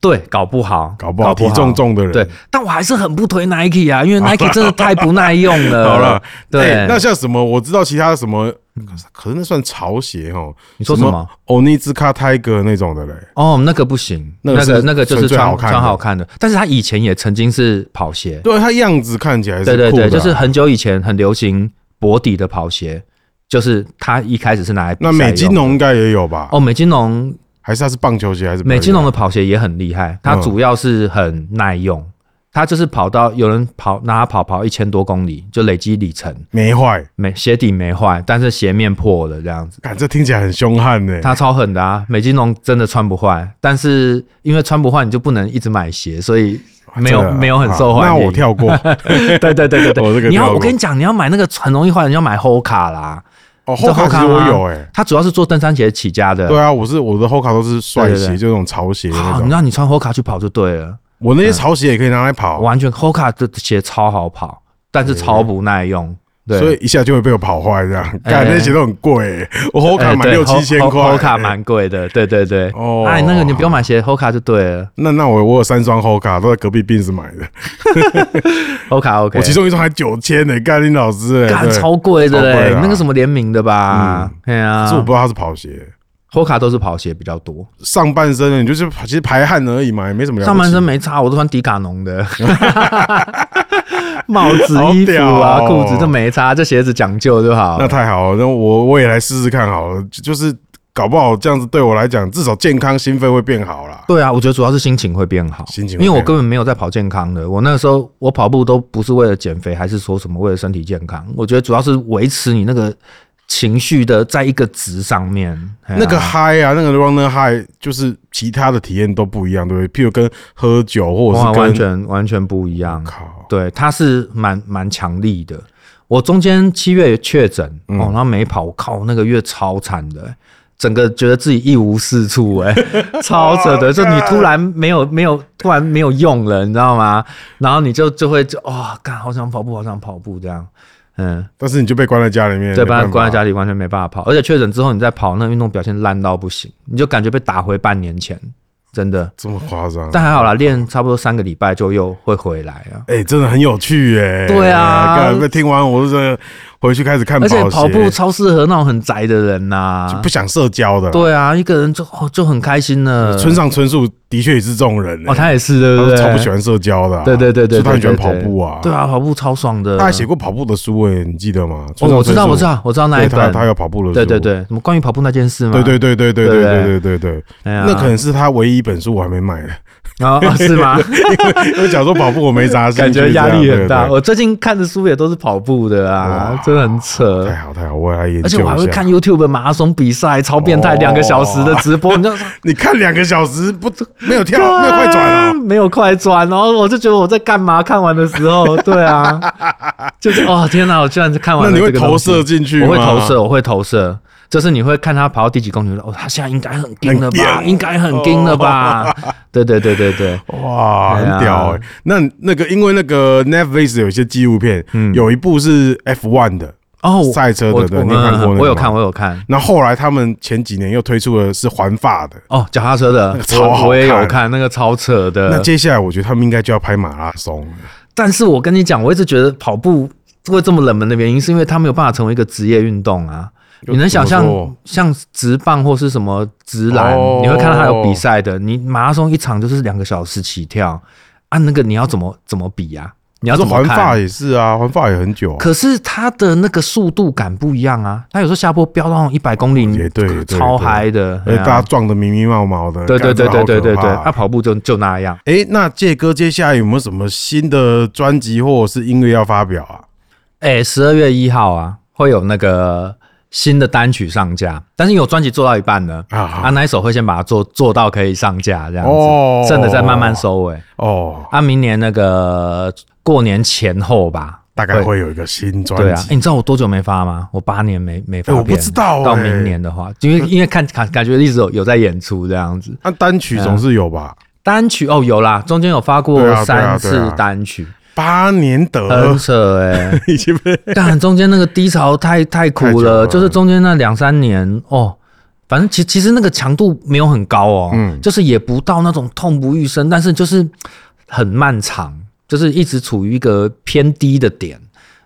[SPEAKER 3] 对，对搞不好，
[SPEAKER 2] 搞不好体重。重的人。
[SPEAKER 3] 对，，但我还是很不推 Nike 啊，因为 Nike 真的太不耐用了。
[SPEAKER 2] (laughs) 好了，
[SPEAKER 3] 对
[SPEAKER 2] 哎，那像什么我知道其他什么，可是那算潮鞋哦。
[SPEAKER 3] 你说什么？
[SPEAKER 2] 欧尼兹卡 Tiger 那种的嘞，
[SPEAKER 3] 哦，那个不行，
[SPEAKER 2] 那
[SPEAKER 3] 那
[SPEAKER 2] 个
[SPEAKER 3] 个
[SPEAKER 2] 是
[SPEAKER 3] 那个就
[SPEAKER 2] 纯
[SPEAKER 3] 是
[SPEAKER 2] 粹
[SPEAKER 3] 穿
[SPEAKER 2] 好看的
[SPEAKER 3] 穿好看的，但是他以前也曾经是跑鞋，
[SPEAKER 2] 对，啊它样子看起来是
[SPEAKER 3] 对对
[SPEAKER 2] 酷的啊
[SPEAKER 3] 对，就是很久以前很流行薄底的跑鞋，就是它一开始是拿来比
[SPEAKER 2] 那
[SPEAKER 3] 赛
[SPEAKER 2] 美啊津
[SPEAKER 3] 用的
[SPEAKER 2] 浓应该也有吧？
[SPEAKER 3] 哦，美津浓
[SPEAKER 2] 还是它是棒球鞋还是
[SPEAKER 3] 美津浓的跑鞋也很厉害，它
[SPEAKER 2] 嗯
[SPEAKER 3] 主要是很耐用，它就是跑到有人跑拿它跑跑一千多公里，就累积里程，
[SPEAKER 2] 没坏？
[SPEAKER 3] 没鞋底没坏，但是鞋面破了这样子。
[SPEAKER 2] 感这听起来很凶悍 (laughs) 呢、
[SPEAKER 3] 它超狠的啊！美津浓真的穿不坏，但是因为穿不坏，你就不能一直买鞋，所以没有
[SPEAKER 2] 真的
[SPEAKER 3] 没有很受
[SPEAKER 2] 啊
[SPEAKER 3] 欢
[SPEAKER 2] 那
[SPEAKER 3] 迎。
[SPEAKER 2] 我跳
[SPEAKER 3] (laughs)
[SPEAKER 2] 过
[SPEAKER 3] 对对对对对，
[SPEAKER 2] 我这个
[SPEAKER 3] 你要
[SPEAKER 2] 跳过
[SPEAKER 3] 我跟你讲，你要买那个很容易坏的，你要买 Hoka 啦。
[SPEAKER 2] 哦，
[SPEAKER 3] 这
[SPEAKER 2] 后卡其实
[SPEAKER 3] 后
[SPEAKER 2] 我
[SPEAKER 3] 卡吗
[SPEAKER 2] 有哎、
[SPEAKER 3] 它主要是做登山鞋起家的。
[SPEAKER 2] 对啊，我是我的后卡都是帅
[SPEAKER 3] 对对
[SPEAKER 2] 鞋，
[SPEAKER 3] 对
[SPEAKER 2] 就那种潮鞋的那
[SPEAKER 3] 啊，你
[SPEAKER 2] 种。
[SPEAKER 3] 让你穿 Hoka 去跑就对了，
[SPEAKER 2] 我那些潮鞋也可以拿来跑，
[SPEAKER 3] 完全 Hoka 的鞋超好跑，但是超不耐用。对，
[SPEAKER 2] 所以一下就会被我跑坏这样。
[SPEAKER 3] 哎
[SPEAKER 2] 感那鞋都很贵、欸，我后卡
[SPEAKER 3] 哎
[SPEAKER 2] 买
[SPEAKER 3] 对
[SPEAKER 2] 六七千
[SPEAKER 3] Ho-
[SPEAKER 2] 块、
[SPEAKER 3] Ho-，Hoka 蛮贵的。对对对，
[SPEAKER 2] 哦
[SPEAKER 3] 哎，那个你不用买鞋，Hoka 就对了
[SPEAKER 2] 那那我我有三双后卡，都在隔壁 bin 是买的，
[SPEAKER 3] ，Hoka OK。
[SPEAKER 2] 我其中一双还九千呢，甘霖老师哎、欸，
[SPEAKER 3] 干超贵的
[SPEAKER 2] 超贵嗯
[SPEAKER 3] 嘞
[SPEAKER 2] 啦，
[SPEAKER 3] 那个什么联名的吧？哎
[SPEAKER 2] 可是我
[SPEAKER 3] 呀
[SPEAKER 2] 不知道它是跑鞋，
[SPEAKER 3] ，Hoka 都是跑鞋比较多，
[SPEAKER 2] 上半身你就是其实排汗而已嘛，也没什么了不
[SPEAKER 3] 上
[SPEAKER 2] 起。
[SPEAKER 3] 半身没差，我都穿迪卡侬的， (laughs) 帽子
[SPEAKER 2] 好、
[SPEAKER 3] 衣服
[SPEAKER 2] 屌
[SPEAKER 3] 啊、
[SPEAKER 2] 哦
[SPEAKER 3] 裤子这没差，这鞋子讲究就好
[SPEAKER 2] 那。太好了，那我我也来试试看好了，就就是搞不好这样子对我来讲，至少健康心肺会变好啦。
[SPEAKER 3] 对啊，我觉得主要是心情会变好，
[SPEAKER 2] 心情会
[SPEAKER 3] 因为我
[SPEAKER 2] 变好
[SPEAKER 3] 根本没有在跑健康的。我那个时候我跑步都不是为了减肥，还是说什么为了身体健康。我觉得主要是维持你那个情绪的在一个值上面。哎呀
[SPEAKER 2] 那个嗨啊，那个 runner high，就是其他的体验都不一样，对不对？譬如跟喝酒，或者是
[SPEAKER 3] 哇
[SPEAKER 2] 跟
[SPEAKER 3] 完全完全不一样。
[SPEAKER 2] 靠，
[SPEAKER 3] 对，它是蛮蛮强力的。我中间七月确诊
[SPEAKER 2] 嗯
[SPEAKER 3] 哦，然后没跑，我靠，那个月超惨的、整个觉得自己一无是处、
[SPEAKER 2] (laughs)
[SPEAKER 3] 哎，超扯的，就你突然没有没有突然没有用了，你知道吗？然后你就就会就哇，干、好想跑步，好想跑步这样，嗯，
[SPEAKER 2] 但是你就被关在家里面，
[SPEAKER 3] 对，
[SPEAKER 2] 没
[SPEAKER 3] 不
[SPEAKER 2] 办
[SPEAKER 3] 然
[SPEAKER 2] 法
[SPEAKER 3] 关在家里完全没办法跑，而且确诊之后你再跑，那运动表现烂到不行，你就感觉被打回半年前，真的。
[SPEAKER 2] 这么夸张。
[SPEAKER 3] 但还好啦，练差不多三个礼拜就又会回来啊。
[SPEAKER 2] 哎、真的很有趣哎、
[SPEAKER 3] 对啊
[SPEAKER 2] 干被听完我是真的，回去开始看
[SPEAKER 3] 而且
[SPEAKER 2] 跑
[SPEAKER 3] 跑
[SPEAKER 2] 鞋
[SPEAKER 3] 步超适合那种很宅的人呐、
[SPEAKER 2] 就不想社交的，，
[SPEAKER 3] 对啊，一个人就哦就很开心了。
[SPEAKER 2] 村上春树的确也是这种人、欸，
[SPEAKER 3] 哦，他也是对
[SPEAKER 2] 他
[SPEAKER 3] 不
[SPEAKER 2] 是
[SPEAKER 3] 对？
[SPEAKER 2] 超不喜欢社交的啊、
[SPEAKER 3] 对。对对
[SPEAKER 2] 所
[SPEAKER 3] 对
[SPEAKER 2] 以他
[SPEAKER 3] 对，
[SPEAKER 2] 很喜欢
[SPEAKER 3] 对
[SPEAKER 2] 跑步啊
[SPEAKER 3] 对啊，跑步超爽的。
[SPEAKER 2] 他还写过跑步的书诶、你记得吗？
[SPEAKER 3] 哦，我知道，我知
[SPEAKER 2] 道，
[SPEAKER 3] 道，我知道那
[SPEAKER 2] 对
[SPEAKER 3] 一
[SPEAKER 2] 他
[SPEAKER 3] 本。
[SPEAKER 2] 他有跑步的书，
[SPEAKER 3] 对对对，什么关于跑步那件事吗？
[SPEAKER 2] 对对对对对对
[SPEAKER 3] 对
[SPEAKER 2] 对对对对，
[SPEAKER 3] 哎呀，
[SPEAKER 2] 那可能是他唯一一本书我还没买的，
[SPEAKER 3] 然后是
[SPEAKER 2] (laughs)
[SPEAKER 3] 吗？
[SPEAKER 2] 因为小时候跑步我没啥兴趣
[SPEAKER 3] (laughs) 感觉压力很大。
[SPEAKER 2] 这样
[SPEAKER 3] 我最近看的书也都是跑步的啊
[SPEAKER 2] 哇，
[SPEAKER 3] 真的很扯
[SPEAKER 2] 对对。太好太好，我也来研
[SPEAKER 3] 而且
[SPEAKER 2] 究
[SPEAKER 3] 我还会
[SPEAKER 2] 一下
[SPEAKER 3] 看。YouTube 马拉松比赛，超变态，
[SPEAKER 2] 哦
[SPEAKER 3] 两个小时的直播，你知道吗？
[SPEAKER 2] 你看两个小时不没有跳，
[SPEAKER 3] (laughs) 对
[SPEAKER 2] 没有快转啊！
[SPEAKER 3] 没有快转，然后我就觉得我在干嘛？看完的
[SPEAKER 2] (laughs)
[SPEAKER 3] 时候，对啊，就是哦，天哪，我居然是看完
[SPEAKER 2] 那
[SPEAKER 3] 了
[SPEAKER 2] 你会
[SPEAKER 3] 这个东
[SPEAKER 2] 投
[SPEAKER 3] 西
[SPEAKER 2] 射进去吗？
[SPEAKER 3] 我会投射，我会投射。就是你会看他跑到第几公里，哦，他现在应该很硬了吧？
[SPEAKER 2] 很硬哦
[SPEAKER 3] 应该很硬了吧？对对对对对，
[SPEAKER 2] 哇，
[SPEAKER 3] 对啊
[SPEAKER 2] 很屌哎、那那个因为那个 Netflix 有一些纪录片，
[SPEAKER 3] 嗯
[SPEAKER 2] 有一部是 F1 的
[SPEAKER 3] 哦，
[SPEAKER 2] 赛车
[SPEAKER 3] 我
[SPEAKER 2] 的，对
[SPEAKER 3] 我
[SPEAKER 2] 你有看过那个
[SPEAKER 3] 嗯
[SPEAKER 2] 吗
[SPEAKER 3] 我有看，。我有看。
[SPEAKER 2] 那后来他们前几年又推出了是环法的，
[SPEAKER 3] 哦，脚踏车的
[SPEAKER 2] 那个，超好
[SPEAKER 3] 我我也有
[SPEAKER 2] 看
[SPEAKER 3] 看那个超扯
[SPEAKER 2] 那
[SPEAKER 3] 的。
[SPEAKER 2] 接下来我觉得他们应该就要拍马拉松了。
[SPEAKER 3] 但是我跟你讲，我一直觉得跑步会这么冷门的原因，是因为它没有办法成为一个职业运动啊。你能想象
[SPEAKER 2] 怎么说
[SPEAKER 3] 像直棒或是什么直篮，
[SPEAKER 2] 哦
[SPEAKER 3] 你会看到它有比赛的，你马拉松一场就是两个小时起跳啊，那个你要怎么怎么比呀、你要
[SPEAKER 2] 可
[SPEAKER 3] 怎
[SPEAKER 2] 是
[SPEAKER 3] 么
[SPEAKER 2] 环
[SPEAKER 3] 看？
[SPEAKER 2] 法也是啊，环法也很久、啊。
[SPEAKER 3] 可是它的那个速度感不一样啊，它有时候下坡飙到一百公里，
[SPEAKER 2] 也对也对
[SPEAKER 3] 超
[SPEAKER 2] 对
[SPEAKER 3] 嗨的，
[SPEAKER 2] 而且
[SPEAKER 3] 对啊
[SPEAKER 2] 呃大家撞得迷迷毛毛的，
[SPEAKER 3] 对对对对对对对，啊他
[SPEAKER 2] 哎、
[SPEAKER 3] 跑步就就那样。
[SPEAKER 2] 诶那介哥接下来有没有什么新的专辑或者是音乐要发表啊？
[SPEAKER 3] 哎，十二月一号啊，会有那个新的单曲上架，但是因为我专辑做到一半呢，
[SPEAKER 2] 啊
[SPEAKER 3] 啊，那一首会先把它做做到可以上架这样
[SPEAKER 2] 哦
[SPEAKER 3] 子，剩的再慢慢收尾。
[SPEAKER 2] 哦，
[SPEAKER 3] 啊，明年那个过年前后吧，
[SPEAKER 2] 大概
[SPEAKER 3] 对
[SPEAKER 2] 会有一个新专
[SPEAKER 3] 对啊，
[SPEAKER 2] 辑
[SPEAKER 3] 哎，。你知道我多久没发吗？我八年没没
[SPEAKER 2] 哎
[SPEAKER 3] 发片，
[SPEAKER 2] 我不知道哎
[SPEAKER 3] 到明年的话，因为因为看感感觉一直有有在演出这样子。
[SPEAKER 2] 那、单曲总是有吧？
[SPEAKER 3] 单曲哦有啦，中间有发过
[SPEAKER 2] 对啊对啊
[SPEAKER 3] 三次
[SPEAKER 2] 对啊呃
[SPEAKER 3] 单曲，
[SPEAKER 2] 八年
[SPEAKER 3] 很
[SPEAKER 2] 得
[SPEAKER 3] 扯哎。
[SPEAKER 2] (laughs) 已经被 (laughs)
[SPEAKER 3] 但中间那个低潮太太
[SPEAKER 2] 太
[SPEAKER 3] 苦
[SPEAKER 2] 久
[SPEAKER 3] 了，
[SPEAKER 2] 了
[SPEAKER 3] 就是中间那两三年哦，反正其其实那个强度没有很高哦，
[SPEAKER 2] 嗯
[SPEAKER 3] 就是也不到那种痛不欲生，但是就是很漫长，就是一直处于一个偏低的点，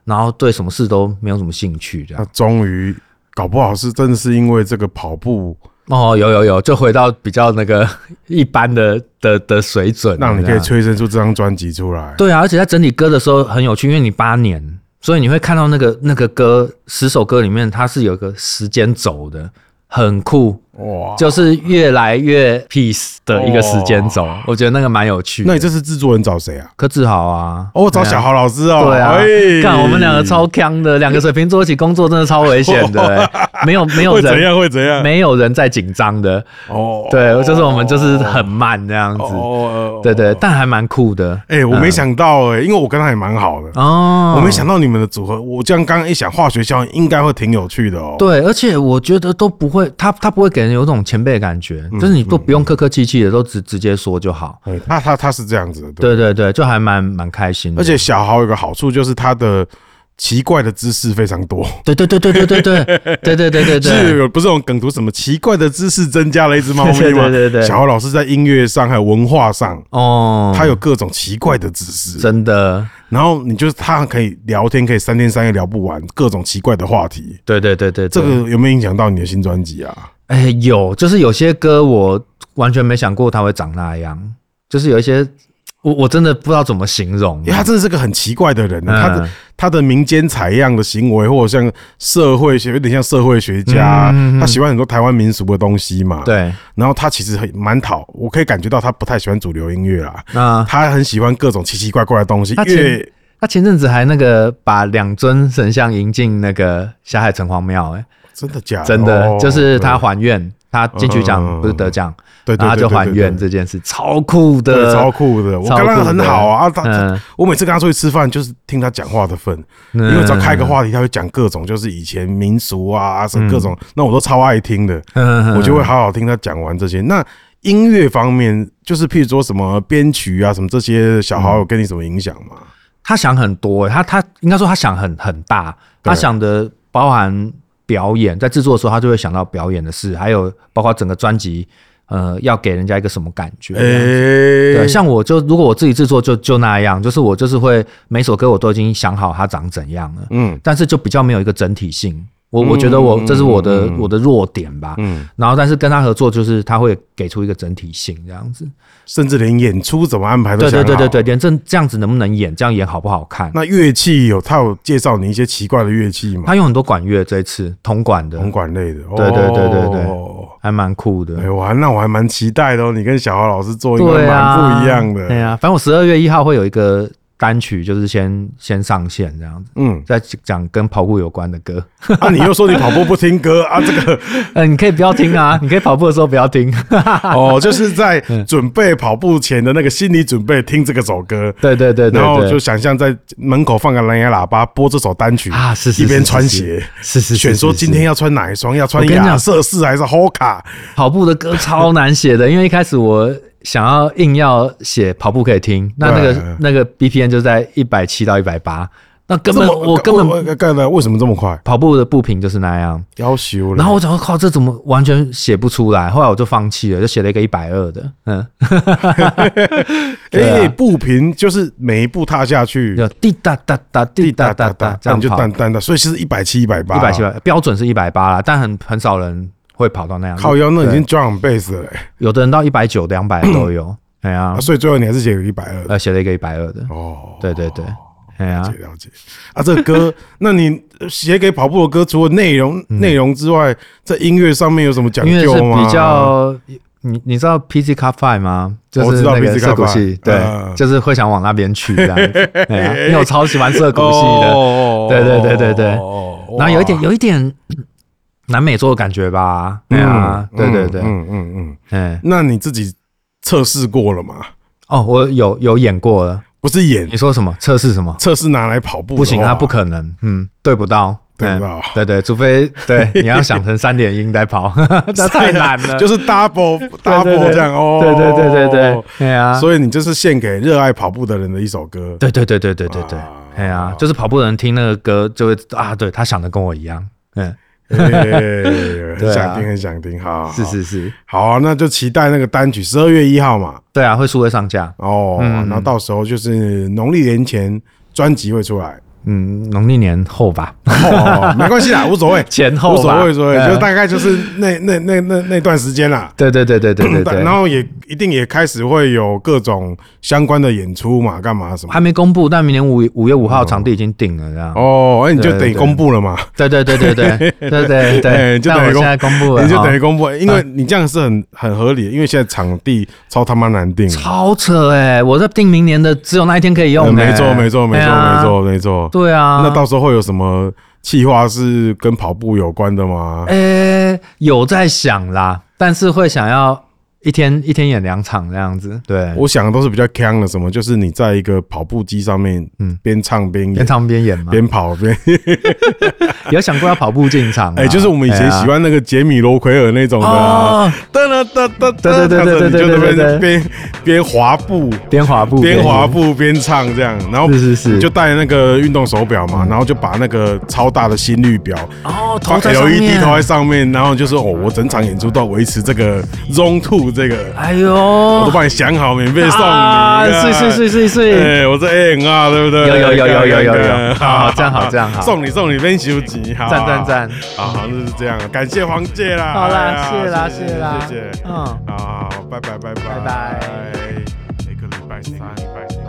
[SPEAKER 3] 然后对什么事都没有什么兴趣这
[SPEAKER 2] 那
[SPEAKER 3] 样。
[SPEAKER 2] 终于搞不好是真的是因为这个跑步，
[SPEAKER 3] 哦，有有有，就回到比较那个 (laughs) 一般的的的水准，
[SPEAKER 2] 让你可
[SPEAKER 3] 这
[SPEAKER 2] 以
[SPEAKER 3] 样
[SPEAKER 2] 催生出这张专辑出来。
[SPEAKER 3] 对啊，而且在整理歌的时候很有趣，因为你八年，所以你会看到那个那个歌十首歌里面，它是有一个时间轴的，很酷，
[SPEAKER 2] 哇，
[SPEAKER 3] 就是越来越 peace 的一个时间轴，我觉得那个蛮有趣的。
[SPEAKER 2] 那你这次制作人找谁啊？
[SPEAKER 3] 柯志豪啊，
[SPEAKER 2] 哦，我找小豪老师哦。
[SPEAKER 3] 对啊
[SPEAKER 2] 哎，
[SPEAKER 3] 看我们两个超强的，两个水瓶座一起工作真的超危险的、
[SPEAKER 2] (laughs)
[SPEAKER 3] 欸没有没
[SPEAKER 2] (laughs)
[SPEAKER 3] 有
[SPEAKER 2] 会怎
[SPEAKER 3] 人
[SPEAKER 2] 样？会怎样？
[SPEAKER 3] 没有人在紧张的，
[SPEAKER 2] 哦，
[SPEAKER 3] 对，就是我们就是很慢这样子，
[SPEAKER 2] 哦
[SPEAKER 3] 对。嗯对，但还蛮酷的
[SPEAKER 2] 哎、我没想到哎、因为我跟他也蛮好的，
[SPEAKER 3] 哦，
[SPEAKER 2] 我没想到你们的组合。我这样刚刚一想，化学效应应该会挺有趣的哦。
[SPEAKER 3] 对，而且我觉得都不会，他他不会给人有一种前辈的感觉，就是你都不用客客气气的，都直直接说就好。
[SPEAKER 2] 对，他他他是这样子的，对。
[SPEAKER 3] 对对对，就还蛮蛮开心的。
[SPEAKER 2] 而且小豪有个好处就是他的奇怪的知识非常多。
[SPEAKER 3] 对，对对对对对对对对对对
[SPEAKER 2] 是 (laughs)
[SPEAKER 3] 对，
[SPEAKER 2] 有不是那种梗图什么奇怪的知识增加了一只猫咪吗？
[SPEAKER 3] (laughs) 对对对对
[SPEAKER 2] 小豪老师在音乐上还有文化上，
[SPEAKER 3] 哦，
[SPEAKER 2] 他有各种奇怪的知识，
[SPEAKER 3] 真的，
[SPEAKER 2] 然后你就是他可以聊天，可以三天三夜聊不完各种奇怪的话题。
[SPEAKER 3] 对对对对，对
[SPEAKER 2] 这个有没有影响到你的新专辑啊？
[SPEAKER 3] 哎有，就是有些歌我完全没想过它会长那样，就是有一些我我真的不知道怎么形容
[SPEAKER 2] 因为。他真的是个很奇怪的人呢、
[SPEAKER 3] 嗯
[SPEAKER 2] 他的他的民间采样的行为，或者像社会学，有点像社会学家，
[SPEAKER 3] 嗯嗯嗯
[SPEAKER 2] 他喜欢很多台湾民俗的东西嘛。，
[SPEAKER 3] 对，
[SPEAKER 2] 然后他其实很蛮讨，我可以感觉到他不太喜欢主流音乐啦。
[SPEAKER 3] 那
[SPEAKER 2] 他很喜欢各种奇奇怪怪的东西
[SPEAKER 3] 他，前
[SPEAKER 2] 越
[SPEAKER 3] 他前阵子还那个把两尊神像迎进那个霞海城隍庙，哎，
[SPEAKER 2] 真的假的？
[SPEAKER 3] 真的、
[SPEAKER 2] 哦
[SPEAKER 3] 就是他还愿，他金曲
[SPEAKER 2] 嗯嗯嗯
[SPEAKER 3] 奖
[SPEAKER 2] 嗯
[SPEAKER 3] 不是得奖，
[SPEAKER 2] 对对对
[SPEAKER 3] 然后他就还愿
[SPEAKER 2] 对
[SPEAKER 3] 这件事，超酷
[SPEAKER 2] 对对
[SPEAKER 3] 的，
[SPEAKER 2] 超酷的。我
[SPEAKER 3] 超
[SPEAKER 2] 跟
[SPEAKER 3] 酷的
[SPEAKER 2] 他很好啊，啊他他
[SPEAKER 3] 嗯，
[SPEAKER 2] 我每次跟他出去吃饭，就是听他讲话的份，
[SPEAKER 3] 因
[SPEAKER 2] 因为只要
[SPEAKER 3] 嗯
[SPEAKER 2] 开个，话题，他会讲各种就是以前民俗啊，什么各
[SPEAKER 3] 嗯
[SPEAKER 2] 种，那我都超爱听的。
[SPEAKER 3] 我
[SPEAKER 2] 我就会好好听他讲完这些。那音乐方面，就是譬如说什么编曲啊，什么这些，小豪有跟你什么影响吗？
[SPEAKER 3] 他想很多，欸他他应该说他想很很大，
[SPEAKER 2] 对
[SPEAKER 3] 他想的包含表演，在制作的时候他就会想到表演的事，还有包括整个专辑呃要给人家一个什么感觉。啊
[SPEAKER 2] 哎、
[SPEAKER 3] 嗯
[SPEAKER 2] 嗯
[SPEAKER 3] 对，啊像我就如果我自己制作就就那样，就是我就是会每首歌我都已经想好它长怎样了，
[SPEAKER 2] 嗯
[SPEAKER 3] 但是就比较没有一个整体性。我
[SPEAKER 2] 嗯
[SPEAKER 3] 我觉得我
[SPEAKER 2] 嗯
[SPEAKER 3] 这是我的
[SPEAKER 2] 嗯嗯
[SPEAKER 3] 我的弱点吧，
[SPEAKER 2] 嗯，
[SPEAKER 3] 然后但是跟他合作就是他会给出一个整体性这样子。
[SPEAKER 2] 甚至连演出怎么安排都想
[SPEAKER 3] 对对
[SPEAKER 2] 好
[SPEAKER 3] 对对对，。连这这样子能不能演，这样演好不好看？
[SPEAKER 2] 那乐器有他有介绍你一些奇怪的乐器吗？
[SPEAKER 3] 他用很多管乐这一次铜管的，
[SPEAKER 2] 铜管类的，
[SPEAKER 3] 对对对对对
[SPEAKER 2] 哦
[SPEAKER 3] 还蛮酷的。
[SPEAKER 2] 哎，我还那我还蛮期待的哦，你跟小豪老师做应该
[SPEAKER 3] 对啊，
[SPEAKER 2] 蛮不一样
[SPEAKER 3] 对
[SPEAKER 2] 的。
[SPEAKER 3] 啊，反正我十二月一号会有一个单曲，就是先先上线这样子，
[SPEAKER 2] 嗯，
[SPEAKER 3] 再讲跟跑步有关的歌。
[SPEAKER 2] 啊，你又说你跑步不听歌 (laughs) 啊，这
[SPEAKER 3] (laughs)
[SPEAKER 2] 个
[SPEAKER 3] 呃，你可以不要听
[SPEAKER 2] (laughs)
[SPEAKER 3] 啊，你可以跑步的时候不要听。 (laughs)
[SPEAKER 2] 哦，就是在
[SPEAKER 3] 嗯
[SPEAKER 2] 准备跑步前的那个心理准备，听这个首歌，
[SPEAKER 3] 对对对对对，
[SPEAKER 2] 然后就想象在门口放个蓝牙喇叭播这首单曲，
[SPEAKER 3] 啊，是是
[SPEAKER 2] 一边
[SPEAKER 3] 是
[SPEAKER 2] 穿
[SPEAKER 3] 是
[SPEAKER 2] 鞋，
[SPEAKER 3] 是是是
[SPEAKER 2] 选说
[SPEAKER 3] 是是
[SPEAKER 2] 今天要穿哪一双，要穿
[SPEAKER 3] 我跟你
[SPEAKER 2] 亚
[SPEAKER 3] 讲
[SPEAKER 2] 瑟士还是 Hoka，
[SPEAKER 3] 跑步的歌超难写的，因为一开始我想要硬要写跑步可以听，那那
[SPEAKER 2] 对
[SPEAKER 3] 个那个 BPM 就在一百七到一百八，那根本
[SPEAKER 2] 这么
[SPEAKER 3] 我根本
[SPEAKER 2] 我干的为什么这么快？
[SPEAKER 3] 跑步的步频就是那样。
[SPEAKER 2] 要修了。
[SPEAKER 3] 然后我想说，靠，这怎么完全写不出来？后来我就放弃了，就写了一个一百二的，嗯，对
[SPEAKER 2] 哎，
[SPEAKER 3] 啊
[SPEAKER 2] 步频就是每一步踏下去，
[SPEAKER 3] 就滴答答答滴答答答这
[SPEAKER 2] 那
[SPEAKER 3] 样
[SPEAKER 2] 你就啊
[SPEAKER 3] 跑，
[SPEAKER 2] 淡淡的，所以其实一百七、一百八、
[SPEAKER 3] 一百七百标准是一百八啦，但很很少人会跑到那样。
[SPEAKER 2] 靠腰，那已
[SPEAKER 3] 对
[SPEAKER 2] 经 drum base 了、欸
[SPEAKER 3] 有的人到一百九、
[SPEAKER 2] (clears throat)
[SPEAKER 3] 两百都有，哎呀
[SPEAKER 2] 啊，，所以最后你还是写一百二
[SPEAKER 3] 呃，写了一个一百二的，
[SPEAKER 2] 哦。
[SPEAKER 3] 对对对，哎呀
[SPEAKER 2] 了，解了解啊，这个歌，那你呃写给跑步的歌，除了内容内容之外，在音乐上面有什么讲
[SPEAKER 3] 因为
[SPEAKER 2] 究
[SPEAKER 3] 嗯是
[SPEAKER 2] 吗？
[SPEAKER 3] 比较，你你知道 PC Cup Five 吗？就
[SPEAKER 2] 我知
[SPEAKER 3] 是
[SPEAKER 2] 道
[SPEAKER 3] 那
[SPEAKER 2] PC
[SPEAKER 3] 个涩谷
[SPEAKER 2] Cup
[SPEAKER 3] 系
[SPEAKER 2] Five，，
[SPEAKER 3] 对
[SPEAKER 2] 嗯，
[SPEAKER 3] 就是会想往那边去这
[SPEAKER 2] (laughs)
[SPEAKER 3] 样子，哎呀因为我超喜欢涩谷系的，
[SPEAKER 2] 哦
[SPEAKER 3] 对对对对对
[SPEAKER 2] 哦
[SPEAKER 3] 然后有一点
[SPEAKER 2] 哇
[SPEAKER 3] 有一点嗯南美洲的感觉吧，哎呀，对对对，
[SPEAKER 2] 嗯嗯嗯，
[SPEAKER 3] 哎，
[SPEAKER 2] 那你自己测试过了吗？
[SPEAKER 3] 哦，我有有演过了，
[SPEAKER 2] 不是演
[SPEAKER 3] 你说什么测试什么？
[SPEAKER 2] 测试拿来跑步的话，
[SPEAKER 3] 不行，他不可能，嗯，对不到，
[SPEAKER 2] 对
[SPEAKER 3] 嗯
[SPEAKER 2] 不到
[SPEAKER 3] 对对，除非
[SPEAKER 2] (laughs)
[SPEAKER 3] 对你要想成三点音在跑， (laughs) 那太难了，
[SPEAKER 2] 就是 double
[SPEAKER 3] 哎 (laughs) 对
[SPEAKER 2] double
[SPEAKER 3] 对
[SPEAKER 2] 这样哦。
[SPEAKER 3] 对对对对对，对啊，
[SPEAKER 2] 所以你就是献给热爱跑步的人的一首歌。
[SPEAKER 3] 对对对对对对对
[SPEAKER 2] 啊，
[SPEAKER 3] 哎呀，就是跑步的人听那个歌就会啊，对他想的跟我一样，嗯，
[SPEAKER 2] 对哎很
[SPEAKER 3] (laughs) 对啊
[SPEAKER 2] 想听，很想听，好，好
[SPEAKER 3] 是，是是，
[SPEAKER 2] 好啊，那就期待那个单曲十二月一号嘛，
[SPEAKER 3] 对啊，会数位上架，
[SPEAKER 2] 哦，
[SPEAKER 3] 嗯
[SPEAKER 2] 然后到时候就是农历年前专辑会出来，
[SPEAKER 3] 嗯，农历年后吧，，
[SPEAKER 2] 哦，没关系啦，无所谓
[SPEAKER 3] 前 (laughs) 后
[SPEAKER 2] 无
[SPEAKER 3] 吧
[SPEAKER 2] 所谓，无所谓，
[SPEAKER 3] 嗯
[SPEAKER 2] 就大概就是那那那那那段时间啦。
[SPEAKER 3] 对对对对对对对，
[SPEAKER 2] (coughs) 然后也一定也开始会有各种相关的演出嘛，干嘛什么？
[SPEAKER 3] 还没公布，但明年五五月五号场地已经定了，这样。
[SPEAKER 2] 哦，那你就
[SPEAKER 3] 对
[SPEAKER 2] 等于
[SPEAKER 3] 对
[SPEAKER 2] 公布了嘛？
[SPEAKER 3] 对对对
[SPEAKER 2] (laughs)
[SPEAKER 3] 对对对对
[SPEAKER 2] 哎
[SPEAKER 3] 对，
[SPEAKER 2] 就
[SPEAKER 3] 但
[SPEAKER 2] 等于
[SPEAKER 3] 我
[SPEAKER 2] 公
[SPEAKER 3] 现在公布了，
[SPEAKER 2] 你就等于
[SPEAKER 3] 哦
[SPEAKER 2] 公布，因为你这样是很很合理的，因为现在场地超他妈难定，
[SPEAKER 3] 超扯哎！我在定明年的，只有那一天可以用
[SPEAKER 2] 呃
[SPEAKER 3] 欸。
[SPEAKER 2] 没错没错没
[SPEAKER 3] 对
[SPEAKER 2] 错
[SPEAKER 3] 啊
[SPEAKER 2] 没。错没错。
[SPEAKER 3] 对啊，
[SPEAKER 2] 那到时候会有什么计划是跟跑步有关的吗？
[SPEAKER 3] 呃有在想啦，但是会想要一天一天演两场这样子。对，
[SPEAKER 2] 我想的都是比较强的，什么就是你在一个跑步机上面，嗯
[SPEAKER 3] 嗯，
[SPEAKER 2] 边唱边
[SPEAKER 3] 边
[SPEAKER 2] 演，
[SPEAKER 3] 唱啊边演嘛。
[SPEAKER 2] 边跑边，
[SPEAKER 3] 有想过要跑步进场啊？
[SPEAKER 2] 哎，就是我们以前
[SPEAKER 3] 哎呀
[SPEAKER 2] 喜欢那个杰米罗奎尔那种的啊，
[SPEAKER 3] 哦，
[SPEAKER 2] 噔噔噔噔噔，
[SPEAKER 3] 对对对对
[SPEAKER 2] 你
[SPEAKER 3] 对对
[SPEAKER 2] 就那边
[SPEAKER 3] 对对对
[SPEAKER 2] 边边滑步，
[SPEAKER 3] 边滑步
[SPEAKER 2] 边滑步边唱这样，然后
[SPEAKER 3] 是是嗯是
[SPEAKER 2] 就戴那个运动手表嘛，然后就把那个超大的心率表把
[SPEAKER 3] 哦，头在上
[SPEAKER 2] LED
[SPEAKER 3] 面。
[SPEAKER 2] 投在上面，然后就说哦，我整场演出都要维持这个 Zone Two 这个，
[SPEAKER 3] 哎呦，
[SPEAKER 2] 我都帮你想好，免费送
[SPEAKER 3] 啊
[SPEAKER 2] 你。
[SPEAKER 3] 是是是是是，
[SPEAKER 2] 哎，我这 A N 啊，对不对？
[SPEAKER 3] 有有有有有有有
[SPEAKER 2] 看看
[SPEAKER 3] 好好这样好这样好
[SPEAKER 2] 送你送你分修集，好
[SPEAKER 3] 赞赞，赞，
[SPEAKER 2] 好好那就是这样，感谢黄介啦，
[SPEAKER 3] 好
[SPEAKER 2] 哎
[SPEAKER 3] 啦
[SPEAKER 2] 呀，
[SPEAKER 3] 谢啦谢啦，
[SPEAKER 2] 谢谢，
[SPEAKER 3] 嗯。
[SPEAKER 2] 好好，好拜拜拜拜
[SPEAKER 3] 拜拜，
[SPEAKER 2] 每个礼拜三，拜拜。